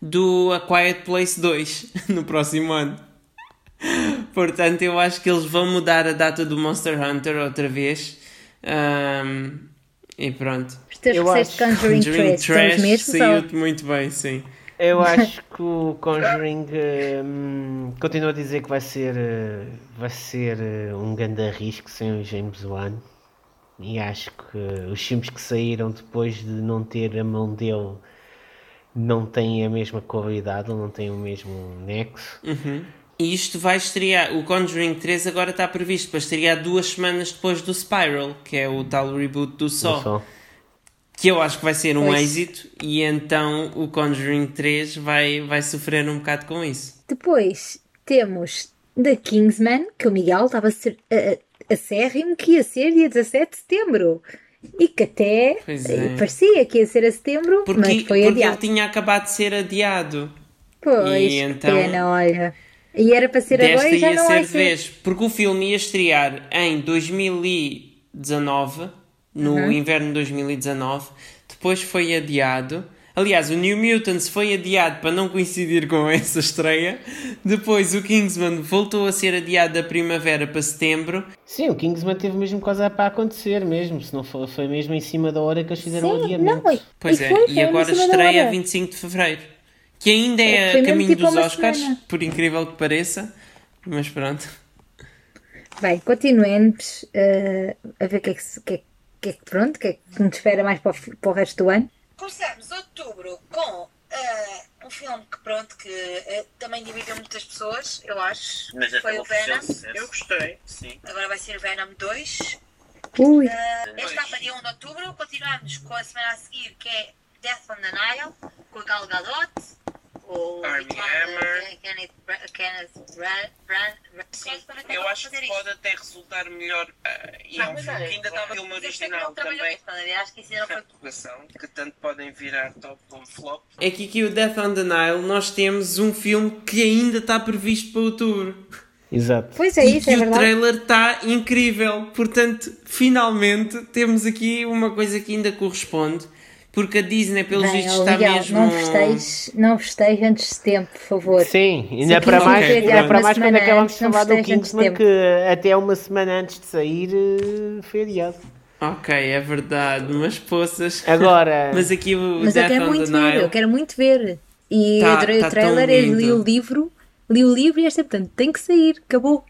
Speaker 3: do A Quiet Place 2 no próximo ano. Portanto, eu acho que eles vão mudar a data do Monster Hunter outra vez. Ahm, e pronto.
Speaker 2: os teus
Speaker 1: eu
Speaker 2: receios de Conjuring 3 são os
Speaker 3: Trash
Speaker 2: mesmos ou-
Speaker 3: saiu-te muito bem, sim.
Speaker 1: Eu acho que o Conjuring hum, continua a dizer que vai ser, eh, vai ser eh, um grande risco sem o James Wan. E acho que os filmes que saíram depois de não ter a mão dele não têm a mesma qualidade ou não têm o mesmo nexo.
Speaker 3: E isto vai estrear. O Conjuring 3 agora está previsto para estrear duas semanas depois do Spiral, que é o tal reboot do Sol.
Speaker 1: Só.
Speaker 3: Que eu acho que vai ser um
Speaker 2: Pois.
Speaker 3: êxito. E então o Conjuring 3 vai, vai sofrer um bocado com isso.
Speaker 2: Depois temos The Kingsman, que o Miguel estava a ser a- a- acérrimo que ia ser dia 17 de setembro. E que até
Speaker 3: Pois é.
Speaker 2: eh, parecia que ia ser a setembro,
Speaker 3: Porque,
Speaker 2: mas foi
Speaker 3: porque ele
Speaker 2: adiado.
Speaker 3: tinha acabado de ser adiado.
Speaker 2: Pois,
Speaker 3: E
Speaker 2: que
Speaker 3: então-
Speaker 2: pena, olha. E era para ser
Speaker 3: Desta
Speaker 2: agora e já
Speaker 3: ia
Speaker 2: não
Speaker 3: ser
Speaker 2: vai
Speaker 3: de
Speaker 2: ser.
Speaker 3: vez. Porque o filme ia estrear em 2019, no
Speaker 2: Uhum.
Speaker 3: inverno de 2019. Depois foi adiado. Aliás, o New Mutants foi adiado para não coincidir com essa estreia. Depois o Kingsman voltou a ser adiado da primavera para setembro.
Speaker 1: Sim, o Kingsman teve mesmo coisa para acontecer mesmo, se não foi, foi mesmo em cima da hora que eles fizeram o
Speaker 2: Sim,
Speaker 1: adiamento.
Speaker 2: não, e,
Speaker 3: Pois
Speaker 2: e
Speaker 3: é,
Speaker 2: foi, foi
Speaker 3: e agora
Speaker 2: em cima da
Speaker 3: estreia
Speaker 2: hora.
Speaker 3: a 25 de Fevereiro. Que ainda
Speaker 2: É,
Speaker 3: é,
Speaker 2: foi
Speaker 3: a
Speaker 2: mesmo
Speaker 3: caminho
Speaker 2: tipo
Speaker 3: dos
Speaker 2: uma
Speaker 3: Oscars,
Speaker 2: semana.
Speaker 3: por incrível que pareça. Mas pronto.
Speaker 2: Bem, continuemos eh, a ver o que é que, se- o que, é, o que é que pronto, o que é que nos espera mais para o, f- para o resto do ano.
Speaker 4: Começamos outubro com ah, um filme que, pronto, que ah, também dividiu muitas pessoas, eu acho.
Speaker 5: Mas
Speaker 4: Foi
Speaker 5: acabou
Speaker 4: o
Speaker 5: por ser um
Speaker 4: Venom.
Speaker 5: sucesso.
Speaker 6: eu gostei. Sim.
Speaker 4: Agora vai ser Venom 2.
Speaker 2: Ui,
Speaker 4: Este está para dia 1 de outubro. Continuamos com a semana a seguir, que é Death on the Nile, com a Gal Gadot, o
Speaker 6: Armie
Speaker 4: Richard,
Speaker 6: Hammer.
Speaker 4: eh, Kenneth, Bra- Kenneth Brand. Brand
Speaker 6: Sim, eu acho que pode até resultar melhor. ah, e
Speaker 4: Ah,
Speaker 6: porque ainda tá estava o filme original também.
Speaker 4: Acho que isso ainda não
Speaker 6: na
Speaker 4: foi.
Speaker 6: divulgação, que tanto podem virar top como flop.
Speaker 3: É que aqui o Death on the Nile nós temos um filme que ainda está previsto para outubro.
Speaker 1: Exato.
Speaker 2: pois é
Speaker 3: e
Speaker 2: isso,
Speaker 3: que
Speaker 2: é
Speaker 3: o
Speaker 2: verdade.
Speaker 3: trailer está incrível. Portanto, finalmente temos aqui uma coisa que ainda corresponde. Porque a Disney, pelos
Speaker 2: Bem,
Speaker 3: vistos,
Speaker 2: ó,
Speaker 3: está
Speaker 2: Miguel,
Speaker 3: mesmo.
Speaker 2: não festeje, não festeje antes de tempo, por favor.
Speaker 1: Sim, ainda
Speaker 2: Só
Speaker 1: para
Speaker 2: que
Speaker 1: mais,
Speaker 3: isto foi
Speaker 1: ainda
Speaker 3: adiado
Speaker 1: para
Speaker 2: uma
Speaker 1: mais quando é
Speaker 2: semana
Speaker 1: acabamos de
Speaker 2: antes, não
Speaker 1: falar do
Speaker 2: festeja antes de
Speaker 1: Kingsman,
Speaker 2: tempo.
Speaker 1: que até uma semana antes de sair eh, foi adiado.
Speaker 3: Ok, é verdade, mas poças.
Speaker 1: Agora,
Speaker 3: Mas aqui o
Speaker 2: É Mas eu
Speaker 3: Death
Speaker 2: quero
Speaker 3: on the
Speaker 2: muito ver,
Speaker 3: Nile.
Speaker 2: eu quero muito ver. E
Speaker 3: Tá-
Speaker 2: adorei
Speaker 3: tá
Speaker 2: o
Speaker 3: tão
Speaker 2: trailer, e li
Speaker 3: lindo.
Speaker 2: o livro, li o livro e esta, portanto, tem que sair, acabou.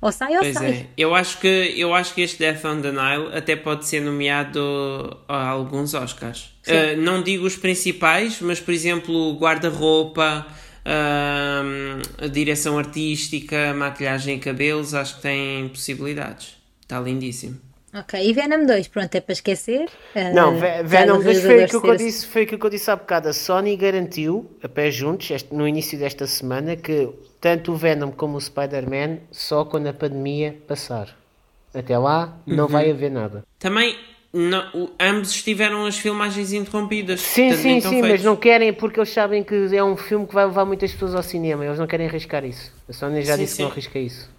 Speaker 2: Ou sai ou
Speaker 3: Pois
Speaker 2: sai.
Speaker 3: é, eu acho, que, eu acho que este Death on the Nile até pode ser nomeado a alguns Oscars. Ah, não digo os principais, mas por exemplo, guarda-roupa, ahm, a direção artística, maquilhagem e cabelos, acho que tem possibilidades. Está lindíssimo.
Speaker 2: Ok, e Venom 2, pronto, é para esquecer. Ah,
Speaker 1: Não, Ve-
Speaker 2: já
Speaker 1: Venom,
Speaker 2: dos
Speaker 1: mas foi
Speaker 2: realizadores
Speaker 1: aquilo que eu
Speaker 2: ter-
Speaker 1: disse, foi aquilo que eu disse há bocado. A Sony garantiu, a pé juntos, este- no início desta semana, que tanto o Venom como o Spider-Man só quando a pandemia passar. Até lá, não vai haver nada.
Speaker 3: Também, não- o- ambos tiveram as filmagens interrompidas.
Speaker 1: Sim,
Speaker 3: portanto, então nem
Speaker 1: sim,
Speaker 3: tão
Speaker 1: sim, mas
Speaker 3: feitos.
Speaker 1: não querem porque eles sabem que é um filme que vai levar muitas pessoas ao cinema. Eles não querem arriscar isso. A Sony já
Speaker 3: Sim,
Speaker 1: disse
Speaker 3: sim.
Speaker 1: que não arrisca isso.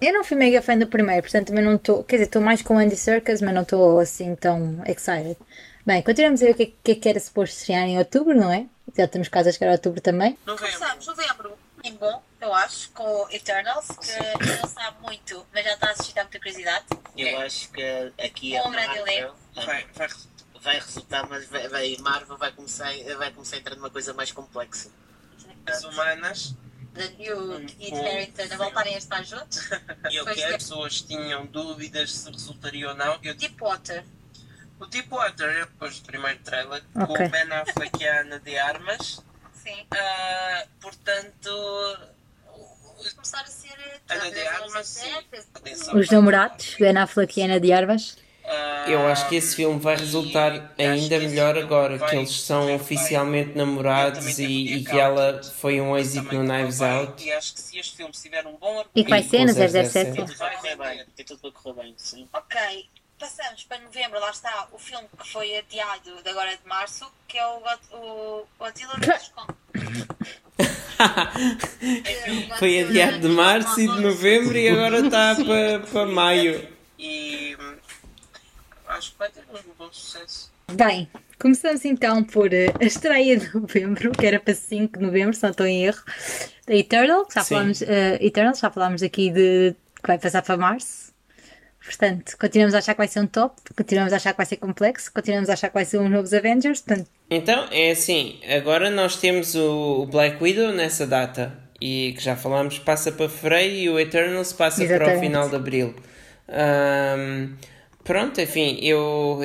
Speaker 2: Eu não fui mega fã do primeiro, portanto também não estou. Quer dizer, estou mais com o Andy Serkis, mas não estou assim tão excited. Bem, continuamos a ver o que, é- o que é que era suposto estrear em outubro, não é? Já estamos quase a chegar a outubro também.
Speaker 6: Novembro.
Speaker 4: Começamos novembro em bom, eu acho, com o Eternals, que não sabe muito, mas já está a assistir a muita curiosidade.
Speaker 5: Eu acho que é aqui a
Speaker 4: Um grande
Speaker 5: Marvel
Speaker 4: elenco.
Speaker 6: Vai, vai.
Speaker 5: vai resultar, mas vai, vai- Marvel vai começar, vai começar a entrar numa coisa mais complexa.
Speaker 6: As humanas.
Speaker 4: E o Kit Harington a voltarem a estar juntos.
Speaker 6: E eu
Speaker 4: Pois
Speaker 6: que as
Speaker 4: é.
Speaker 6: pessoas tinham dúvidas se resultaria ou não. Eu,
Speaker 4: E Potter.
Speaker 6: o tipo Water, depois do primeiro trailer, com
Speaker 2: Ok.
Speaker 6: o Ben Affleck e a Ana de Armas.
Speaker 4: Sim.
Speaker 6: Ah, portanto,
Speaker 4: Começar a ser. eh,
Speaker 6: Ana de Armas, sim. Atenção,
Speaker 2: Os
Speaker 6: vai.
Speaker 2: namorados, Ben Affleck e Ana de Armas.
Speaker 6: Ah,
Speaker 3: Eu acho que esse filme vai
Speaker 6: e
Speaker 3: resultar
Speaker 6: acho que
Speaker 3: ainda
Speaker 6: esse
Speaker 3: melhor
Speaker 6: filme
Speaker 3: agora
Speaker 6: vai
Speaker 3: que eles são
Speaker 6: correr bem.
Speaker 3: oficialmente namorados
Speaker 6: Eu também
Speaker 3: e, e
Speaker 6: tenho
Speaker 3: que ela
Speaker 6: accounts.
Speaker 3: foi um
Speaker 6: Mas
Speaker 3: êxito
Speaker 6: também
Speaker 3: no
Speaker 6: correu
Speaker 3: Knives
Speaker 6: bem,
Speaker 3: Out.
Speaker 6: E acho que se este filme tiver um bom
Speaker 2: E É que vai
Speaker 3: Sim,
Speaker 2: ser
Speaker 3: com
Speaker 2: no
Speaker 3: 007.
Speaker 2: 007.
Speaker 5: Tudo vai correr bem, tem tudo para correr bem, sim.
Speaker 4: Ok. Passamos para novembro, lá está o filme que foi adiado de agora de março, que é o, God, o Godzilla vs. Kong. é
Speaker 3: Foi adiado de março e de novembro e agora está para, para maio.
Speaker 6: E hum, acho que vai ter um bom sucesso.
Speaker 2: Bem, começamos então por eh, a estreia de novembro, que era para 5 de novembro, se não estou em erro, da Eternal, que já
Speaker 3: Sim.
Speaker 2: falámos, eh, Eternal, já falámos aqui de que vai passar para março. Portanto, continuamos a achar que vai ser um top, continuamos a achar que vai ser complexo, continuamos a achar que vai ser uns novos Avengers, portanto,
Speaker 3: Então é assim, agora nós temos o, o Black Widow nessa data e que já falámos passa para fevereiro e o Eternals passa para o
Speaker 2: Exatamente.
Speaker 3: final de abril. Ahm, pronto, enfim, eu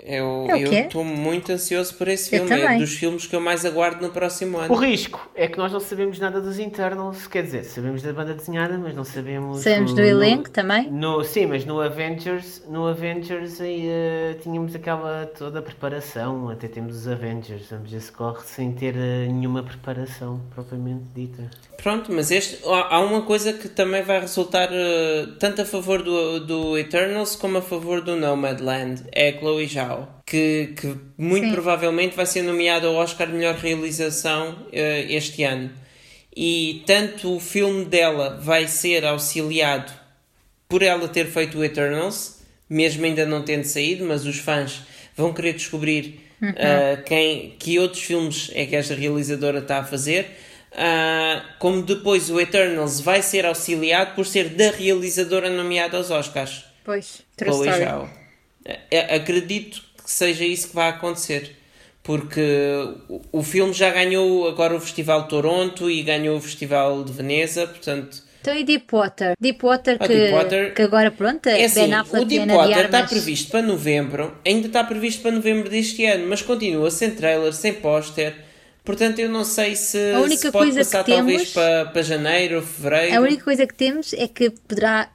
Speaker 3: eu
Speaker 2: É o
Speaker 3: eu
Speaker 2: que é.
Speaker 3: estou muito ansioso por esse
Speaker 2: Eu
Speaker 3: filme, é
Speaker 2: também.
Speaker 3: dos filmes que eu mais aguardo no próximo
Speaker 1: O
Speaker 3: ano.
Speaker 1: risco é que nós não sabemos nada dos internals, quer dizer, sabemos da banda desenhada, mas não sabemos.
Speaker 2: sabemos do
Speaker 1: no-
Speaker 2: elenco também.
Speaker 1: No, sim, mas no Avengers, no Avengers aí, eh, tínhamos aquela toda preparação, até temos os Avengers, vamos ver se corre sem ter eh, nenhuma preparação propriamente dita.
Speaker 3: Pronto, mas este há há uma coisa que também vai resultar eh, tanto a favor do, do Eternals como a favor do Nomadland, é a Chloe Zhao, que, que muito
Speaker 2: Sim.
Speaker 3: provavelmente vai ser nomeada ao Oscar de Melhor Realização eh, este ano. E tanto o filme dela vai ser auxiliado por ela ter feito o Eternals, mesmo ainda não tendo saído, mas os fãs vão querer descobrir
Speaker 2: Uhum.
Speaker 3: ah, quem, que outros filmes é que esta realizadora está a fazer. Ah, como depois o Eternals vai ser auxiliado por ser da realizadora nomeada aos Oscars.
Speaker 2: Pois, true
Speaker 3: Chloe
Speaker 2: story.
Speaker 3: Zhao. A- Acredito que seja isso que vai acontecer. Porque o- o filme já ganhou agora o Festival de Toronto e ganhou o Festival de Veneza, portanto
Speaker 2: Então e Deepwater? Deepwater
Speaker 3: Ah,
Speaker 2: que,
Speaker 3: Deepwater-
Speaker 2: que agora pronto,
Speaker 3: É
Speaker 2: Ben
Speaker 3: assim,
Speaker 2: Affleck
Speaker 3: o
Speaker 2: e Ana de
Speaker 3: Deepwater tá está
Speaker 2: Armas.
Speaker 3: previsto para novembro, ainda está previsto para novembro deste ano, mas continua sem trailer, sem póster. Portanto, eu não sei se,
Speaker 2: A única
Speaker 3: se pode
Speaker 2: coisa
Speaker 3: passar
Speaker 2: que temos-
Speaker 3: talvez para, para janeiro ou fevereiro.
Speaker 2: A única coisa que temos é que poderá,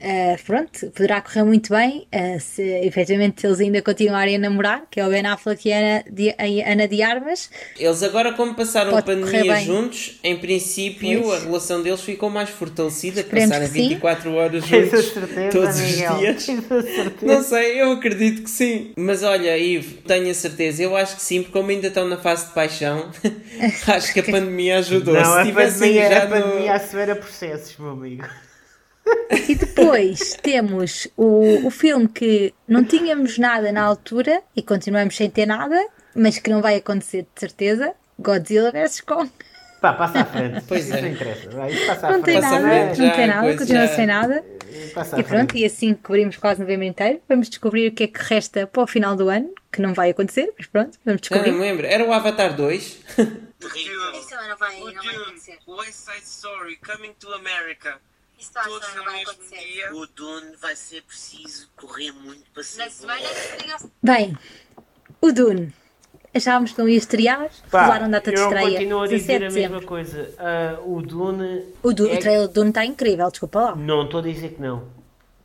Speaker 2: eh, pronto, poderá correr muito bem eh, se efetivamente eles ainda continuarem a namorar, que é o Ben Affleck e a Ana de, a Ana de Armas.
Speaker 3: Eles agora, como passaram a
Speaker 2: Pode correr
Speaker 3: pandemia
Speaker 2: bem.
Speaker 3: juntos, em princípio
Speaker 2: Pois.
Speaker 3: a relação deles ficou mais fortalecida,
Speaker 2: Esperemos
Speaker 3: passaram
Speaker 2: que sim.
Speaker 3: 24 horas
Speaker 1: Tens a
Speaker 3: juntos
Speaker 1: certeza,
Speaker 3: todos
Speaker 1: Miguel?
Speaker 3: os dias.
Speaker 1: Tens a certeza?
Speaker 3: Não sei, eu acredito que sim. Mas olha, Ivo, tenho a certeza, eu acho que sim, porque como ainda estão na fase de paixão, acho que a pandemia ajudou.
Speaker 1: Não,
Speaker 3: Se
Speaker 1: a
Speaker 3: tivessem
Speaker 1: pandemia,
Speaker 3: já
Speaker 1: a pandemia
Speaker 3: no...
Speaker 1: acelera processos, meu amigo.
Speaker 2: E depois temos o, o filme que não tínhamos nada na altura e continuamos sem ter nada, mas que não vai acontecer de certeza. Godzilla vs Kong.
Speaker 1: Pá, passa à frente.
Speaker 3: Pois
Speaker 1: isso
Speaker 3: é.
Speaker 1: não interessa. Vai, isso passa à
Speaker 2: Não tem
Speaker 1: frente.
Speaker 3: Passa à
Speaker 2: nada,
Speaker 3: frente,
Speaker 2: não
Speaker 3: Ah, já,
Speaker 2: tem nada,
Speaker 3: coisa,
Speaker 2: continua
Speaker 3: já. Tá
Speaker 2: sem nada.
Speaker 1: Passa à
Speaker 2: E pronto,
Speaker 1: frente.
Speaker 2: e assim cobrimos quase novembro inteiro. Vamos descobrir o que é que resta para o final do ano, que não vai acontecer, mas pronto, vamos
Speaker 3: Já
Speaker 2: descobrir.
Speaker 3: não me Então, lembro, era o Avatar 2.
Speaker 6: Terrível.
Speaker 4: Isso não vai,
Speaker 6: O
Speaker 4: não vai
Speaker 6: Dune,
Speaker 4: acontecer.
Speaker 6: West Side Story, Coming to America.
Speaker 4: Isso acho
Speaker 6: todos
Speaker 4: que não
Speaker 6: no
Speaker 4: vai
Speaker 6: mesmo
Speaker 4: acontecer.
Speaker 6: dia.
Speaker 5: O Dune vai ser preciso correr muito para ser
Speaker 4: Na
Speaker 5: bom.
Speaker 4: semana que
Speaker 2: Bem, o Dune. Achávamos que não ia estrear,
Speaker 1: Pá,
Speaker 2: revelaram data de
Speaker 1: eu
Speaker 2: estreia.
Speaker 1: continuo a
Speaker 2: 17
Speaker 1: dizer
Speaker 2: de
Speaker 1: a
Speaker 2: dezembro.
Speaker 1: mesma coisa. Ah, o Dune.
Speaker 2: O, Du-
Speaker 1: é- Uhum.
Speaker 2: o trailer do Dune está incrível, desculpa lá.
Speaker 1: Não, estou a dizer que não.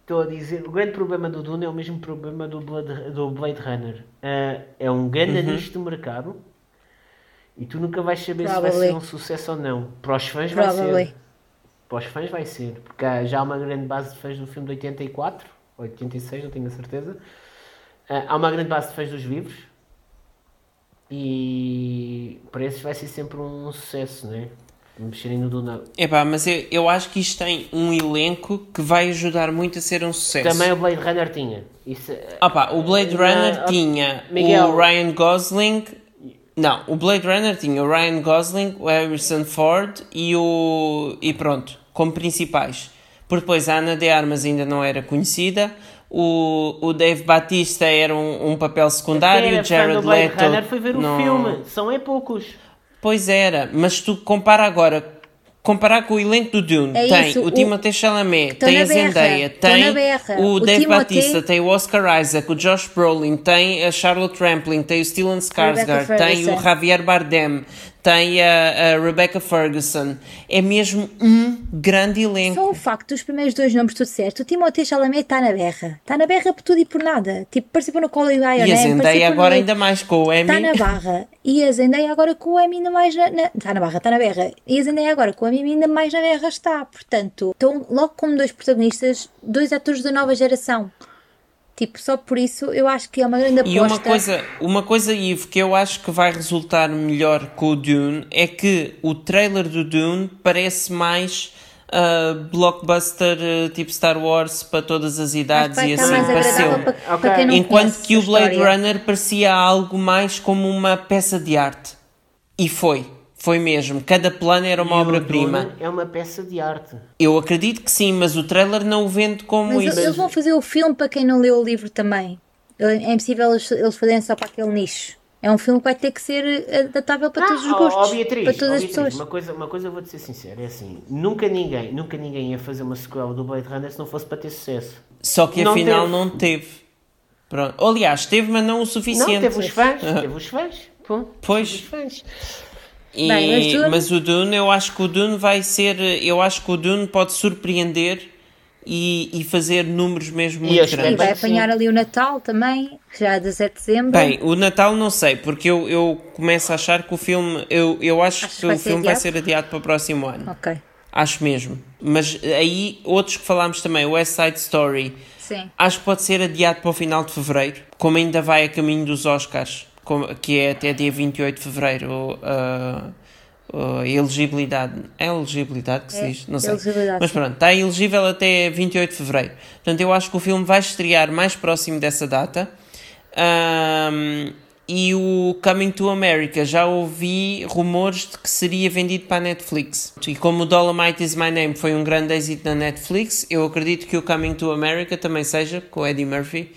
Speaker 1: Estou a dizer. O grande problema do Dune é o mesmo problema do Blood- do Blade Runner. Ah, é um grande
Speaker 2: Uhum.
Speaker 1: nicho de mercado e tu nunca vais saber se vai
Speaker 2: Probably.
Speaker 1: ser um sucesso ou não. Para os fãs vai
Speaker 2: Probably.
Speaker 1: ser. Para os fãs vai ser, porque há- já há uma grande base de fãs do filme de 84, ou 86, não tenho a certeza. Ah, há uma grande base de fãs dos livros. E para esses vai ser sempre um sucesso, não é? Mexerem no Dune.
Speaker 3: Epá, mas eu, eu acho que isto tem um elenco que vai ajudar muito a ser um
Speaker 2: É
Speaker 3: sucesso.
Speaker 1: Também o Blade Runner tinha. Isso, eh,
Speaker 3: Ah pá, o Blade Runner
Speaker 1: Na-
Speaker 3: tinha
Speaker 1: Miguel.
Speaker 3: o Ryan Gosling. Não, o Blade Runner tinha o Ryan Gosling, o Harrison Ford e o. E pronto, como principais. Porque depois a Ana de Armas ainda não era conhecida, o, o Dave Batista era um, um papel secundário,
Speaker 1: quem era
Speaker 3: o
Speaker 1: fã
Speaker 3: Jared
Speaker 1: do Blade
Speaker 3: Leto.
Speaker 1: Runner foi ver o
Speaker 3: não-
Speaker 1: filme. São é poucos.
Speaker 3: Pois era, mas tu compara agora. Comparar com o elenco do Dune,
Speaker 2: É
Speaker 3: tem
Speaker 2: isso,
Speaker 3: o,
Speaker 2: o-
Speaker 3: Timothée Chalamet,
Speaker 2: Tô
Speaker 3: tem
Speaker 2: na
Speaker 3: a Zendaya,
Speaker 2: berra, tô na
Speaker 3: tem
Speaker 2: berra.
Speaker 3: o,
Speaker 2: O
Speaker 3: Dave
Speaker 2: Timothée-
Speaker 3: Batista, tem o Oscar Isaac, o Josh Brolin, tem a Charlotte Rampling, tem o Stellan Skarsgård,
Speaker 2: Rebecca
Speaker 3: tem o
Speaker 2: Ferguson.
Speaker 3: Javier Bardem, tem a, a Rebecca Ferguson. É mesmo um grande elenco.
Speaker 2: Só o facto dos primeiros dois nomes que tu disseste, o Timothée Chalamet está na berra. Está na berra por tudo e por nada. Tipo, participou no Call of Duty
Speaker 3: E a Zendaya agora ainda mais com o
Speaker 2: Está Tá na
Speaker 3: Emmy.
Speaker 2: barra. E a Zendaya agora com o Emmy ainda mais na... Está na barra, está na berra. E a Zendaya agora com o Emmy ainda mais na berra está. Portanto, estão logo como dois protagonistas, dois atores da nova geração. Tipo, só por isso eu acho que é uma grande aposta.
Speaker 3: E uma coisa, uma coisa, Ivo, que eu acho que vai resultar melhor com o Dune é que o trailer do Dune parece mais ah, blockbuster ah, tipo Star Wars para todas as idades
Speaker 2: Vai
Speaker 3: e
Speaker 2: estar
Speaker 3: assim
Speaker 2: mais agradável
Speaker 3: pareceu.
Speaker 2: para,
Speaker 1: Ok.
Speaker 2: para quem não
Speaker 3: Enquanto
Speaker 2: conhece
Speaker 3: que o
Speaker 2: a
Speaker 3: Blade
Speaker 2: história.
Speaker 3: Runner parecia algo mais como uma peça de arte. E foi. Foi mesmo. Cada plano era uma
Speaker 1: E o
Speaker 3: obra-prima.
Speaker 1: Dune É uma peça de arte.
Speaker 3: Eu acredito que sim, mas o trailer não o vende como
Speaker 2: Mas
Speaker 3: isso.
Speaker 2: eles vão fazer o filme para quem não leu o livro também. É impossível eles, eles fazerem só para aquele nicho. É um filme que vai ter que ser eh, adaptável para todos os
Speaker 1: Ah, Ó- ó,
Speaker 2: gostos.
Speaker 1: Beatriz,
Speaker 2: para todas
Speaker 1: ó,
Speaker 2: as
Speaker 1: Beatriz,
Speaker 2: pessoas.
Speaker 1: Uma coisa, uma coisa eu vou-te ser sincero, é assim, nunca ninguém, nunca ninguém ia fazer uma sequela do Blade Runner se não fosse para ter sucesso.
Speaker 3: Só que
Speaker 1: Não
Speaker 3: afinal
Speaker 1: teve.
Speaker 3: não teve. Pronto. Aliás, teve, mas não o
Speaker 1: Não,
Speaker 3: suficiente.
Speaker 1: teve os fãs, teve os fãs, pum, teve os
Speaker 3: Pois,
Speaker 1: fãs.
Speaker 3: e-
Speaker 2: Bem, mas Dune-
Speaker 3: mas o Dune, eu acho que o Dune vai ser. Eu acho que o Dune pode surpreender e, e fazer números mesmo muito
Speaker 1: eu espero
Speaker 2: E
Speaker 3: grandes.
Speaker 2: vai
Speaker 1: Sim.
Speaker 2: apanhar ali o Natal também, já é 17 de dezembro.
Speaker 3: Bem, o Natal não sei, porque eu, eu começo a achar que o filme. Eu, eu acho,
Speaker 2: Acho que
Speaker 3: que
Speaker 2: vai
Speaker 3: o
Speaker 2: ser
Speaker 3: filme vai
Speaker 2: adiado?
Speaker 3: ser adiado para o próximo ano.
Speaker 2: ok,
Speaker 3: Acho mesmo. Mas aí, outros que falámos também, o West Side Story,
Speaker 2: sim.
Speaker 3: acho que pode ser adiado para o final de fevereiro, como ainda vai a caminho dos Oscars, como- que é até dia 28 de fevereiro. ah, ah, elegibilidade. É elegibilidade que se
Speaker 2: É,
Speaker 3: diz? Não sei.
Speaker 2: elegibilidade,
Speaker 3: Mas
Speaker 2: sim.
Speaker 3: pronto, está elegível até 28 de fevereiro. Portanto, eu acho que o filme vai estrear mais próximo dessa data. Ahm, e o Coming to America, já ouvi rumores de que seria vendido para a Netflix. E como o Dolomite Is My Name foi um grande êxito na Netflix, eu acredito que o Coming to America também seja, com o Eddie Murphy.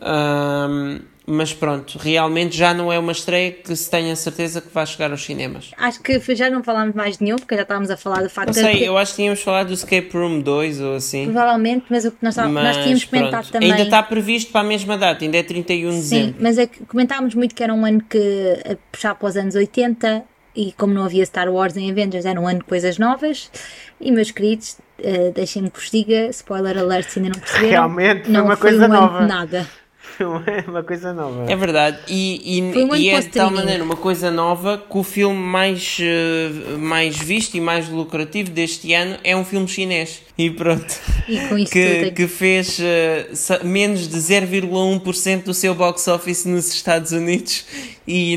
Speaker 3: Ahm, mas pronto, realmente já não é uma estreia que se tenha certeza que vai chegar aos cinemas.
Speaker 2: Acho que já não falámos mais de nenhum, porque já estávamos a falar do facto
Speaker 3: Não
Speaker 2: de
Speaker 3: sei, eu acho que tínhamos falado do Escape Room 2 ou assim.
Speaker 2: provavelmente, mas o que nós, tá- nós
Speaker 3: Mas
Speaker 2: tínhamos comentado
Speaker 3: pronto,
Speaker 2: também.
Speaker 3: ainda está previsto para a mesma data, ainda é 31 de
Speaker 2: Sim,
Speaker 3: dezembro.
Speaker 2: mas é que comentámos muito que era um ano que a puxar para os anos 80 e como não havia Star Wars nem Avengers, era um ano de coisas novas. E meus queridos, eh, deixem-me que vos diga, spoiler alert se ainda não perceberam.
Speaker 1: Realmente foi
Speaker 2: não
Speaker 1: uma
Speaker 2: foi
Speaker 1: coisa
Speaker 2: um
Speaker 1: nova.
Speaker 2: Ano de nada.
Speaker 1: É uma coisa nova.
Speaker 3: É verdade, e, e-
Speaker 2: Foi um ano
Speaker 3: e é de tal
Speaker 2: pós-streaming.
Speaker 3: maneira uma coisa nova que o filme mais, eh, mais visto e mais lucrativo deste ano é um filme chinês. E pronto,
Speaker 2: E com isto
Speaker 3: que,
Speaker 2: tudo, é
Speaker 3: que fez eh, sa- menos de 0,1% do seu box office nos Estados Unidos e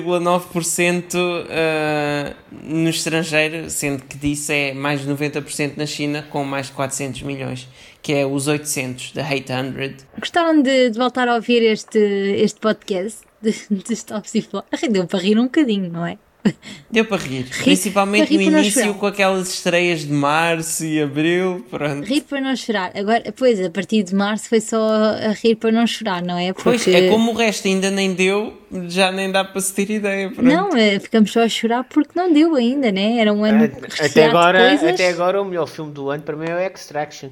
Speaker 3: 99,9% eh, no estrangeiro, sendo que disse é mais de 90% na China, com mais de 400 milhões, que é os 800, da 800.
Speaker 2: gostaram de, de voltar a ouvir este, este podcast de, de Stop Cifla? Rendeu para rir um bocadinho, não é?
Speaker 3: Deu para rir. Principalmente
Speaker 2: para rir
Speaker 3: no
Speaker 2: para não
Speaker 3: início
Speaker 2: chorar.
Speaker 3: com aquelas estreias de março e abril. Pronto.
Speaker 2: Rir para não chorar. Agora, pois, a partir de março foi só a rir para não chorar, não é?
Speaker 3: Pois
Speaker 2: Porque-
Speaker 3: é, como o resto ainda nem deu, já nem dá para se ter ideia. Pronto.
Speaker 2: Não, eh, ficamos só a chorar porque não deu ainda, né? Era um ano
Speaker 3: Eh,
Speaker 2: recheado de
Speaker 1: Até agora,
Speaker 2: coisas.
Speaker 1: até agora, o melhor filme do ano para mim é o Extraction.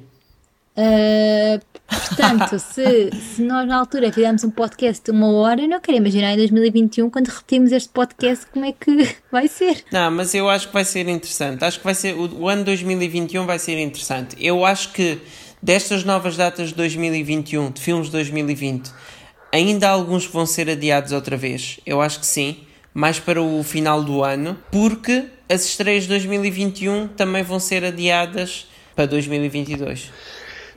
Speaker 2: Eh, portanto, se, se nós na altura fizemos um podcast de uma hora, eu não quero imaginar em 2021, quando repetimos este podcast, como é que vai ser.
Speaker 3: Não, mas eu acho que vai ser interessante. Acho que vai ser o, o ano 2021 vai ser interessante. Eu acho que destas novas datas de 2021, de filmes de 2020, ainda há alguns que vão ser adiados outra vez. Eu acho que sim, mais para o final do ano, porque as estreias de 2021 também vão ser adiadas para 2022,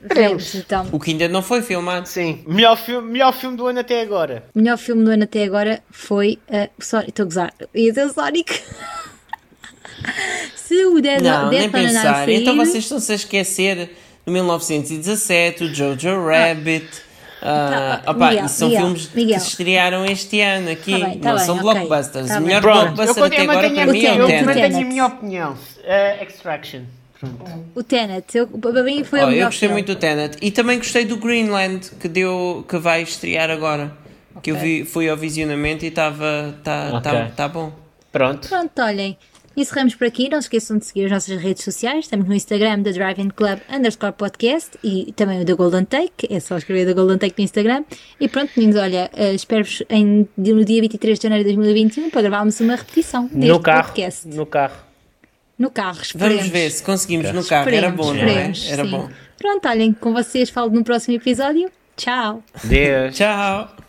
Speaker 2: Veremos, então.
Speaker 3: o que ainda não foi filmado.
Speaker 1: Sim, melhor filme, melhor filme do ano até agora.
Speaker 2: O melhor filme do ano até agora foi eh, o Sonic. Estou a gozar. Ia dizer o Sonic. Se o Dead,
Speaker 3: Não,
Speaker 2: Dead
Speaker 3: nem
Speaker 2: Banana
Speaker 3: pensar.
Speaker 2: sair,
Speaker 3: Então vocês estão-se a esquecer de 1917, o Jojo Rabbit. ah,
Speaker 2: Tá,
Speaker 3: opá,
Speaker 2: Miguel,
Speaker 3: isso são
Speaker 2: Miguel,
Speaker 3: filmes
Speaker 2: Miguel.
Speaker 3: que se estrearam este ano aqui.
Speaker 2: Tá bem, tá
Speaker 3: não
Speaker 2: bem,
Speaker 3: são
Speaker 2: ok.
Speaker 3: blockbusters.
Speaker 2: Tá
Speaker 3: o
Speaker 2: bem.
Speaker 3: melhor
Speaker 1: Pronto, eu,
Speaker 3: blockbuster até agora
Speaker 1: mantenho,
Speaker 3: para
Speaker 1: eu,
Speaker 3: mim é
Speaker 2: tenho-
Speaker 3: o
Speaker 1: eu
Speaker 2: Tenet.
Speaker 1: mantenho a
Speaker 2: Tenet.
Speaker 1: minha opinião. Eh, Extraction.
Speaker 2: o Tenet, eu, para mim foi
Speaker 3: Oh,
Speaker 2: o melhor
Speaker 3: eu gostei
Speaker 2: filme.
Speaker 3: muito do Tenet e também gostei do Greenland que deu que vai estrear agora. Que eu vi, fui ao visionamento e estava tá, tá,
Speaker 1: Ok.
Speaker 3: tá bom.
Speaker 1: Pronto.
Speaker 2: Pronto, olhem. Encerramos por aqui. Não se esqueçam de seguir as nossas redes sociais. Estamos no Instagram da Driving Club underscore podcast e também o da Golden Take. É só escrever da Golden Take no Instagram. E pronto, meninos, olha, eh, espero-vos em- no dia 23 de janeiro de 2021 para gravarmos uma repetição deste
Speaker 1: No carro.
Speaker 2: podcast.
Speaker 1: No carro.
Speaker 2: No carro,
Speaker 3: Vamos
Speaker 2: esperemos.
Speaker 3: ver se conseguimos no carro. Era
Speaker 2: Esperemos,
Speaker 3: bom, não é?
Speaker 2: esperemos,
Speaker 3: Era
Speaker 2: sim.
Speaker 3: bom.
Speaker 2: Pronto, olhem, com vocês falo no próximo episódio. Tchau!
Speaker 1: Deus.
Speaker 3: Tchau.